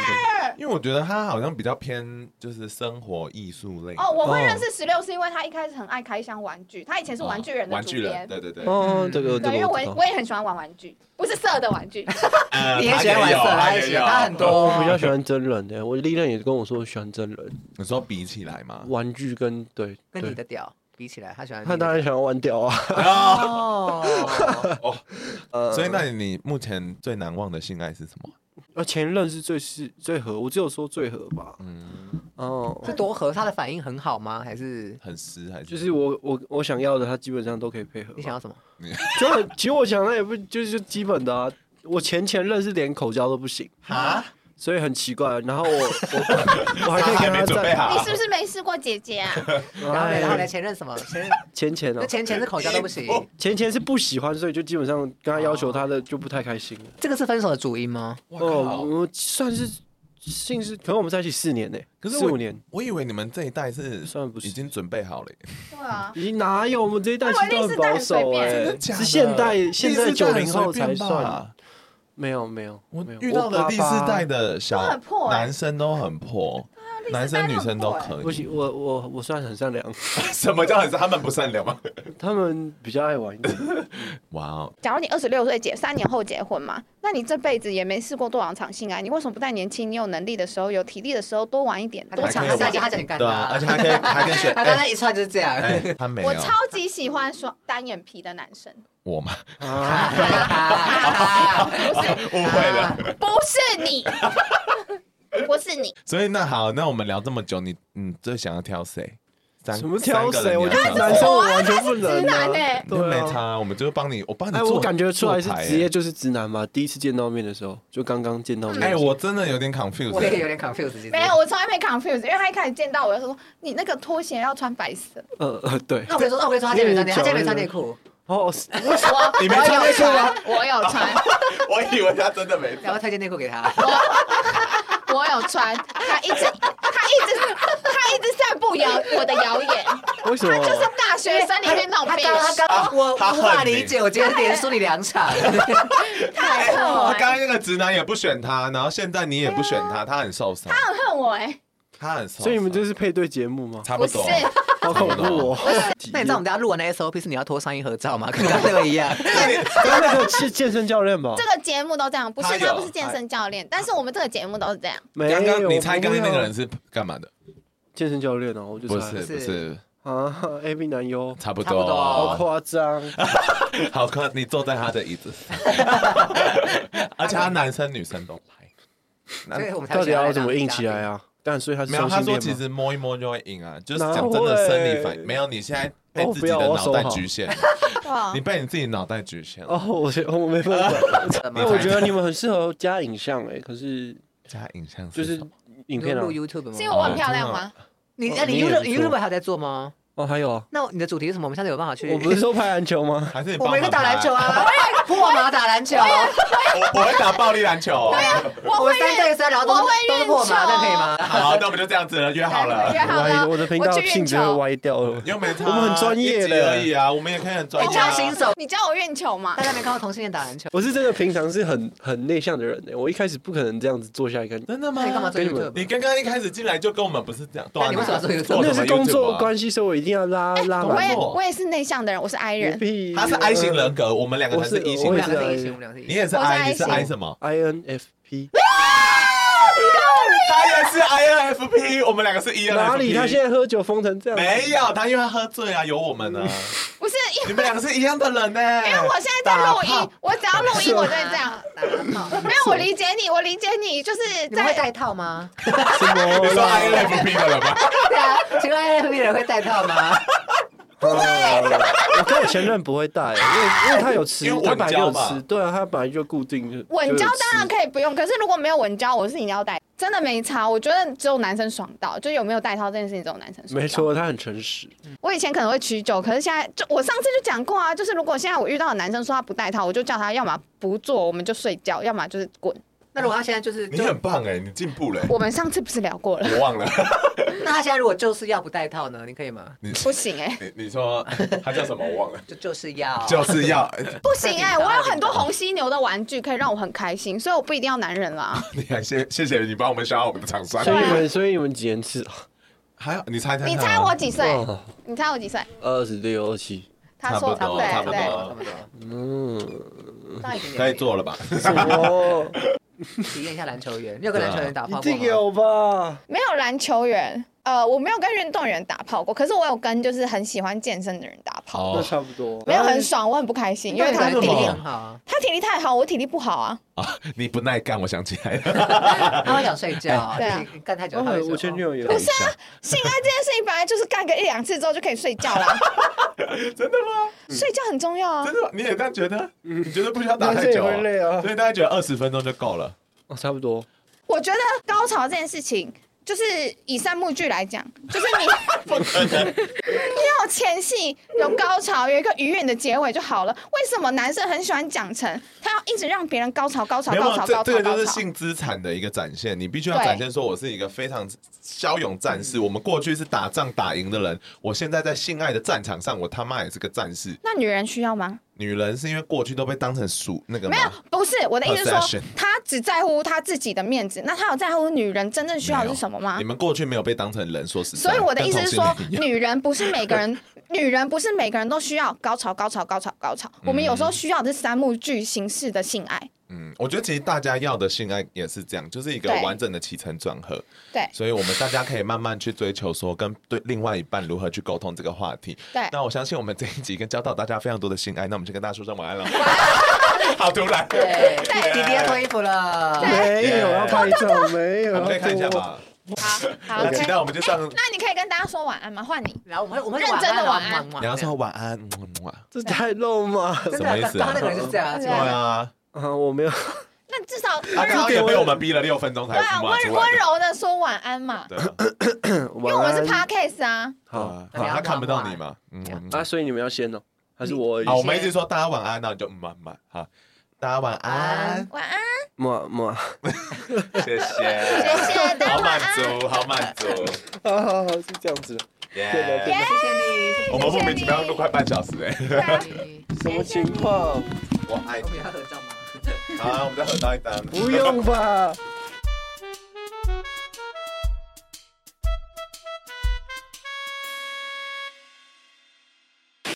Speaker 5: 因为我觉得他好像比较偏就是生活艺术类的。
Speaker 2: 哦，我会
Speaker 6: 哦
Speaker 2: 认识十六是因为他一开始很爱开箱玩具，他以前是玩具人的
Speaker 5: 玩
Speaker 2: 主
Speaker 5: 具人，
Speaker 2: 编。
Speaker 5: 对对对。
Speaker 6: 哦，这个这
Speaker 2: 对，因为
Speaker 6: 个
Speaker 2: 我
Speaker 6: 我知
Speaker 2: 也
Speaker 6: 道
Speaker 2: 我。也很喜欢玩玩具，不是色的
Speaker 5: (laughs)
Speaker 2: 玩具。
Speaker 6: 哎
Speaker 5: 呃
Speaker 1: 你也喜欢玩色，他也喜欢，他很。
Speaker 5: 有有
Speaker 1: 多。
Speaker 6: 哦我比较喜欢真人的，我历任也跟我说我喜欢真人
Speaker 5: 你说比起来嘛，
Speaker 6: 玩具跟对
Speaker 1: 跟你
Speaker 6: 对，
Speaker 1: 的屌比起来，他喜欢你的。
Speaker 6: 他当然想要玩掉啊。
Speaker 1: 哦，
Speaker 5: 呃所以那你目前最难忘的性爱是什么？
Speaker 6: 呃，前任是最是最合，我只有说最合吧。
Speaker 5: 嗯，
Speaker 6: 哦，
Speaker 1: 是多合，他的反应很好吗？还是
Speaker 5: 很湿还是？
Speaker 6: 就是我我我想要的，他基本上都可以配合吧。
Speaker 1: 你想要什么？
Speaker 6: (laughs) 就很，其实我想的也不就是就基本的啊。我前前任是连口交都不行
Speaker 5: 啊，
Speaker 6: 所以很奇怪。然后
Speaker 5: (laughs)
Speaker 6: 我我我还可以
Speaker 5: 还
Speaker 6: 跟
Speaker 5: 没
Speaker 6: 他
Speaker 5: 准备
Speaker 6: 在
Speaker 5: 好
Speaker 2: 你，是不是没试过姐姐啊？
Speaker 1: 然后嘞，然后嘞，
Speaker 6: 哎
Speaker 1: 前任什么？前任
Speaker 6: 前前哦
Speaker 1: 那，前前是口交都不行，
Speaker 6: 前前是不喜欢，所以就基本上跟他要求他的就不太开心了。
Speaker 1: 这个是分手的主因吗？
Speaker 5: 我
Speaker 6: 哦，
Speaker 5: 靠！
Speaker 6: 我算是性是，可能我们在一起四年呢，
Speaker 5: 可是
Speaker 6: 四
Speaker 5: 我
Speaker 6: 五年
Speaker 5: 我以为你们这一代是
Speaker 6: 算不是
Speaker 5: 已经准备好了耶，
Speaker 2: 对啊，
Speaker 6: 你哪有？我们这一代其实都很保守
Speaker 2: 我一定是带很随便真
Speaker 6: 哎、
Speaker 5: 真的假的
Speaker 6: 是现代现在
Speaker 5: 第四代
Speaker 6: 九
Speaker 5: 很
Speaker 6: 零后才
Speaker 5: 随便
Speaker 6: 算
Speaker 5: 吧。。
Speaker 6: 没有没有，
Speaker 5: 我
Speaker 6: 没有
Speaker 5: 遇到的第四代，的
Speaker 2: 都
Speaker 5: 小
Speaker 2: 很破欸
Speaker 5: 男生都很破，
Speaker 2: 啊第四代
Speaker 5: 男生女生都
Speaker 2: 都很欸
Speaker 5: 可
Speaker 6: 我爸爸不
Speaker 5: 以。
Speaker 6: 行，我我我算很善良，
Speaker 5: (laughs) 什么叫很他们不善良吗？
Speaker 6: 他们比较爱玩一点。
Speaker 5: 哇哦，
Speaker 2: 假如你二十六岁结，三年后结婚嘛，那你这辈子也没试过多少场性爱，你为什么不在年轻、你有能力的时候、有体力的时候多玩一点，多
Speaker 5: 还
Speaker 2: 尝
Speaker 5: 可以
Speaker 2: 试
Speaker 5: 玩
Speaker 2: 一
Speaker 1: 他
Speaker 2: 下
Speaker 1: 他？想干
Speaker 5: 对啊，而
Speaker 1: 他
Speaker 5: 且，
Speaker 1: (laughs)
Speaker 5: 还可以还可以选。
Speaker 1: 他刚才
Speaker 5: 哎
Speaker 1: 一串就是这样。
Speaker 5: 哎，他没有
Speaker 2: 我超级喜欢双单眼皮的男
Speaker 5: (laughs)
Speaker 2: 生，
Speaker 5: 我
Speaker 1: (laughs)
Speaker 5: 嘛， (laughs)
Speaker 6: 啊，
Speaker 1: 啊
Speaker 5: 误会了。
Speaker 2: 不是你，不是你，
Speaker 5: (laughs) 所以那好，那我们聊这么久，你你最想要挑谁？三
Speaker 6: 什么挑
Speaker 5: 三个
Speaker 6: 谁？
Speaker 5: 人
Speaker 6: 我觉得
Speaker 5: 你要
Speaker 6: 男
Speaker 5: 挑
Speaker 6: 生我完全不
Speaker 2: 直
Speaker 6: 能、
Speaker 2: 男
Speaker 6: 啊。
Speaker 2: 哎、
Speaker 5: 都没
Speaker 6: 对啊
Speaker 5: 差，我们就帮你，我帮你
Speaker 6: 哎，
Speaker 5: 做。
Speaker 6: 我感觉出来是
Speaker 5: 做牌欸
Speaker 6: 职业。就是直男嘛。第一次见到面的时候，就刚刚见到面的时
Speaker 5: 哎，
Speaker 6: 候。
Speaker 5: 我真的有点 confused。欸
Speaker 1: 我也有点 confused，其实
Speaker 2: 没有，，我从来没 confuse，因为他一开始见到我就说你那个拖鞋要穿白色，
Speaker 6: 呃呃，对。
Speaker 1: 那我跟你说，那我跟你说，他今天没穿内，他今天没穿内裤，
Speaker 6: 哦，
Speaker 2: 我
Speaker 5: 你没啊穿内裤吗？
Speaker 2: 啊我有穿，
Speaker 5: (laughs) 我以为他真的没
Speaker 1: 然后推荐内裤给他。
Speaker 2: 我有穿，他一直他一直他一直散布谣我的谣
Speaker 5: (laughs)
Speaker 2: 言，
Speaker 6: 为什么？
Speaker 2: 就是大学生里面那种
Speaker 1: 他
Speaker 2: b
Speaker 1: 刚 (laughs) 他
Speaker 2: i
Speaker 1: 刚刚我
Speaker 5: 他
Speaker 1: 无法
Speaker 5: 恨你
Speaker 1: 理解，我今天连输你两 (laughs) 场。
Speaker 2: 太恨我
Speaker 1: 啊
Speaker 5: 他
Speaker 2: 欸，
Speaker 5: 哎刚刚那个直男也不选他，然后现在你也不选他，他很受伤，
Speaker 2: 他很恨我哎，
Speaker 5: 他很受伤。
Speaker 6: 所以你们这是配对节目
Speaker 5: (laughs)
Speaker 6: 吗？
Speaker 5: 差
Speaker 2: 不
Speaker 5: 不
Speaker 2: 是
Speaker 5: 多。
Speaker 6: 好恐怖哦！
Speaker 1: 那你知道我们等下录完的 SOP 是你要脱上衣合照吗？跟刚才那个一样。
Speaker 6: (laughs) 刚刚那个是健身教练吧
Speaker 2: 这？个节目都这样，不
Speaker 5: 他
Speaker 2: 是
Speaker 5: 有
Speaker 2: 他不是健身教练，但是我们这个节目都是这样，
Speaker 6: 没有
Speaker 5: 刚刚你猜刚
Speaker 6: 啊
Speaker 5: 刚那个人是干嘛的？
Speaker 6: 健身教练哦，我就猜
Speaker 5: 不是
Speaker 1: 不
Speaker 5: 不
Speaker 1: 是
Speaker 5: 是，
Speaker 6: 啊，A B 男优，
Speaker 5: (laughs) 差不
Speaker 1: 差不多
Speaker 5: 多。
Speaker 6: 好夸张。
Speaker 5: (laughs) 好看，你坐在他的椅子上，而且他男生女生都拍。
Speaker 1: (laughs) 所以我们才
Speaker 6: 到底要怎么硬
Speaker 1: 印
Speaker 6: 起来？啊？但所以他是
Speaker 5: 没有，
Speaker 6: 双
Speaker 5: 他
Speaker 6: 性
Speaker 5: 说
Speaker 6: 恋
Speaker 5: 其
Speaker 6: 吗？
Speaker 5: 实摸一摸就会硬啊，就是
Speaker 6: 哪
Speaker 5: 讲真的生理反
Speaker 6: 会
Speaker 5: 应。没有，你现在被
Speaker 6: 哦
Speaker 5: 自己
Speaker 6: 不要
Speaker 5: 的
Speaker 6: 我要
Speaker 5: 脑
Speaker 6: 收
Speaker 5: 袋
Speaker 6: 好
Speaker 5: 局限，
Speaker 2: 对啊
Speaker 5: 你被你自己脑袋局限了。
Speaker 6: 哦，我觉我没办法，因为我觉得你们很适合加影像哎，可是
Speaker 5: 加影像
Speaker 6: 就是是
Speaker 5: 什么
Speaker 6: 影片啊
Speaker 1: 录，YouTube
Speaker 2: 是因
Speaker 1: 吗？
Speaker 2: 为我很漂亮吗？
Speaker 1: 你哎，你
Speaker 6: 哦你也
Speaker 1: YouTube
Speaker 6: 不错
Speaker 1: YouTube 还有在做吗？
Speaker 6: 哦，还有啊，
Speaker 1: 那你的主题是什么？我们下次有办法去。
Speaker 6: 我不是说拍篮球吗？
Speaker 5: 还是你
Speaker 1: 我
Speaker 5: 帮
Speaker 1: 们
Speaker 5: 忙
Speaker 1: 是打篮球
Speaker 5: 拍，
Speaker 1: (laughs) 啊，破马打篮球，啊我
Speaker 5: 我我会打暴力篮球。
Speaker 2: 啊
Speaker 1: 们
Speaker 2: 我会
Speaker 1: 三对三，然后都
Speaker 2: 我会
Speaker 1: 都是破
Speaker 2: 运球
Speaker 1: 马，那可以吗？
Speaker 5: 好，那我们就这样子了，约好了
Speaker 2: 约。好
Speaker 6: 歪，
Speaker 2: 了，
Speaker 6: (laughs) 我的频道
Speaker 2: 我去运
Speaker 6: 性质会
Speaker 2: 球
Speaker 6: 歪掉了。
Speaker 5: 又没差啊
Speaker 6: 我们很专业
Speaker 5: 一集
Speaker 6: 的
Speaker 5: 而已啊，我们也可以很专
Speaker 2: 哎
Speaker 1: 你
Speaker 5: 业
Speaker 1: 教
Speaker 5: 啊。
Speaker 1: 新手，
Speaker 2: 你教我运球嘛
Speaker 1: 大？家没看过同性恋打篮球，
Speaker 6: 我是真的平常是很很内向的人哎，我一开始不可能这样子坐下来看，
Speaker 5: 真的吗
Speaker 1: 那你干嘛做
Speaker 6: 跟你们
Speaker 1: YouTube？
Speaker 5: 你刚刚一开始进来就跟我们不是这样，对
Speaker 1: 那你为什么要做 YouTube？
Speaker 6: 那是工作
Speaker 5: 系。
Speaker 6: 关系，所以我一定要拉拉
Speaker 2: 哎
Speaker 5: 我
Speaker 2: 我
Speaker 6: 满
Speaker 5: 也
Speaker 2: 也
Speaker 5: 我
Speaker 2: 我也是内向的人，我是 I 人，
Speaker 6: 屁啊
Speaker 5: 他是 I 型人格，我们两个才是 E
Speaker 1: 我
Speaker 5: 型
Speaker 1: 们
Speaker 5: 人
Speaker 6: 我也
Speaker 1: 两个是一
Speaker 5: 格。
Speaker 6: 是 I
Speaker 1: 型，我们两个是一
Speaker 5: 你
Speaker 1: 型。
Speaker 5: 也是
Speaker 2: 我是
Speaker 5: I，你是
Speaker 2: I
Speaker 5: I
Speaker 2: 型
Speaker 5: 什么？ (laughs)
Speaker 6: ，INFP
Speaker 5: 他也是 INFP，我们两个是 E
Speaker 6: 哪里？他现在喝酒疯成这
Speaker 5: (laughs)
Speaker 6: 样，
Speaker 5: 没有，他因为他喝醉啊，有我们呢。
Speaker 2: 不是因
Speaker 5: 你们两个是一样的人呢、
Speaker 2: 因为我现在在录
Speaker 1: 打
Speaker 2: 音
Speaker 1: 炮，
Speaker 2: 我只要录音，我在这样。没有，我理解你，我理解你，就是
Speaker 1: (laughs) 你们会
Speaker 2: 在
Speaker 1: 戴套吗？
Speaker 5: (laughs) 你
Speaker 6: (laughs)
Speaker 5: 说 INFP 的人吗？
Speaker 1: 对啊，请问 INFP 人会戴套吗？ (laughs)
Speaker 6: 我跟我前任不会欸戴，因为因为他有吃
Speaker 5: 因为，
Speaker 6: 他
Speaker 5: 稳
Speaker 6: 本来就
Speaker 5: 交
Speaker 6: 有
Speaker 5: 嘛
Speaker 6: 吃，对啊，他本来就固定就
Speaker 2: 稳交当然
Speaker 6: 可
Speaker 2: 可以不用，可是如果没有稳交，我是一定要戴，真的没差。我觉得只有男生爽到，就有没有戴套这件事情只有男生爽到。
Speaker 6: 没错，他很诚实。
Speaker 2: 我以前可能会取酒，可是现在就我上次就讲过啊，就是如果现在我遇到的男生说他不戴套，我就叫他要么不做，我们就睡觉，要么就是滚。
Speaker 1: 那如果他现在就是，
Speaker 5: (laughs) 你
Speaker 1: 就
Speaker 5: 很棒哎、你进步了、
Speaker 2: 我们上次不是聊过了？ (laughs)
Speaker 5: 我忘了
Speaker 1: 那他现在如果就是要不戴套呢？你可以吗？
Speaker 2: 不行哎、
Speaker 5: (laughs) 你你说他叫什么？我忘了，
Speaker 1: 就就是要，
Speaker 5: (laughs) 就是要
Speaker 2: 不行哎、我有很多红犀牛的玩具可以让我很开心，所以我不一定要男人啦。
Speaker 5: 你还谢谢谢你帮我们消耗我们的厂商
Speaker 6: 所，以你们，所以你们几年次啊？
Speaker 5: 还有你猜猜看啊，
Speaker 2: 你
Speaker 5: (laughs)
Speaker 2: 猜我几岁？
Speaker 6: 哇，
Speaker 2: 你猜我几岁？
Speaker 6: 二十六、二七，
Speaker 2: 他说
Speaker 5: 哦差不多
Speaker 2: 对
Speaker 5: 差不
Speaker 1: 对，
Speaker 5: 多
Speaker 2: 对，
Speaker 1: 差不多。
Speaker 6: 嗯，
Speaker 1: 那一点点
Speaker 5: 可以做了
Speaker 2: (laughs)
Speaker 5: 吧？
Speaker 6: 哦，
Speaker 1: (laughs) 体验一下篮球员，你有跟篮球员打
Speaker 6: 一
Speaker 1: 炮过
Speaker 6: 定
Speaker 1: 吗？
Speaker 6: 有吧？
Speaker 2: 没有篮球员，呃，我没有跟运动员打炮过，可是我有跟就是很喜欢健身的人打炮，
Speaker 6: 那差不多。
Speaker 2: 没有
Speaker 5: 哎
Speaker 2: 很爽，我很不开心，因为他
Speaker 1: 篮
Speaker 2: 的
Speaker 1: 球
Speaker 2: 体
Speaker 1: 体力
Speaker 2: 力，
Speaker 1: 很好啊，
Speaker 2: 他体力太好，我体力不好啊。
Speaker 5: (laughs) 你不耐干，我想起
Speaker 2: (laughs)
Speaker 5: 来了，
Speaker 1: 他会想睡觉，
Speaker 2: 对啊
Speaker 1: 就是干太久
Speaker 6: 哦
Speaker 1: 他会说。
Speaker 6: 我前女
Speaker 1: 哦
Speaker 6: 友也
Speaker 5: 不是啊，
Speaker 2: 性爱这件事情本来就是干个一两次之后就可以睡觉
Speaker 5: (laughs)
Speaker 2: 啦，
Speaker 5: 真的吗？
Speaker 2: 睡觉很重要啊
Speaker 5: 真。的吗？你也这样觉得？
Speaker 2: 嗯
Speaker 5: 你觉得不需要打
Speaker 6: 男
Speaker 5: 太
Speaker 6: 生也
Speaker 5: 久啊？
Speaker 6: 会累
Speaker 5: (laughs)
Speaker 6: 啊
Speaker 5: 所，以大家觉得二十分钟就
Speaker 2: (laughs)
Speaker 5: 够了。
Speaker 6: 哦差不多。
Speaker 2: 我觉得高潮这件事情，就是以三幕剧来讲，就是你不可能，你有前戏，有高潮，有一个愉悦的结尾就好了。为什么男生很喜欢讲成他要一直让别人高潮、高潮、
Speaker 5: 没有
Speaker 2: 高潮、
Speaker 5: 这
Speaker 2: 高
Speaker 5: 这
Speaker 2: 潮、
Speaker 5: 个就
Speaker 2: 高
Speaker 5: 是
Speaker 2: 潮？
Speaker 5: 性资产的一个展现，你必须要
Speaker 2: 对
Speaker 5: 展现说我是一个非常骁勇战士。我们过去是打仗打赢的人，我现在在性爱的战场上，我他妈也是个战士。
Speaker 2: 那女人需要吗？
Speaker 5: 女人是因为过去都被当成属那个吗
Speaker 2: 没有，不是我的意思是
Speaker 5: Possession
Speaker 2: 说，他只在乎他自己的面子，那他有在乎女人真正需要的是什么吗
Speaker 5: 你？们过去没有被当成人，说实在。
Speaker 2: 所以我的意思是说
Speaker 5: 跟同性，恋一样
Speaker 2: 女人不是每个
Speaker 5: (laughs)
Speaker 2: 人，女人不是每个人都需要高潮、高潮、高潮、高潮。我们有时候需要的是三幕剧形式的性爱。
Speaker 5: 嗯，我觉得其实大家要的性爱也是
Speaker 2: 嗯
Speaker 5: 这样，就是一个
Speaker 2: 对
Speaker 5: 完整的起承转合。
Speaker 2: 对
Speaker 5: 所以我们大家可以慢慢去追求说跟对另外一半如何去沟通这个话题。
Speaker 2: 对
Speaker 5: 那我相信我们这一集跟教导大家非常多的性爱，那我们就跟大家说声晚安了。好突然，
Speaker 1: 对，弟弟要脱衣服了。
Speaker 6: 没有要拍照，没有
Speaker 5: 我
Speaker 6: 要
Speaker 5: 们可以看一下吧。
Speaker 2: 好，好哎
Speaker 5: 那
Speaker 2: ，OK
Speaker 5: 期。待我们就上，
Speaker 2: 那你可以跟大家说晚安吗？换你。
Speaker 1: 然后我们我们
Speaker 2: 认真地晚安
Speaker 1: 你
Speaker 5: 你要说晚安，么么啊
Speaker 6: 做，这太肉麻了
Speaker 1: 真
Speaker 5: 什么意
Speaker 1: 的，
Speaker 5: 思啊
Speaker 1: 刚刚那个人就是这样
Speaker 2: 对
Speaker 5: 对
Speaker 1: 啊。
Speaker 5: 啊，
Speaker 6: (laughs) 啊！我没有，
Speaker 2: 那至少
Speaker 5: 他
Speaker 2: 温
Speaker 5: 刚
Speaker 2: 柔
Speaker 5: 刚，也被我们逼了六分钟才
Speaker 2: 对啊，
Speaker 5: 骂
Speaker 2: 温
Speaker 5: 出
Speaker 2: 温
Speaker 5: 来。
Speaker 2: 柔的说晚安嘛，
Speaker 5: 对啊，
Speaker 6: 因
Speaker 2: 因为我们是 podcast 啊。
Speaker 6: 好
Speaker 5: 啊他看不到你嘛，嗯
Speaker 1: 这样
Speaker 5: 嗯。嗯
Speaker 6: 啊，所以你们要先哦，还是我而已
Speaker 5: 好，？我们一直说大家晚安，那你就嗯晚晚好，大家晚安，
Speaker 2: 晚安，
Speaker 6: 么 (laughs) 么，
Speaker 5: 谢谢，
Speaker 2: 谢谢大家
Speaker 5: 好
Speaker 2: 晚
Speaker 5: 满
Speaker 2: 安。
Speaker 5: 足，好满足，
Speaker 6: 好好好，是这样子，对
Speaker 5: 耶
Speaker 6: 对！
Speaker 1: 谢
Speaker 5: 我们莫名其妙录快半小时哎，
Speaker 1: 谢你。
Speaker 6: 什么情况？ (laughs)
Speaker 5: 我爱
Speaker 1: 我
Speaker 5: 你
Speaker 1: 们。要合照吗？
Speaker 5: 好，我们再合照一张。
Speaker 6: 不用吧？